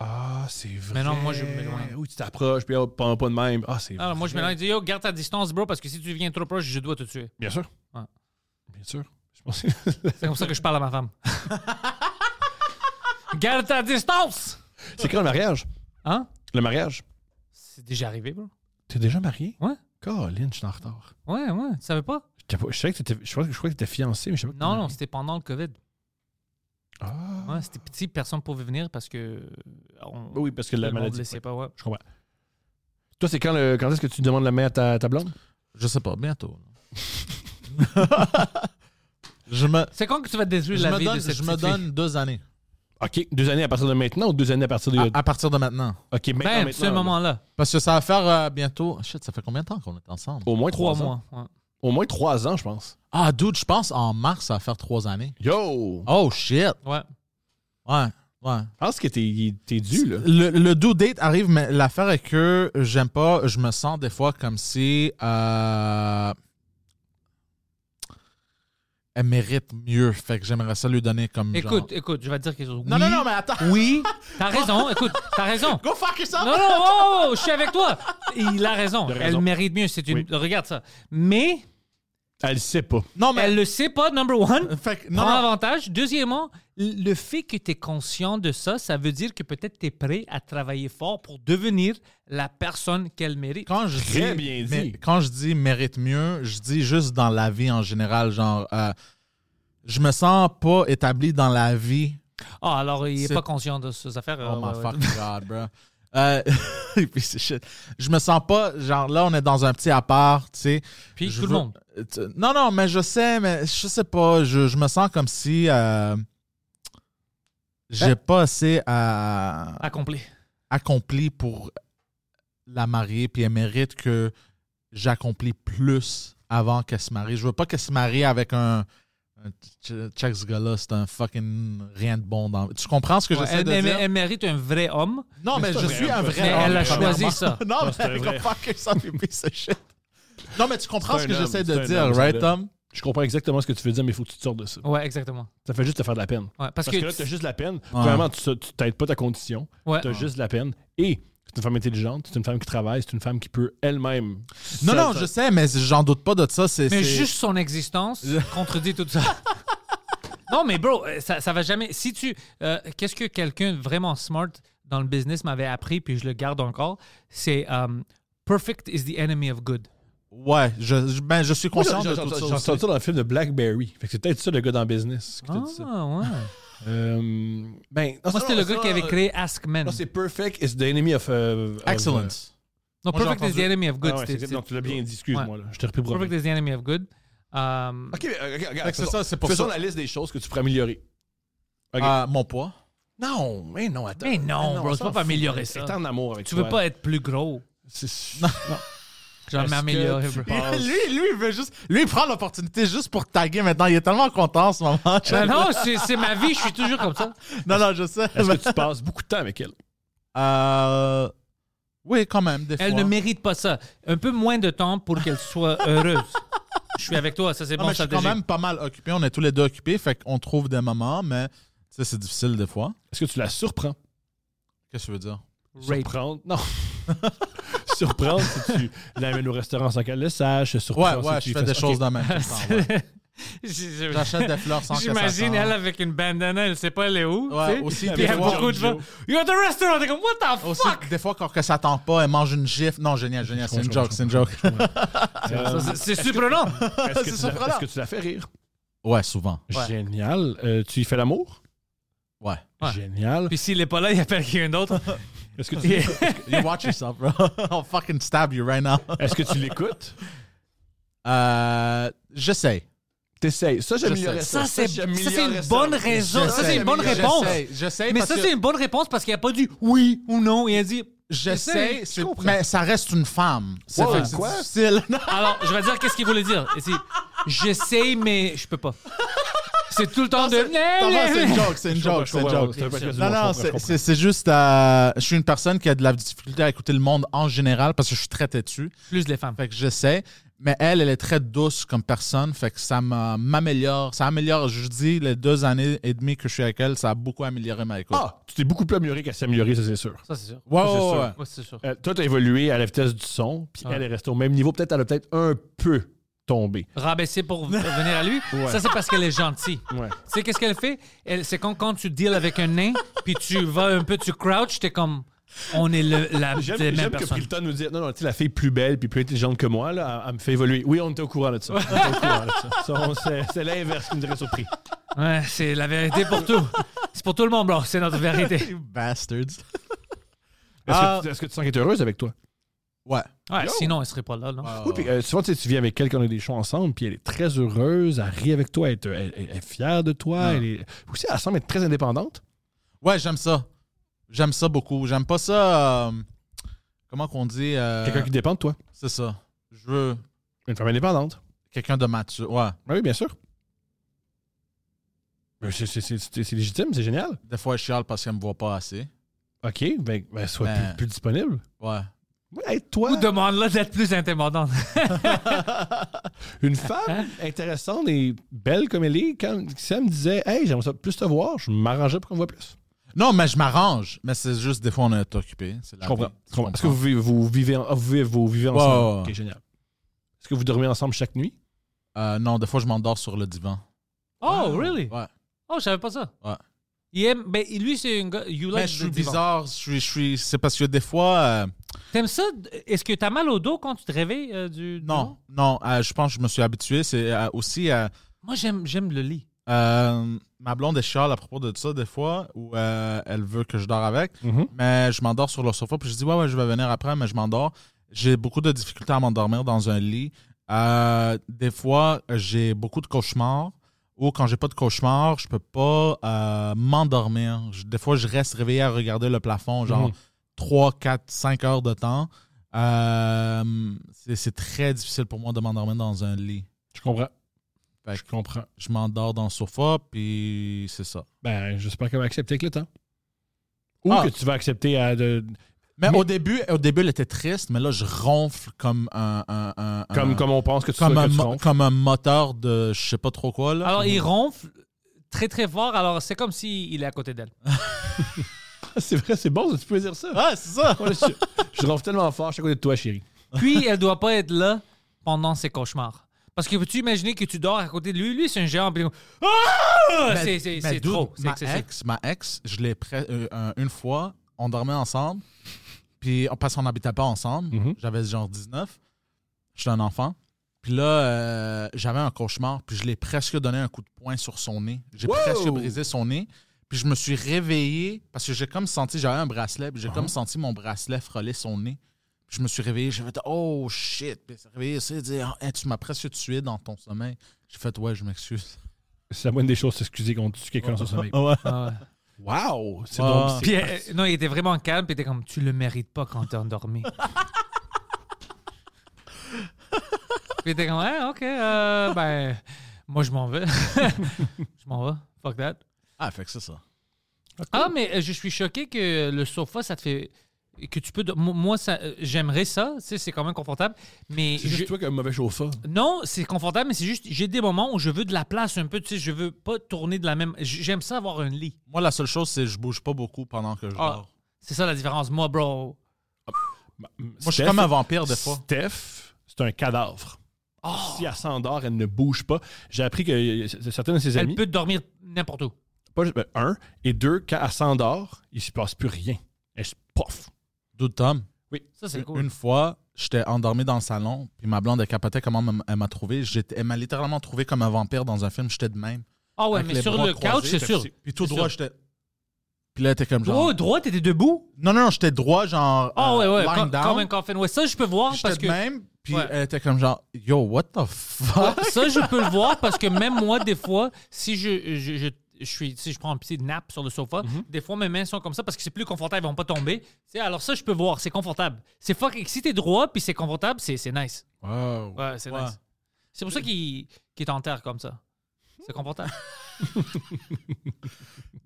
S3: Ah, c'est vrai.
S2: Mais non, moi, je m'éloigne.
S3: Oui, tu t'approches, puis hop, pas pas de même. Ah, c'est
S2: Alors, moi, je m'éloigne. Je dis, yo, garde ta distance, bro, parce que si tu viens trop proche, je dois te tuer.
S3: Bien sûr.
S2: Ouais.
S3: Bien sûr. Je pense que-
S2: C'est comme ça que je parle à ma femme. garde ta distance!
S3: c'est quand le mariage?
S2: Hein?
S3: Le mariage?
S2: C'est déjà arrivé, bro.
S3: T'es déjà marié?
S2: Ouais.
S3: Colin, je suis en retard.
S2: Ouais, ouais. Tu savais pas?
S3: Je t'ai pas- je savais que t'étais- je crois que je crois que t'étais fiancé, mais je savais pas. que
S2: Non,
S3: t'étais
S2: non,
S3: marié.
S2: c'était pendant le COVID.
S3: Ah.
S2: Ouais, c'était petit, personne pouvait venir parce que. euh, On,
S3: Oui, parce que
S2: tout
S3: la
S2: le monde
S3: maladie.
S2: laissait pas, ouais.
S3: Je comprends. Toi, c'est quand, le- quand est-ce que tu demandes la main à ta, ta blonde?
S4: Je sais pas, bientôt. je me,
S2: C'est quand que tu vas détruire
S4: je
S2: la
S4: me
S2: vie de
S4: donne,
S2: cette
S4: je me
S2: petite fille?
S4: donne deux années.
S3: OK, deux années à partir de maintenant ou deux années à partir de.
S4: À, à partir de maintenant.
S3: OK, maintenant.
S2: Ah, Ben,
S3: maintenant,
S2: ce moment-là,
S4: Parce que ça va faire euh, bientôt. Shit, ça fait combien de temps qu'on est ensemble?
S3: Au moins
S2: trois
S3: trois, ans.
S2: mois. ouais.
S3: Au moins trois ans, je pense.
S4: Ah, dude, je pense en mars, ça va faire trois années.
S3: Yo!
S4: Oh, shit.
S2: Ouais.
S4: Ouais, ouais.
S3: Je pense que t'es t'es dû, là.
S4: Le, le due date arrive, mais l'affaire est que j'aime pas, je me sens des fois comme si euh, elle mérite mieux. Fait que j'aimerais ça lui donner comme. genre-
S2: Écoute, écoute, je vais te dire quelque chose.
S4: Non,
S2: Oui,
S4: non, non, mais attends.
S2: Oui, t'as raison, écoute, t'as raison.
S4: Go fuck yourself!
S2: Non, non, oh, oh, je suis avec toi. Il a raison.
S3: Il a raison.
S2: Elle mérite mieux. C'est une...
S3: Oui.
S2: Regarde ça. Mais
S3: Elle sait pas.
S4: Non, mais.
S2: elle le sait pas, number one.
S4: Fait que-
S2: Non,
S4: non, non.
S2: avantage. Deuxièmement, le fait que tu es conscient de ça, ça veut dire que peut-être tu es prêt à travailler fort pour devenir la personne qu'elle mérite.
S4: Quand je
S3: Très
S4: dis,
S3: bien dit.
S4: mais- quand je dis mérite mieux, je dis juste dans la vie en général, genre, euh, je me sens pas établi dans la vie.
S2: Ah, alors il est
S4: C'est-
S2: pas conscient de ces affaires.
S4: Oh
S2: euh,
S4: my
S2: ouais, ouais.
S4: fucking god, bro. Euh, puis c'est shit. Je me sens pas, genre là, on est dans un petit appart, tu sais.
S2: Puis
S4: Je
S2: tout le
S4: veux-
S2: monde.
S4: Euh, tu- Non, non, mais je sais, mais je sais pas. Je, je me sens comme si euh,
S2: Ben
S4: j'ai pas assez à-
S2: Accompli.
S4: accompli pour la marier, puis elle mérite que j'accomplis plus avant qu'elle se marie. Je veux pas qu'elle se marie avec un. un ch- Check ce gars-là, c'est un fucking rien de bon dans. Tu comprends ce que
S2: Ouais,
S4: j'essaie
S2: elle,
S4: de
S2: elle-
S4: dire?
S2: elle mérite un vrai homme.
S4: Non, mais,
S3: c'est
S4: je
S3: vrai,
S4: suis
S3: un
S4: un
S3: peu.
S4: vrai.
S2: Mais
S4: homme,
S2: elle a
S4: premièrement.
S2: choisi ça.
S4: non, mais
S3: c'est
S4: elle
S3: vrai.
S4: comprend que ça fait piece of shit. Non, mais tu comprends
S3: C'est
S4: ce
S3: un
S4: que
S3: homme,
S4: j'essaie
S3: c'est
S4: de
S3: un
S4: dire,
S3: homme, c'est
S4: right,
S3: vrai.
S4: Tom?
S3: Je comprends exactement ce que tu veux dire, mais il faut que tu te sortes de ça.
S2: Ouais, exactement.
S3: Ça fait juste te faire de la peine.
S2: Ouais, parce,
S3: Parce que,
S2: que,
S3: là, t'as juste la peine. Premièrement, tu tu t'aides pas ta condition.
S2: Ouais.
S3: T'as juste la peine. Et c'est une femme intelligente, c'est une femme qui travaille, c'est une femme qui peut elle-même.
S4: Non,
S3: seule-
S4: non,
S3: seule-
S4: je sais, mais j'en doute pas de ça. C'est,
S2: Mais
S4: c'est-
S2: juste son existence contredit tout ça. non, mais bro, euh, ça, ça va jamais. Si tu. euh, Qu'est-ce que quelqu'un vraiment smart dans le business m'avait appris, puis je le garde encore, c'est um, Perfect is the enemy of good.
S4: Ouais, je, je- ben, je suis
S3: Moi,
S4: conscient
S3: j'ai-
S4: de
S3: j'ai-
S4: tout
S3: j'ai-
S4: ça.
S3: J'ai
S4: aussi.
S3: entendu ça dans le film de Blackberry. Fait que c'est peut-être ça le gars dans le business qui t'a
S2: Ah,
S3: dit ça.
S2: ouais.
S3: Euh, ben, non,
S2: Moi, c'était
S3: non,
S2: le gars
S3: ça,
S2: qui avait
S3: euh,
S2: créé Ask Men.
S3: Non, c'est perfect, it's the enemy of. euh, of,
S4: Excellence.
S2: Non,
S4: moi, j'ai
S2: Perfect is the
S4: entendu-
S2: enemy of
S3: euh,
S2: good.
S3: ah ouais,
S2: c'était-
S3: c'est-
S2: c'est-
S3: non, tu l'as bien dit, excuse-moi. là. Je t'ai repris pour.
S2: Perfect is the enemy of good. Um,
S3: Ok, mais, euh, regarde,
S4: Fait que c'est
S3: faisons-
S4: ça, c'est pour
S3: faisons
S4: ça.
S3: la liste des choses que tu pourrais améliorer. Ok.
S4: Euh, mon poids.
S3: Non, mais non, attends.
S2: Mais non, bro,
S3: on
S2: tu
S3: s'en
S2: peux pas
S3: fout.
S2: améliorer ça.
S3: T'es en amour avec
S2: tu
S3: toi.
S2: veux pas être plus gros.
S3: C'est-
S2: Genre
S3: Est-ce que
S2: m'améliorer,
S3: tu
S2: bro.
S3: penses-
S4: Lui, lui, il veut juste. Lui, il prend l'opportunité juste pour taguer maintenant. Il est tellement content en ce moment.
S2: Ben non, c'est c'est ma vie, je suis toujours comme ça.
S4: non, non, je sais.
S3: Est-ce que tu passes beaucoup de temps avec elle?
S4: Euh, Oui, quand même, des
S2: Elle
S4: fois.
S2: ne mérite pas ça. Un peu moins de temps pour qu'elle soit heureuse. Je suis avec toi, ça c'est
S4: Non,
S2: bon
S4: Ah, mais je suis
S2: stratégie.
S4: quand même pas mal occupé. On est tous les deux occupés. Fait qu'on trouve des moments, mais tu sais, c'est difficile des fois.
S3: Est-ce que tu la surprends?
S4: Qu'est-ce que tu veux dire?
S2: Rape.
S3: Surprendre? Non. surprendre si tu l'amènes au restaurant sans qu'elle le sache.
S4: Ouais,
S3: Surprendre
S4: ouais,
S3: si
S4: je
S3: tu
S4: fais des
S3: fais-
S4: choses de même. Ouais.
S2: Je- je-
S4: J'achète des fleurs sans que ça
S2: J'imagine
S4: s'attende.
S2: elle avec une bandana, elle sait pas elle est où.
S4: Ouais,
S2: tu sais.
S4: aussi,
S2: Puis
S4: des
S2: elle a
S4: fois-
S2: beaucoup de gens. You're at the restaurant, t'es comme, what the
S4: Aussi,
S2: fuck?
S4: des fois, quand que ça tente pas, elle mange une gifle. Non, génial, génial, c'est une
S3: comprends,
S4: joke,
S3: je
S4: c'est une joke.
S3: Euh,
S2: Ça, c'est- C'est surprenant.
S3: Est-ce que,
S4: C'est
S3: tu la-
S4: surprenant.
S3: est-ce que tu la fais rire?
S4: Ouais, souvent.
S2: Ouais.
S3: Génial. Euh, tu y fais l'amour?
S4: Ouais.
S2: Ouais.
S3: Génial.
S2: Ah. Puis s'il est pas là, il appelle quelqu'un d'autre.
S3: Est-ce que tu,
S2: Est-ce
S4: You watch yourself, bro. I'll fucking stab you right now.
S3: est-ce que tu l'écoutes?
S4: Euh, j'essaie.
S3: T'essayes. Ça, j'améliorerais
S4: sais.
S3: ça.
S2: Ça, c'est-
S3: j'améliorerais
S2: ça, c'est une bonne raison. Ça, c'est une bonne
S4: J'essaie,
S2: réponse.
S4: J'essaie,
S2: Mais
S4: parce
S2: ça,
S4: que
S2: c'est une bonne réponse parce qu'il a pas dit oui ou non. Il a dit
S4: J'essaie,
S2: Je
S4: c'est-
S2: comprends.
S4: mais ça reste une femme. C'est
S3: Wow,
S4: fait que c'est
S3: quoi?
S4: difficile.
S2: Alors, je vais dire qu'est-ce qu'il voulait dire. Ici, j'essaye, mais je peux pas. C'est tout le temps de.
S4: Ça va, c'est une joke, c'est une
S3: Je comprends,
S4: joke,
S3: je
S4: c'est une
S3: comprends,
S4: joke.
S3: c'est un peu
S4: Non,
S3: quasiment,
S4: non,
S3: je comprends, je
S4: c'est-
S3: comprends.
S4: c'est c'est juste. euh, je suis une personne qui a de la difficulté à écouter le monde en général parce que je suis très têtu.
S2: Plus les femmes.
S4: Fait que j'essaie. Mais elle, elle est très douce comme personne. Fait que ça m'a- m'améliore. Ça améliore, je dis, les deux années et demie que je suis avec elle, ça a beaucoup amélioré ma écoute.
S3: Ah, tu t'es beaucoup plus amélioré qu'elle s'est améliorée, ça, c'est sûr.
S2: Ça, c'est sûr.
S4: ouais,
S3: c'est
S4: ouais,
S3: sûr.
S4: ouais.
S2: Ouais, c'est sûr.
S3: Euh, toi, t'as évolué à la vitesse du son, puis
S2: Ouais.
S3: elle est restée au même niveau. Peut-être elle a peut-être un peu tombé.
S2: Rabaisser pour v- venir à lui. Ça, c'est parce qu'elle est gentille.
S3: Ouais.
S2: Tu sais, qu'est-ce qu'elle fait? Elle, c'est quand, quand tu deals avec un nain, puis tu vas un peu, tu crouches, t'es comme. On est le, la
S3: J'aime
S2: les mêmes
S3: j'aime que
S2: personnes.
S3: Prilton nous dise non, non, tu sais, la fille plus belle puis plus intelligente que moi, là, elle, elle me fait évoluer. Oui, on était au courant de ça. On était au courant de ça. Ça, on- c'est- C'est l'inverse qui nous aurait surpris.
S2: Ouais, c'est la vérité pour tout. C'est pour tout le monde, bro. C'est notre vérité.
S4: You bastards.
S3: Est-ce
S4: Ah.
S3: que, tu- est-ce que tu sens qu'elle est heureuse avec toi?
S4: Ouais.
S2: Ouais,
S3: Yo.
S2: sinon, elle serait pas là, non?
S3: Oui, puis euh, souvent, tu sais, tu vis avec quelqu'un, on a des shows ensemble, puis elle est très heureuse, elle rit avec toi, elle, te- elle- elle- elle est fière de toi.
S4: Ouais.
S3: Elle est... Aussi, elle semble être très indépendante.
S4: Ouais, j'aime ça. J'aime ça beaucoup. J'aime pas ça. euh, comment qu'on dit euh,
S3: Quelqu'un qui dépend de toi.
S4: C'est ça. Je veux
S3: Une femme indépendante.
S4: quelqu'un de mature. Ouais.
S3: Ben oui, bien sûr. Ben, c'est- C'est c'est- c'est- c'est légitime, c'est génial.
S4: Des fois, je chiale parce qu'elle me voit pas assez.
S3: OK, ben, ben, sois
S4: Ben-
S3: Plus, plus disponible.
S4: Ouais.
S3: Ouais, hey, toi,
S2: Ou demande-la d'être plus intimidante.
S3: une femme intéressante et belle comme elle est, quand Sam disait Hey, j'aimerais ça plus te voir, je m'arrangeais pour qu'on me voit plus.
S4: Non, mais je m'arrange. Mais c'est juste des fois, on est occupé. C'est la
S3: Je comprends.
S4: vie.
S3: Je comprends. Est-ce que vous vivez, vous vivez, en- ah, vous vivez, vous vivez ensemble?
S4: ouais, ouais.
S3: Ok, génial. Est-ce que vous dormez ensemble chaque nuit?
S4: Euh, non, des fois, je m'endors sur le divan.
S2: Oh, really?
S4: Ouais.
S2: Oh, je savais pas ça.
S4: Ouais.
S2: Il aime, ben, lui, c'est un gars. You
S4: Mais
S2: like
S4: je
S2: the
S4: suis
S2: divan.
S4: Ben, bizarre. Je suis, je suis... C'est parce que des fois. euh,
S2: T'aimes ça? Est-ce que t'as mal au dos quand tu te réveilles euh, du. du
S4: non,
S2: vent?
S4: non. euh, je pense que je me suis habitué. C'est euh, aussi. euh,
S2: Moi, j'aime, j'aime le lit.
S4: Euh, ma blonde est chiale à propos de ça des fois, où euh, elle veut que je dors avec,
S3: Mhm.
S4: mais je m'endors sur le sofa, puis je dis, ouais, ouais, je vais venir après, mais je m'endors. J'ai beaucoup de difficultés à m'endormir dans un lit. Euh, des fois, j'ai beaucoup de cauchemars, ou quand j'ai pas de cauchemars, je peux pas euh, m'endormir. Je- Des fois, je reste réveillé à regarder le plafond, genre
S3: Mhm.
S4: 3, 4, 5 heures de temps. Euh, c'est c'est très difficile pour moi de m'endormir dans un lit.
S3: Je comprends.
S4: Fait
S3: Je comprends.
S4: je m'endors dans le sofa, puis c'est ça.
S3: Ben, j'espère qu'elle va accepter avec le temps. Ou
S4: Ah.
S3: que tu vas accepter à de-
S4: Mais,
S3: Mais-
S4: au début, au début, elle était triste, mais là, je ronfle comme un, un- un- un-
S3: comme, comme on pense que tu
S4: Ah. comme
S3: sois
S4: un,
S3: que tu
S4: mo-
S3: ronfles.
S4: comme un moteur de je sais pas trop quoi là.
S2: Alors, il ronfle très, très fort. Alors, c'est comme s'il est à côté d'elle.
S3: C'est vrai, c'est bon, tu peux dire ça.
S4: Ah, c'est ça.
S3: Ouais, je, je ronfle tellement fort, je suis à côté de toi, chérie.
S2: Puis, elle doit pas être là pendant ses cauchemars. Parce que peux-tu imaginer que tu dors à côté de lui? Lui, c'est un géant. puis- Ah!
S4: Mais-
S2: C'est- C'est
S4: mais
S2: c'est
S4: dude,
S2: trop. C'est
S4: Ben, Ma
S2: excessif.
S4: ex, ma ex, je l'ai pré- euh, euh, une fois, on dormait ensemble, puis oh, parce qu'on n'habitait pas ensemble,
S3: Mhm.
S4: j'avais genre 19, j'étais un enfant. Puis là, euh, j'avais un cauchemar, puis je l'ai presque donné un coup de poing sur son nez. J'ai
S3: Wow!
S4: presque brisé son nez. Puis je me suis réveillé parce que j'ai comme senti, j'avais un bracelet, puis j'ai
S3: Uh-huh.
S4: comme senti mon bracelet frôler son nez. Puis je me suis réveillé, j'ai fait Oh shit! Puis elle s'est réveillée, elle s'est dit Ah, hey, Tu m'as presque tué dans ton sommeil. J'ai fait Ouais, je m'excuse.
S3: C'est la moindre des choses, s'excuser quand on tue quelqu'un sur son sommeil.
S4: Ouais.
S2: Ah
S4: Ah.
S2: ouais.
S3: Wow! C'est
S4: Ouais.
S3: donc- c'est-
S2: Puis, euh, non, il était vraiment calme. Puis, il était comme, tu le mérites pas quand t'es endormi. puis, il était comme, ah, OK, euh, ben, moi, je m'en vais. je m'en vais. Fuck that.
S4: Ah, fait que c'est ça.
S2: Ah, mais euh, je suis choqué que le sofa, ça te fait. Que tu peux. do- mo- Moi, ça, euh, j'aimerais ça. Tu sais, c'est quand même confortable. Mais
S3: C'est juste
S2: je-
S3: toi qui as un mauvais chauffeur.
S2: non, c'est confortable, mais c'est juste. J'ai des moments où je veux de la place un peu. Tu sais, je veux pas tourner de la même. j- J'aime ça avoir un lit.
S4: Moi, la seule chose, c'est que je bouge pas beaucoup pendant que je
S2: Ah,
S4: dors.
S2: c'est ça la différence. Moi, bro.
S3: Moi,
S4: Moi, je suis comme un vampire, des fois. Oh!
S3: Steph, c'est un cadavre. Si elle s'endort, elle ne bouge pas. J'ai appris que euh, c- certaines de ses
S2: Elle
S3: amies,
S2: peut dormir n'importe où.
S3: pas juste- ben, un, et deux, quand elle s'endort, il ne se passe plus rien. Elle se pof.
S4: Dude, Tom,
S2: Ça, c'est cool.
S4: une fois, j'étais endormi dans le salon, puis ma blonde, elle capotait comment elle m'a- elle m'a trouvé. J'étais- Elle m'a littéralement trouvé comme un vampire dans un film. J'étais de même.
S2: Ah ouais,
S4: Avec
S2: mais
S4: les
S2: sur
S4: bras
S2: le
S4: croisés,
S2: couch, c'est
S4: t'as-
S2: sûr.
S4: Puis tout
S2: C'est
S4: droit,
S2: sûr.
S4: j'étais. Puis là, t'es comme genre.
S2: Droit, droit, t'étais debout?
S4: Non, non, non, j'étais droit, genre.
S2: Ah
S4: euh,
S2: ouais, ouais,
S4: lying
S2: comme,
S4: down.
S2: comme un coffin. Ouais, ça, je peux voir
S4: J'étais
S2: parce
S4: de
S2: que.
S4: même, puis
S2: Ouais.
S4: elle était comme genre, yo, what the fuck?
S2: Ah, Ça, je peux le voir parce que même moi, des fois, si je, je, je, je suis, si je prends un petit nap sur le sofa,
S4: Mhm.
S2: des fois mes mains sont comme ça parce que c'est plus confortable, ils vont pas tomber. Tu sais, alors ça, je peux voir, c'est confortable. C'est fuck, si t'es droit puis c'est confortable, c'est c'est nice.
S4: Wow.
S2: Ouais, c'est
S4: Ouais.
S2: nice. C'est pour ça qu'il qu'il est en terre comme ça. C'est confortable.
S4: Euh,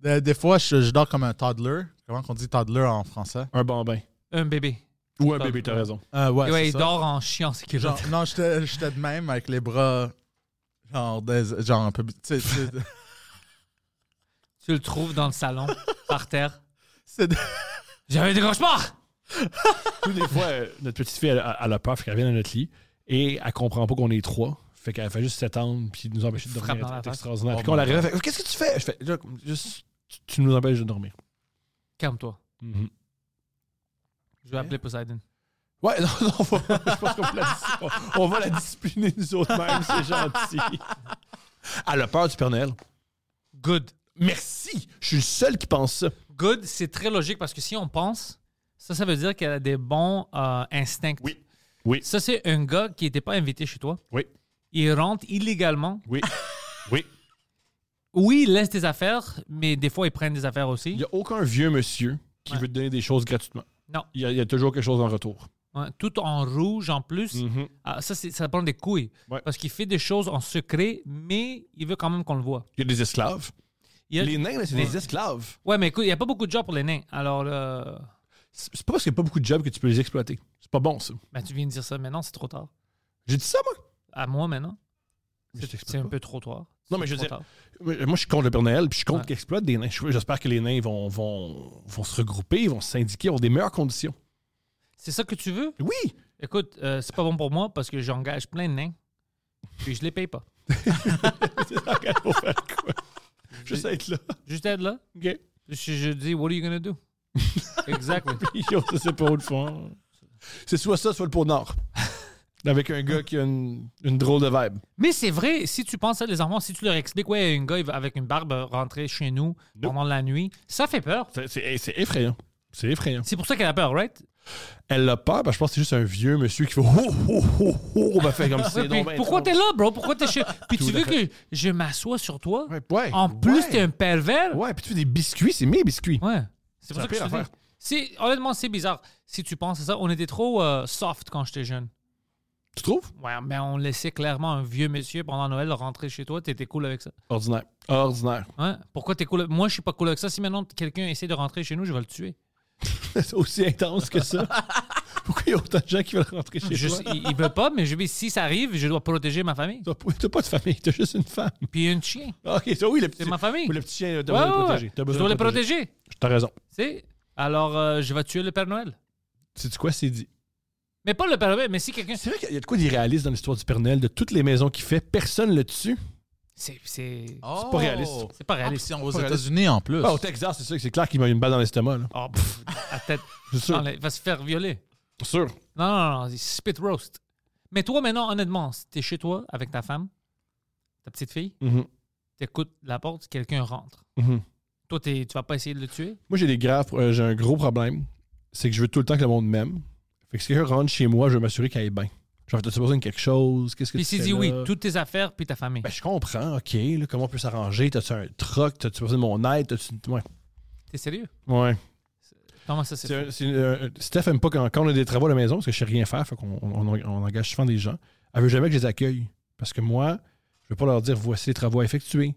S4: Des, des fois, je, je dors comme un toddler. Comment qu'on dit toddler en français?
S3: Un bambin.
S2: Un bébé.
S3: Ou un
S2: Ça,
S3: bébé, t'as
S2: ouais.
S3: raison.
S4: Euh, ouais,
S2: Ouais,
S4: c'est
S2: il
S4: ça.
S2: dort en chiant, c'est que
S4: Genre, non, j'étais j'étais de même avec les bras. Genre, des- genre un peu. tu sais, tu sais,
S2: Tu le trouves dans le salon, par terre.
S4: c'est de-
S2: J'avais des cauchemars!
S3: Ou des fois, euh, notre petite fille, elle, a- elle a peur, fait qu'elle vient à notre lit et elle comprend pas qu'on est trois. Fait qu'elle fait juste s'étendre puis nous empêcher de
S2: Frappe
S3: dormir.
S2: dans la
S3: C'est
S2: face.
S3: extraordinaire.
S4: Oh
S3: puis quand on
S4: my
S3: la réveille, elle fait, qu'est-ce que tu fais? Je fais, Là, comme, juste, tu, tu nous empêches de dormir.
S2: Calme-toi.
S3: Mhm.
S2: Je vais appeler Poseidon.
S3: Ouais, non, non, on va, je pense qu'on va la, dis- on- on va la discipliner nous autres mêmes, c'est gentil. Elle a peur du Père Noël.
S2: Good.
S3: Merci! Je suis le seul qui pense ça.
S2: Good, c'est très logique parce que si on pense, ça, ça veut dire qu'elle a des bons euh, instincts.
S3: Oui. Oui.
S2: Ça, c'est un gars qui n'était pas invité chez toi.
S3: Oui.
S2: Il rentre illégalement.
S3: Oui. Oui.
S2: Oui, ils laissent des affaires, mais des fois, ils prennent des affaires aussi.
S3: Il n'y a aucun vieux monsieur qui
S2: Ouais.
S3: veut te donner des choses gratuitement.
S2: Non.
S3: Il y, a, il y a toujours quelque chose en retour.
S2: Ouais, tout en rouge en plus. Ah, ça, c'est- ça prend des couilles.
S3: Mhm. Ouais.
S2: Parce qu'il fait des choses en secret, mais il veut quand même qu'on le voit.
S3: Il y a des esclaves.
S2: Il y a-
S3: Les nains, là, c'est
S2: Ouais.
S3: des esclaves.
S2: Ouais, mais écoute, il n'y a pas beaucoup de jobs pour les nains. Alors, euh,
S3: C'est c'est pas parce qu'il n'y a pas beaucoup de jobs que tu peux les exploiter. C'est pas bon, ça.
S2: ben, tu viens de dire ça maintenant, c'est trop tard.
S3: J'ai dit ça, moi.
S2: À moi maintenant,
S3: Mais je
S2: c'est
S3: t'explique
S2: c'est un
S3: pas.
S2: peu trop tard.
S3: Non,
S2: C'est
S3: mais je veux
S2: trop
S3: dire-
S2: tard.
S3: Moi, je suis contre le Père Noël, puis je suis contre
S2: Ouais.
S3: qu'il exploite des nains. Je- J'espère que les nains vont, vont, vont se regrouper, ils vont se syndiquer, ont des meilleures conditions.
S2: C'est ça que tu veux?
S3: Oui!
S2: Écoute, euh, c'est pas bon pour moi parce que j'engage plein de nains, puis je les paye pas.
S3: Pour faire quoi? Juste être là.
S2: Juste être là,
S3: OK.
S2: je, je dis, what are you gonna do? Exactly.
S3: Yo, ça, c'est pas où le fond. C'est soit ça, soit le pôle Nord. Avec un gars qui a une, une drôle de vibe.
S2: Mais c'est vrai, si tu penses à les enfants, si tu leur expliques, ouais, un gars il va avec une barbe rentrer chez nous pendant la nuit, ça fait peur.
S3: C'est- C'est c'est effrayant. C'est effrayant.
S2: C'est pour ça qu'elle a peur, right?
S3: Elle a peur, parce que je pense que c'est juste un vieux monsieur qui fait « Oh, oh, oh, oh! » va faire comme si
S2: Ouais, puis pourquoi t'es là, bro? Pourquoi t'es chez. Puis tu
S3: Tout à
S2: veux que je m'assoie sur toi?
S3: Ouais, ouais,
S2: en plus,
S3: ouais.
S2: t'es un pervers?
S3: Ouais, puis tu fais des biscuits, c'est mes biscuits.
S2: Ouais. C'est pour
S3: la
S2: ça que je
S3: pire
S2: te dis.
S3: affaire.
S2: C'est- Honnêtement, c'est bizarre. Si tu penses à ça, on était trop euh, soft quand j'étais jeune.
S3: Tu trouves?
S2: Ouais, mais on laissait clairement un vieux monsieur pendant Noël rentrer chez toi. T'étais cool avec ça.
S3: Ordinaire. Ordinaire.
S2: Ouais. Pourquoi t'es cool? Moi, je suis pas cool avec ça. Si maintenant quelqu'un essaie de rentrer chez nous, je vais le tuer.
S3: C'est aussi intense que ça. Pourquoi il y a autant de gens qui veulent rentrer chez
S2: Je-
S3: toi?
S2: il, il veut pas, mais je vais. Si ça arrive, je dois protéger ma famille.
S3: T'as pas- T'as pas de famille, t'as juste une femme.
S2: Puis un chien.
S3: Ah, Ok, ça oui, le petit,
S2: C'est ma famille.
S3: oui, le petit chien, euh, t'as
S2: Ouais,
S3: besoin de
S2: ouais,
S3: le
S2: ouais.
S3: protéger. T'as
S2: Je
S3: besoin
S2: dois
S3: de
S2: le protéger.
S3: T'as raison.
S2: Tu sais? Alors, euh, je vais tuer le Père Noël.
S3: C'est quoi, c'est dit?
S2: Mais pas le Père Noël, mais si quelqu'un.
S3: C'est vrai qu'il y a de quoi d'irréaliste dans l'histoire du Père Noël, de toutes les maisons qu'il fait, personne le tue.
S2: C'est. C'est
S4: Oh.
S3: pas réaliste.
S2: c'est pas
S4: Ah, puis
S2: réaliste.
S4: c'est aux
S3: Pas réaliste.
S4: États-Unis en plus.
S3: Ah, au Texas, c'est sûr que c'est clair qu'il m'a eu une balle dans l'estomac, là.
S2: Oh, pff, la tête.
S3: C'est sûr.
S2: Non, il va se faire violer.
S3: sûr.
S2: Non, non, non, c'est spit roast. Mais toi, maintenant, honnêtement, si t'es chez toi avec ta femme, ta petite fille,
S3: Mhm.
S2: t'écoutes la porte, quelqu'un rentre.
S3: Mhm.
S2: Toi, t'es- tu vas pas essayer de le tuer?
S3: Moi, j'ai des graves, euh, j'ai un gros problème. C'est que je veux tout le temps que le monde m'aime. Fait que si quelqu'un rentre chez moi, je veux m'assurer qu'elle est bien. Genre, t'as-tu besoin de quelque chose? Qu'est-ce que
S2: Puis
S3: tu
S2: s'il
S3: fais
S2: dit
S3: là?
S2: oui, toutes tes affaires, puis ta famille.
S3: Ben, je comprends, OK. là, comment on peut s'arranger? T'as-tu un truc? T'as-tu besoin de mon aide? T'as-tu... Ouais.
S2: T'es sérieux?
S3: Ouais.
S2: Comment ça, c'est
S3: C'est
S2: fou?
S3: un- c'est une- euh, Steph aime pas quand, quand on a des travaux à la maison parce que je sais rien faire, fait qu'on on, on- on engage souvent des gens. Elle veut jamais que je les accueille parce que moi, je veux pas leur dire voici les travaux à effectuer,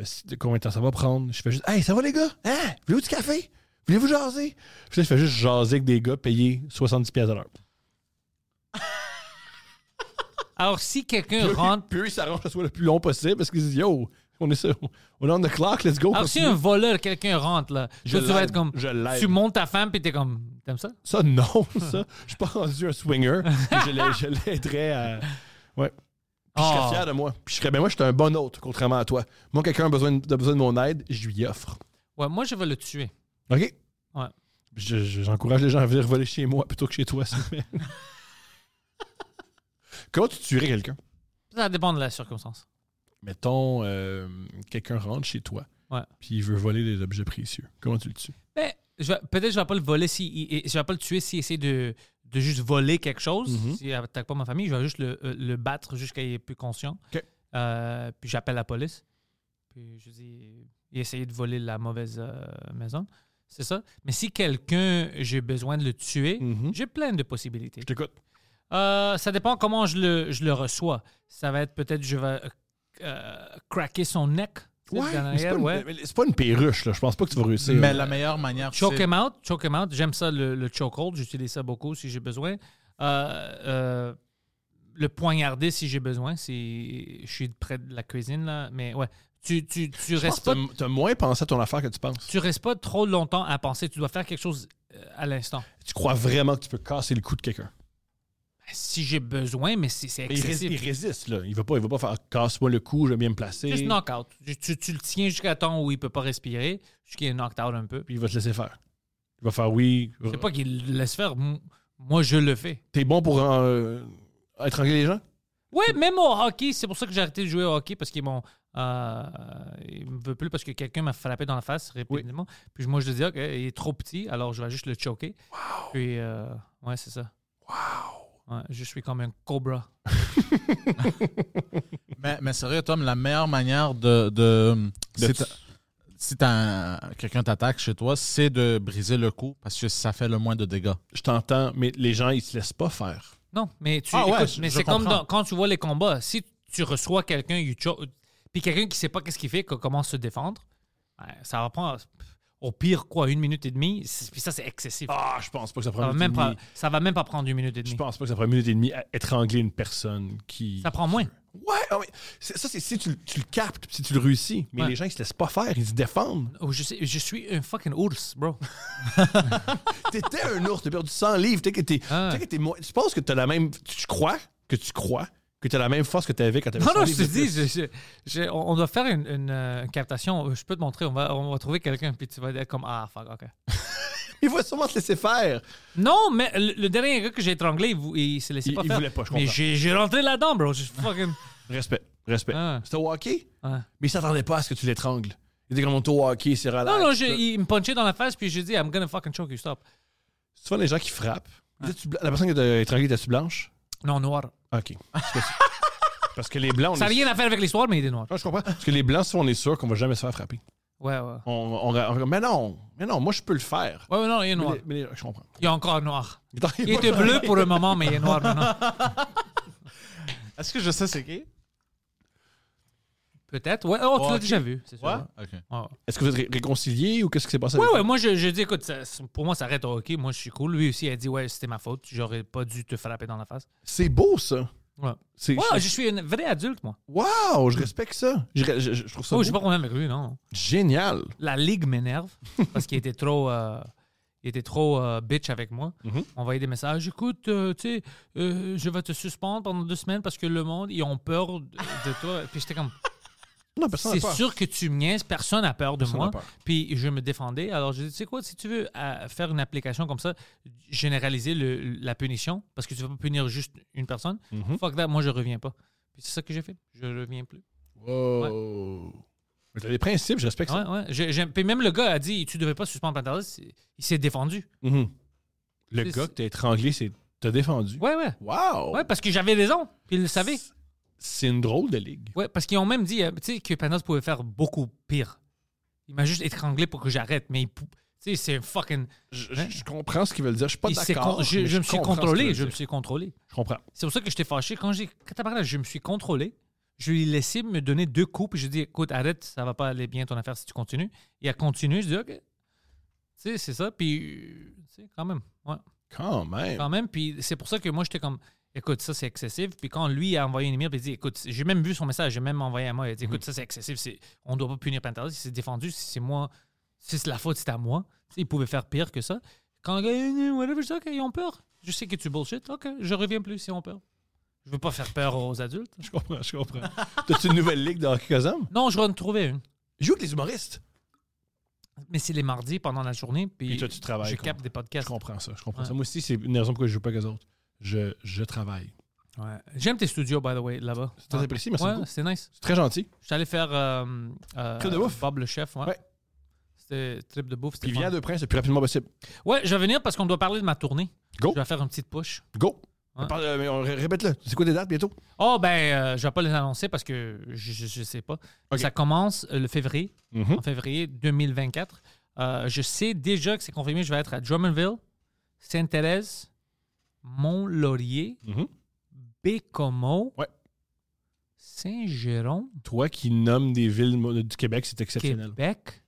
S3: euh, si- de combien de temps ça va prendre. Je fais juste hey ça va les gars, hein voulez-vous du café, voulez-vous jaser. Puis là, je fais juste jaser avec des gars payés 70 pièces à l'heure.
S2: Alors, si quelqu'un
S3: Puis
S2: rentre,
S3: eux, ils s'arrangent que ce soit le plus long possible parce qu'ils disent yo on est sur, on est on the clock, let's go.
S2: Alors, Ah, si un
S3: continue.
S2: voleur, quelqu'un rentre, là,
S3: Je
S2: toi, tu vas
S3: l'aide,
S2: être comme.
S3: je l'aide.
S2: Tu montes ta femme, puis t'es comme. T'aimes ça?
S3: Ça non ça, je suis pas rendu un swinger, mais je l'ai- je l'aiderais à Puis je
S2: Oh.
S3: serais fier de moi. Puis je serais, ben moi, je suis un bon hôte, contrairement à toi. Moi, quelqu'un a besoin de, a besoin de mon aide, je lui offre.
S2: Ouais, moi, je vais le tuer.
S3: OK?
S2: Ouais.
S3: Je- je- J'encourage les gens à venir voler chez moi plutôt que chez toi. s'il vous plaît. Comment tu tuerais quelqu'un?
S2: Ça dépend de la circonstance.
S3: Mettons, euh, quelqu'un rentre chez toi,
S2: Ouais.
S3: puis il veut voler des objets précieux. Comment tu le tues?
S2: Ben, je vais- peut-être je vais pas le voler si il- il- je vais pas le tuer s'il essaie de, de juste voler quelque chose,
S3: Mhm.
S2: s'il attaque pas ma famille, je vais juste le, euh, le battre jusqu'à ce qu'il est plus conscient.
S3: OK.
S2: Euh, puis j'appelle la police. Puis je dis il a essayé de voler la mauvaise euh, maison. C'est ça. Mais si quelqu'un j'ai besoin de le tuer,
S3: Mhm.
S2: j'ai plein de possibilités.
S3: Je t'écoute.
S2: Euh, ça dépend comment je le, je le reçois. Ça va être peut-être je vais euh, euh, craquer son neck. tu sais, dans
S3: mais c'est
S2: l'arrière,
S3: pas, une-
S2: ouais.
S3: mais c'est pas une perruche, là. Je pense pas que tu vas réussir.
S4: Mais la meilleure manière,
S2: Choke
S4: c'est...
S2: him out, choke him out. J'aime ça, le, le chokehold. J'utilise ça beaucoup si j'ai besoin. Euh, euh, le poignarder si j'ai besoin. Si je suis près de la cuisine, là. Mais ouais, tu, tu, tu
S3: Je pense
S2: restes
S3: que
S2: pas,
S3: t'as- t'as moins pensé à ton affaire que tu penses.
S2: tu restes pas trop longtemps à penser. Tu dois faire quelque chose euh, à l'instant.
S3: Tu crois vraiment que tu peux casser le cou de quelqu'un?
S2: Si j'ai besoin, mais c'est c'est
S3: Mais il, rés- il
S2: excessif.
S3: résiste, là. Il va pas, il va pas faire casse-moi le cou, je vais bien me placer.
S2: Juste knockout. Tu, tu- tu le tiens jusqu'à temps où il peut pas respirer, jusqu'à knocked out un peu.
S3: Puis il va te laisser faire. Il va faire oui.
S2: C'est pas qu'il le laisse faire. M- Moi, je le fais.
S3: T'es bon pour euh, étrangler les gens?
S2: Ouais, même au hockey, c'est pour ça que j'ai arrêté de jouer au hockey parce qu'ils m'ont. Euh, il me veut plus parce que quelqu'un m'a frappé dans la face rapidement. Puis moi, je lui dis, OK, il est trop petit, alors je vais juste le choquer. Puis, euh, ouais, c'est ça.
S3: Wow!
S2: Ouais, je suis comme un cobra.
S4: Mais, mais sérieux, Tom, la meilleure manière de. de, de-
S3: C'est-
S4: si t'as un- quelqu'un t'attaque chez toi, c'est de briser le cou parce que ça fait le moins de dégâts.
S3: Je t'entends, mais les gens, ils se laissent pas faire.
S2: Non, mais tu.
S4: Ah ouais,
S2: écoute,
S4: je-
S2: mais
S4: je
S2: c'est comme
S4: comprends.
S2: dans- quand tu vois les combats. Si tu reçois quelqu'un, you cho- puis quelqu'un qui sait pas qu'est-ce qu'il fait, qui commence à se défendre, ouais, ça va prendre au pire quoi, une minute et demie. C'est- Puis ça, c'est excessif.
S3: Ah, je pense pas que ça prend
S2: ça, va
S3: une minute
S2: même
S3: et
S2: pas,
S3: demie.
S2: ça va même pas prendre une minute et
S3: Je
S2: demie.
S3: pense pas que ça prend une minute et demie à étrangler une personne qui.
S2: Ça prend moins.
S3: Ouais, non, mais c'est- ça, c'est si tu, le- tu le captes, si tu le réussis. Mais
S2: Ouais.
S3: les gens, ils se laissent pas faire, ils se défendent.
S2: Oh, je, sais- je suis un fucking ours, bro.
S3: T'étais un ours, t'as perdu 100 livres. t'es que t'es-
S2: Ah.
S3: t'es que t'es moins- Tu penses que t'as la même. Tu crois que tu crois que t'as la même force que t'avais quand t'avais
S2: Non,
S3: 100
S2: non, je
S3: livres
S2: te
S3: de plus.
S2: dis, je- je- je- on on doit faire une, une, euh, une captation. Je peux te montrer. On va, on va trouver quelqu'un, puis tu vas être comme Ah, fuck, ok.
S3: Il va sûrement se laisser faire.
S2: Non, mais le, le dernier gars que j'ai étranglé, il, vou- il se laissait
S3: Il-
S2: pas
S3: il
S2: faire.
S3: voulait pas, je
S2: Mais
S3: comprends.
S2: j'ai j'ai rentré là-dedans, bro. Je fucking.
S3: Respect, respect.
S2: Ah.
S3: C'était au hockey,
S2: Ouais.
S3: mais il s'attendait pas à ce que tu l'étrangles. Il était comme on est au hockey, c'est relax.
S2: Non, non, j'ai- il me punchait dans la face, puis j'ai dit, I'm gonna fucking choke you, stop.
S3: Souvent, les gens qui frappent.
S2: Ah.
S3: Étais-tu bla- La personne qui t'a étranglé, était tu blanche?
S2: Non, noir.
S3: OK. Parce que, parce que les blancs, on
S2: Ça n'a
S3: est-
S2: rien à faire avec l'histoire, mais il est noir.
S3: Non, je comprends. Parce que les blancs, souvent, on est sûr qu'on va jamais se faire frapper.
S2: Ouais, ouais.
S3: On, on- on- mais non, mais non, moi, je peux le faire.
S2: Ouais, ouais, non, il est noir.
S3: Mais, les- mais les- je comprends.
S2: Il est encore noir.
S3: Il
S2: Il était bleu pour un moment, mais il est noir maintenant.
S4: Est-ce que je sais c'est qui?
S2: Peut-être. Ouais, oh, tu
S4: Ouais,
S2: l'as
S4: ok.
S2: déjà vu. C'est sûr.
S4: Ouais?
S2: Ouais.
S4: Ok.
S2: Ouais.
S3: Est-ce que vous êtes ré- réconciliés ou qu'est-ce qui s'est passé?
S2: Ouais,
S3: avec-
S2: ouais, moi je, je dis, écoute, ça- c'est- pour moi ça arrête au hockey, moi je suis cool. Lui aussi, il a dit, ouais, c'était ma faute, j'aurais pas dû te frapper dans la face.
S3: C'est beau, ça.
S2: Ouais.
S3: C'est,
S2: Ouais,
S3: je-
S2: je suis un vrai adulte, moi.
S3: Wow, je respecte ça. Je, je- je- je trouve ça
S2: Oh,
S3: beau.
S2: j'ai pas de problème avec lui, non.
S3: génial.
S2: La ligue m'énerve parce qu'il était trop. euh, il était trop euh, bitch avec moi.
S3: Mhm.
S2: On envoyait des messages. Écoute, euh, tu sais, euh, je vais te suspendre pendant deux semaines parce que le monde, ils ont peur de, de toi. Puis j'étais comme,
S3: Non, personne n'a
S2: c'est
S3: peur.
S2: sûr que tu me niaises, personne n'a peur de
S3: Personne
S2: moi.
S3: n'a peur.
S2: Puis je me défendais. Alors je dis, tu sais quoi, si tu veux euh, faire une application comme ça, généraliser le- la punition, parce que tu vas pas punir juste une personne,
S3: Mhm.
S2: fuck that, moi je reviens pas. Puis c'est ça que j'ai fait. Je reviens plus.
S3: Wow. Mais T'as des principes, je respecte
S2: Ouais, ouais. J'ai- j'aime- Puis même le gars a dit, tu devais pas suspendre Pantelis. Il s'est défendu.
S3: ça. Mhm. Le
S2: C'est-
S3: gars que t'as étranglé, c'est t'as défendu.
S2: Ouais, ouais.
S3: Wow.
S2: Ouais, parce que j'avais raison. Puis il le savait.
S3: C'est une drôle de ligue.
S2: Ouais, parce qu'ils ont même dit, euh, tu sais, que Panos pouvait faire beaucoup pire. Il m'a juste étranglé pour que j'arrête, mais il pou- tu sais, c'est un fucking.
S3: Je,
S2: Hein?
S3: je comprends ce qu'ils veulent dire. Je suis pas
S2: il s'est
S3: d'accord.
S2: con- Je,
S3: mais
S2: je me suis
S3: comprends ce qu'ils
S2: contrôlé.
S3: veulent
S2: Je me
S3: dire.
S2: suis contrôlé.
S3: Je comprends.
S2: C'est pour ça que j'étais fâché. Quand j'ai. Quand t'as parlé, je me suis contrôlé. Je lui ai laissé me donner deux coups, puis j'ai dit, écoute, arrête, ça va pas aller bien ton affaire si tu continues. Il a continué, je dis, ok. Tu sais, c'est ça, puis. euh, Tu sais, quand même. Ouais.
S3: Quand même.
S2: quand même. Puis c'est pour ça que moi, j'étais comme, écoute, ça, c'est excessif. Puis quand lui a envoyé une email, puis il dit, écoute, j'ai même vu son message, j'ai même envoyé à moi, il a dit,
S3: Mhm.
S2: écoute, ça, c'est excessif, c'est, on ne doit pas punir Pantelis, il s'est défendu, si c'est moi, si c'est la faute, c'est à moi. Tu sais, il pouvait faire pire que ça. Quand le gars, euh, whatever, je dis, OK, ils ont peur. Je sais que tu bullshit, OK, je reviens plus si on peur. Je veux pas faire peur aux adultes.
S3: Je comprends, je comprends. T'as-tu une nouvelle ligue dans quelques hommes?
S2: Non, je vais en trouver une.
S3: Joue avec les humoristes.
S2: Mais c'est les mardis pendant la journée, puis
S3: Et toi, tu travailles,
S2: je
S3: quoi.
S2: capte des
S3: Je
S2: podcasts.
S3: comprends ça. Je comprends
S2: Ouais.
S3: ça. Moi aussi, c'est une raison pourquoi je joue pas avec les autres. Je, je travaille.
S2: Ouais. J'aime tes studios, by the way, là-bas.
S3: C'est très apprécié, merci
S2: Ouais,
S3: beaucoup.
S2: c'est nice.
S3: C'est très gentil.
S2: Je suis allé faire euh, euh,
S3: Club de bouffe.
S2: Bob le chef. Ouais.
S3: Ouais.
S2: C'était trip de bouffe. c'était
S3: Puis viens
S2: fun.
S3: à deux princes le plus rapidement possible.
S2: Ouais, je vais venir parce qu'on doit parler de ma tournée.
S3: Go.
S2: Je vais faire une petite push.
S3: Go!
S2: Ouais.
S3: Parle- euh, mais on- ré- Répète-le. C'est quoi tes dates bientôt?
S2: Oh, ben, euh, je vais pas les annoncer parce que je, je, je sais pas.
S3: Ok. Hmm.
S2: Ça commence euh, le février, en février 2024. Euh, je sais déjà que c'est confirmé. Je vais être à Drummondville, Sainte-Thérèse, Mont-Laurier,
S3: Mhm.
S2: Bécomo,
S3: Ouais.
S2: Saint-Jérôme,
S3: Toi qui nommes des villes mo- du Québec, c'est exceptionnel.
S2: Québec.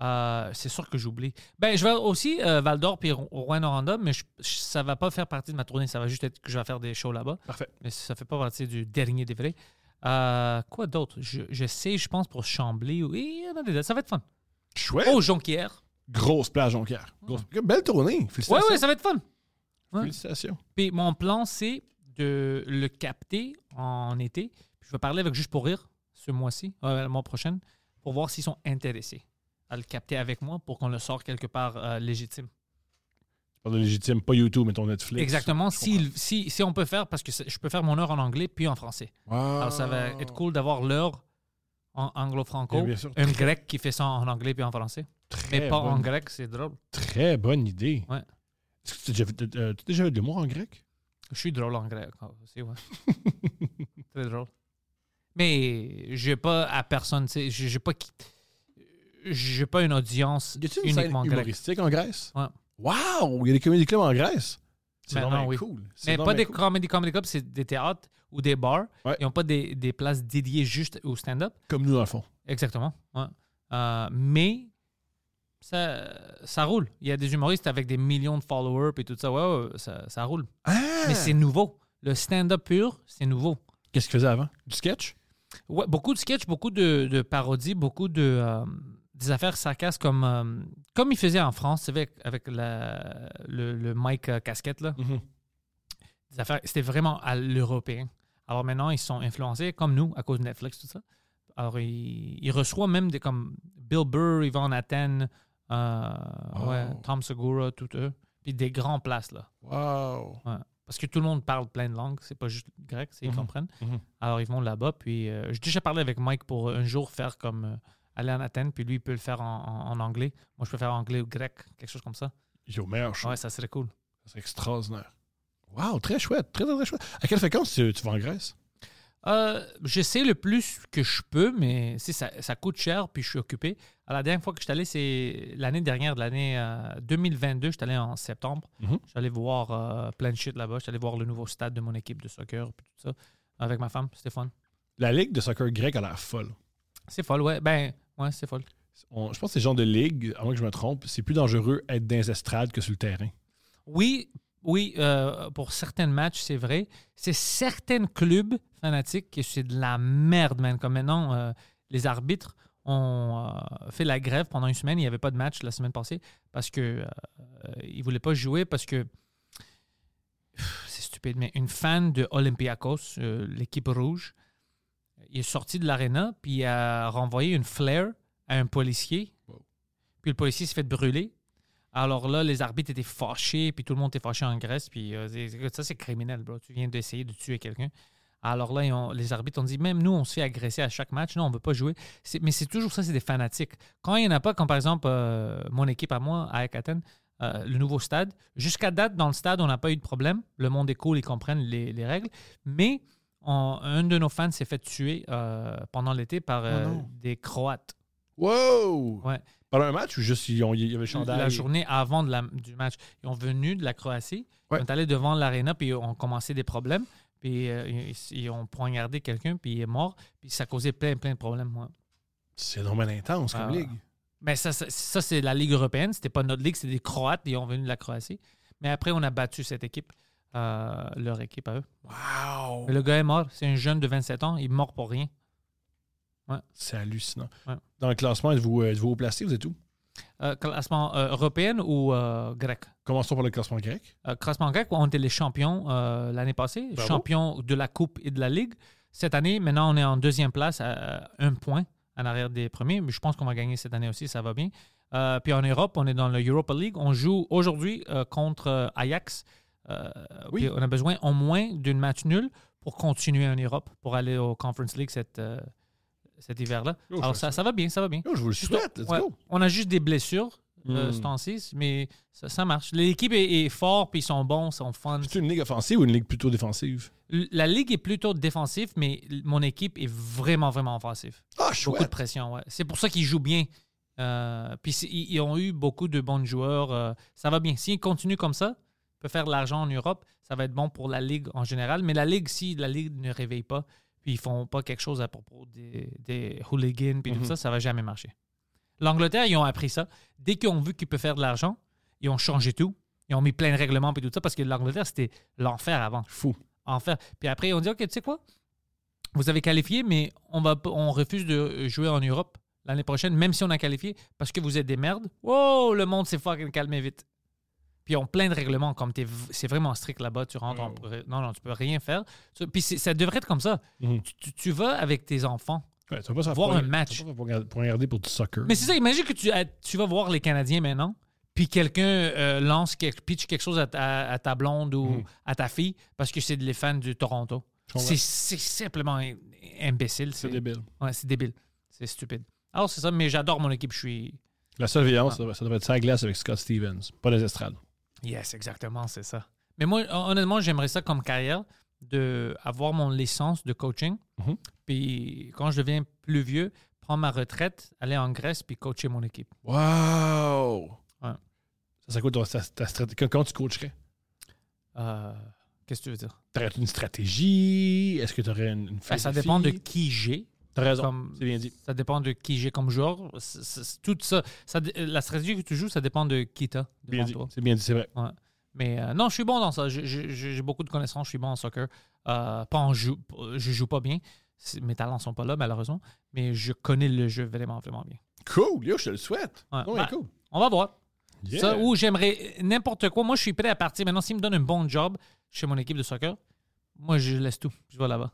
S2: Euh, c'est sûr que j'oublie. Ben, je vais aussi euh, Val d'Or puis Rouen-Noranda, mais je- je- ça va pas faire partie de ma tournée. Ça va juste être que je vais faire des shows là-bas.
S3: Parfait.
S2: Mais ça fait pas partie du dernier des vrais. Euh, quoi d'autre? Je, je sais, je pense pour Chambly. Oui, il y en a des dates. Ça va être fun.
S3: Chouette!
S2: Oh, Jonquière.
S3: Grosse plage, Jonquière. Grosse- Belle tournée.
S2: Ouais,
S3: Félicitations.
S2: ouais, ça va être fun. ouais.
S3: Félicitations.
S2: Puis mon plan, c'est de le capter en été. Puis je vais parler avec Juste pour rire ce mois-ci, euh, le mois prochain, pour voir s'ils sont intéressés à le capter avec moi pour qu'on le sorte quelque part euh, légitime.
S3: Tu parles de légitime, pas YouTube, mais ton Netflix.
S2: Exactement.
S3: Je
S2: Si, si, si on peut faire, parce que c'est- je peux faire mon heure en anglais puis en français.
S3: comprends.
S2: Alors, ça va être cool d'avoir l'heure en anglo-franco.
S3: Ah. Bien, bien sûr.
S2: Un grec qui fait ça en anglais puis en français.
S3: Très
S2: Mais pas
S3: bonne-
S2: en grec, c'est drôle.
S3: Très bonne idée.
S2: Ouais.
S3: Est-ce que tu as déjà fait- euh, tu as déjà fait de l'humour en grec?
S2: Je suis drôle en grec aussi, ouais. Très drôle. Mais j'ai pas à personne, tu sais, j'ai j'ai pas qui- j'ai pas une audience
S3: Y a-t-il une scène
S2: uniquement grecque.
S3: humoristique en Grèce?
S2: Ouais.
S3: Wow! Il y a des comédie clubs en Grèce? C'est
S2: Maintenant,
S3: vraiment
S2: oui.
S3: cool. C'est
S2: Mais pas
S3: vraiment
S2: des
S3: cool.
S2: comedy comedy clubs, c'est des théâtres ou des bars.
S3: Ouais.
S2: Ils n'ont pas des, des places dédiées juste au stand-up.
S3: Comme nous, dans le fond.
S2: Exactement. ouais. Euh, mais ça, ça roule. Il y a des humoristes avec des millions de followers et tout ça. Ouais, ouais, ça, ça roule.
S3: Ah.
S2: Mais c'est nouveau. Le stand-up pur, c'est nouveau.
S3: Qu'est-ce qu'ils faisaient avant? Du sketch?
S2: Ouais, beaucoup de sketchs, beaucoup de, de parodies, beaucoup de euh, des affaires sarcastes comme euh, comme ils faisaient en France, avec avec la- le, le mic euh, casquette là.
S3: Mhm.
S2: Des affaires, c'était vraiment à l'européen. Alors maintenant, ils sont influencés comme nous à cause de Netflix tout ça. Alors ils, ils reçoivent même des comme Bill Burr, Yvonne Atten, euh,
S3: Oh.
S2: ouais, Tom Segura, tout eux, puis des grands places là.
S3: Wow!
S2: Ouais. Parce que tout le monde parle plein de langues, c'est pas juste le grec, c'est ils
S3: Mhm.
S2: comprennent.
S3: Mhm.
S2: Alors ils vont là-bas, puis euh, j'ai déjà parlé avec Mike pour euh, un jour faire comme euh, aller en Athènes, puis lui il peut le faire en, en- en anglais. Moi je peux faire anglais ou grec, quelque chose comme ça.
S3: Yo, meilleur show.
S2: Ouais, ça serait cool.
S3: C'est extraordinaire. Wow, très chouette. Très, très, très chouette. À quelle fréquence tu, tu vas en Grèce?
S2: Euh, J'essaie le plus que je peux, mais si ça, ça coûte cher, puis je suis occupé. À la dernière fois que je suis allé, c'est l'année dernière, de l'année euh, 2022. Je suis allé en septembre.
S3: Mhm.
S2: Je suis allé voir euh, plein de shit là-bas. Je suis allé voir le nouveau stade de mon équipe de soccer, puis tout ça, avec ma femme, Stéphane.
S3: La ligue de soccer grec a l'air folle.
S2: C'est folle, ouais. Ben, ouais, c'est folle.
S3: On- je pense que c'est le genre de ligue, à moins que je me trompe, c'est plus dangereux être dans les estrades que sur le terrain.
S2: Oui, oui, euh, pour certains matchs, c'est vrai. C'est certains clubs fanatiques que c'est de la merde, man. Comme maintenant, euh, les arbitres ont euh, fait la grève pendant une semaine. Il n'y avait pas de match la semaine passée parce que euh, ils ne voulaient pas jouer parce que Pff, c'est stupide, mais une fan de Olympiakos, euh, l'équipe rouge, il est sorti de l'aréna puis il a renvoyé une flare à un policier. Puis le policier s'est fait brûler. Alors là, les arbitres étaient fâchés, puis tout le monde était fâché en Grèce. Puis euh, c'est- écoute, ça, c'est criminel, bro. Tu viens d'essayer de tuer quelqu'un. Alors là, ils ont- les arbitres ont dit, même nous, on se fait agresser à chaque match. Non, on ne veut pas jouer. C'est- mais c'est toujours ça, c'est des fanatiques. Quand il n'y en a pas, comme par exemple euh, mon équipe à moi, à Ekaten, le nouveau stade, jusqu'à date, dans le stade, on n'a pas eu de problème. Le monde est cool, ils comprennent les, les règles. Mais on- un de nos fans s'est fait tuer euh, pendant l'été par euh,
S3: non.
S2: des Croates.
S3: Wow!
S2: Ouais.
S3: Pendant un match ou juste ils ont- il y avait le chandail?
S2: La journée avant de la- du match. Ils ont venu de la Croatie,
S3: Ouais.
S2: ils sont allés devant l'aréna, puis ils ont commencé des problèmes, puis euh, ils, ils ont poignardé quelqu'un, puis il est mort, puis ça causait plein, plein de problèmes. ouais.
S3: C'est normal intense comme
S2: Ah.
S3: ligue.
S2: Mais ça, ça, ça, c'est la Ligue européenne, c'était pas notre ligue, c'est des Croates, ils ont venu de la Croatie. Mais après, on a battu cette équipe, euh, leur équipe à eux.
S3: Wow!
S2: Mais le gars est mort, c'est un jeune de 27 ans, il est mort pour rien.
S3: C'est hallucinant.
S2: Ouais.
S3: Dans le classement, êtes-vous êtes haut placé? Vous êtes où?
S2: Euh, classement euh, européenne ou euh, grec?
S3: Commençons par le classement grec.
S2: Euh, Crossman Grec, on était les champions euh, l'année passée,
S3: Bravo.
S2: champions de la Coupe et de la Ligue. Cette année, maintenant, on est en deuxième place à euh, un point en arrière des premiers, mais je pense qu'on va gagner cette année aussi, ça va bien. Euh, puis en Europe, on est dans le Europa League. On joue aujourd'hui euh, contre euh, Ajax. Euh,
S3: Oui.
S2: puis On a besoin au moins d'une match nulle pour continuer en Europe, pour aller au Conference League cette, euh, cet hiver-là.
S3: Oh,
S2: Alors
S3: je
S2: ça, ça va bien, ça va bien.
S3: Yo, je vous le
S2: Juste-
S3: souhaite. Let's
S2: ouais,
S3: go!
S2: On a juste des blessures euh,
S3: Hmm.
S2: ce temps-ci, mais ça, ça marche. L'équipe est, est forte, puis ils sont bons, ils sont fun.
S3: C'est une ligue offensive ou une ligue plutôt défensive?
S2: L- La ligue est plutôt défensive, mais l- mon équipe est vraiment, vraiment offensive.
S3: Ah,
S2: Beaucoup de
S3: chouette!
S2: pression, ouais. C'est pour ça qu'ils jouent bien. Euh, puis c'est- ils, ils ont eu beaucoup de bons joueurs. euh, ça va bien. S'ils continuent comme ça, ils peuvent faire de l'argent en Europe. Ça va être bon pour la ligue en général. Mais la ligue, si la ligue ne réveille pas, puis ils font pas quelque chose à propos des, des hooligans, puis
S3: Mhm.
S2: tout ça, ça va jamais marcher. L'Angleterre, ils ont appris ça. Dès qu'ils ont vu qu'ils peuvent faire de l'argent, ils ont changé tout. Ils ont mis plein de règlements, puis tout ça, parce que l'Angleterre, c'était l'enfer avant
S3: Fou.
S2: en faire. Puis après, on dit, OK, tu sais quoi? Vous avez qualifié, mais on, va, p- on refuse de euh, jouer en Europe l'année prochaine, même si on a qualifié, parce que vous êtes des merdes. Wow, le monde s'est fucking calmé vite. Puis ils ont plein de règlements, comme t'es v- c'est vraiment strict là-bas, tu rentres, en- non, non, tu peux rien faire. Ça- Puis c'est- ça devrait être comme ça.
S3: Mhm.
S2: Tu- tu- tu vas avec tes enfants.
S3: Ouais, tu vas pas ça
S2: Voir
S3: pour-
S2: un
S3: tu vas
S2: match.
S3: pas Pour regarder- pour regarder pour du soccer.
S2: Mais c'est ça, imagine que tu, à- tu vas voir les Canadiens maintenant, puis quelqu'un euh, lance, quelque, pitch quelque chose à ta, à ta blonde ou
S3: Mhm.
S2: à ta fille parce que c'est les fans du Toronto.
S3: Je comprends.
S2: C'est c'est simplement im- imbécile.
S3: C'est
S2: C'est
S3: débile.
S2: ouais, c'est débile. C'est stupide. Alors, c'est ça, mais j'adore mon équipe. Je suis. Ah.
S3: La seule violence, ça devrait- ça devrait être ça à glace avec Scott Stevens, pas les estrades.
S2: Yes, exactement, c'est ça. Mais moi, hon- honnêtement, j'aimerais ça comme carrière, de avoir mon licence de coaching.
S3: Mhm.
S2: Puis quand je deviens plus vieux, prendre ma retraite, aller en Grèce, puis coacher mon équipe.
S3: Wow!
S2: Ouais.
S3: Ça, c'est quoi ton- ta, ta stratégie? Comment tu coacherais?
S2: Euh, Qu'est-ce que tu veux dire?
S3: T'aurais une stratégie? Est-ce que tu aurais une, une
S2: Ben, ça
S3: philosophie?
S2: dépend de qui j'ai.
S3: T'as raison.
S2: Comme-
S3: C'est bien dit.
S2: Ça dépend de qui j'ai comme joueur. C'est- c'est- tout ça, ça dé- la stratégie que tu joues, ça dépend de qui t'as
S3: Bien
S2: devant
S3: dit.
S2: toi.
S3: C'est bien dit, c'est vrai.
S2: Mais euh, non, je suis bon dans ça. J'ai- J'ai j'ai- j'ai beaucoup de connaissances. Je suis bon en soccer. Euh, pas en jou- je joue pas bien. C'est- Mes talents sont pas là, malheureusement. Mais je connais le jeu vraiment, vraiment bien.
S3: Cool, yo, je te le souhaite.
S2: Ouais.
S3: Ouais,
S2: Bah,
S3: cool.
S2: On va voir.
S3: Yeah.
S2: Ça, ou j'aimerais euh, n'importe quoi. Moi, je suis prêt à partir. Maintenant, s'il me donne un bon job chez mon équipe de soccer, moi, je laisse tout. Je vais là-bas.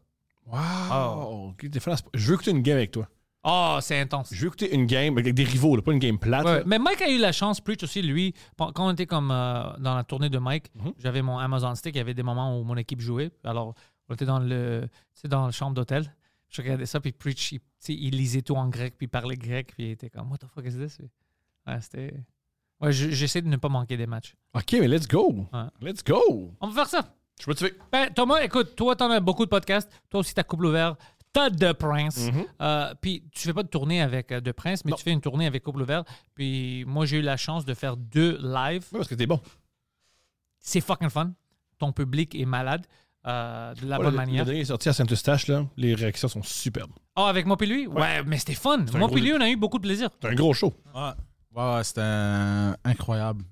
S3: Wow! Ok, t'es fait à ce point. Je veux écouter une game avec toi.
S2: Oh, c'est intense.
S3: Je veux écouter une game avec des rivaux, là, pas une game plate.
S2: Ouais,
S3: là.
S2: mais Mike a eu la chance, Preach aussi, lui, pen- quand on était comme euh, dans la tournée de Mike,
S3: Mhm.
S2: j'avais mon Amazon Stick, il y avait des moments où mon équipe jouait. Alors, on était dans le tu sais, dans la chambre d'hôtel. Je regardais ça, puis Preach, il, tu sais, il lisait tout en grec, puis il parlait grec, puis il était comme, What the fuck is this? Ouais, c'était. Ouais, je- j'essaie de ne pas manquer des matchs.
S3: Ok, mais let's go!
S2: Ouais.
S3: Let's go!
S2: On va faire ça.
S3: Je peux te faire.
S2: Ben, Thomas, écoute, toi, t'en as beaucoup de podcasts. Toi aussi, t'as Couple Ouvert. T'as The Prince. Euh, puis tu fais pas de tournée avec euh, The Prince, mais
S3: Mhm. Non.
S2: tu fais une tournée avec Couple Ouvert. Puis moi, j'ai eu la chance de faire deux lives.
S3: Oui, parce que t'es bon.
S2: C'est fucking fun. Ton public est malade euh, de la
S3: Ouais,
S2: bonne
S3: le- Le
S2: manière.
S3: dernier est sorti à Saint-Eustache, là. Les réactions sont superbes.
S2: Ah, avec moi puis lui? Ouais, mais c'était fun.
S3: un
S2: Moi
S3: gros
S2: puis lui, on a eu beaucoup de plaisir.
S3: C'est un gros show.
S4: Ouais, ouais, ouais, c'était euh, incroyable.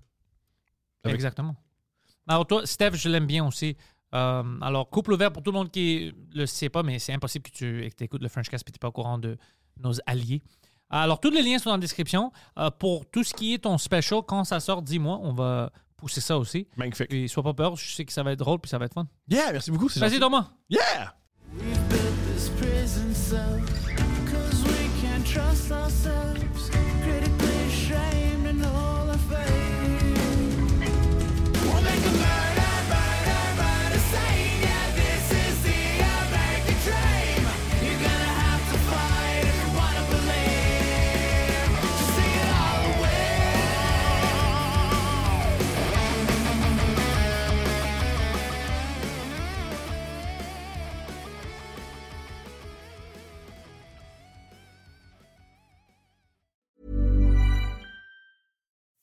S3: Avec-
S2: Exactement. Alors toi, Steph, je l'aime bien aussi. Euh, alors, couple ouvert pour tout le monde qui le sait pas, mais c'est impossible que tu écoutes le Frenchcast et tu n'es pas au courant de nos alliés. Alors, tous les liens sont dans la description. Euh, pour tout ce qui est ton special, quand ça sort, dis-moi, on va pousser ça aussi.
S3: Magnifique.
S2: Et sois pas peur, je sais que ça va être drôle puis ça va être fun.
S3: Yeah, merci beaucoup. c'est
S2: Vas-y,
S3: gentil.
S2: Thomas.
S3: Yeah!
S1: We've built this prison cell 'cause Cause we can't trust ourselves Critically ashamed and all our failures We'll make a murder, murder, murder scene Yeah, this is the American dream You're gonna have to fight if you wanna believe Just sing it all away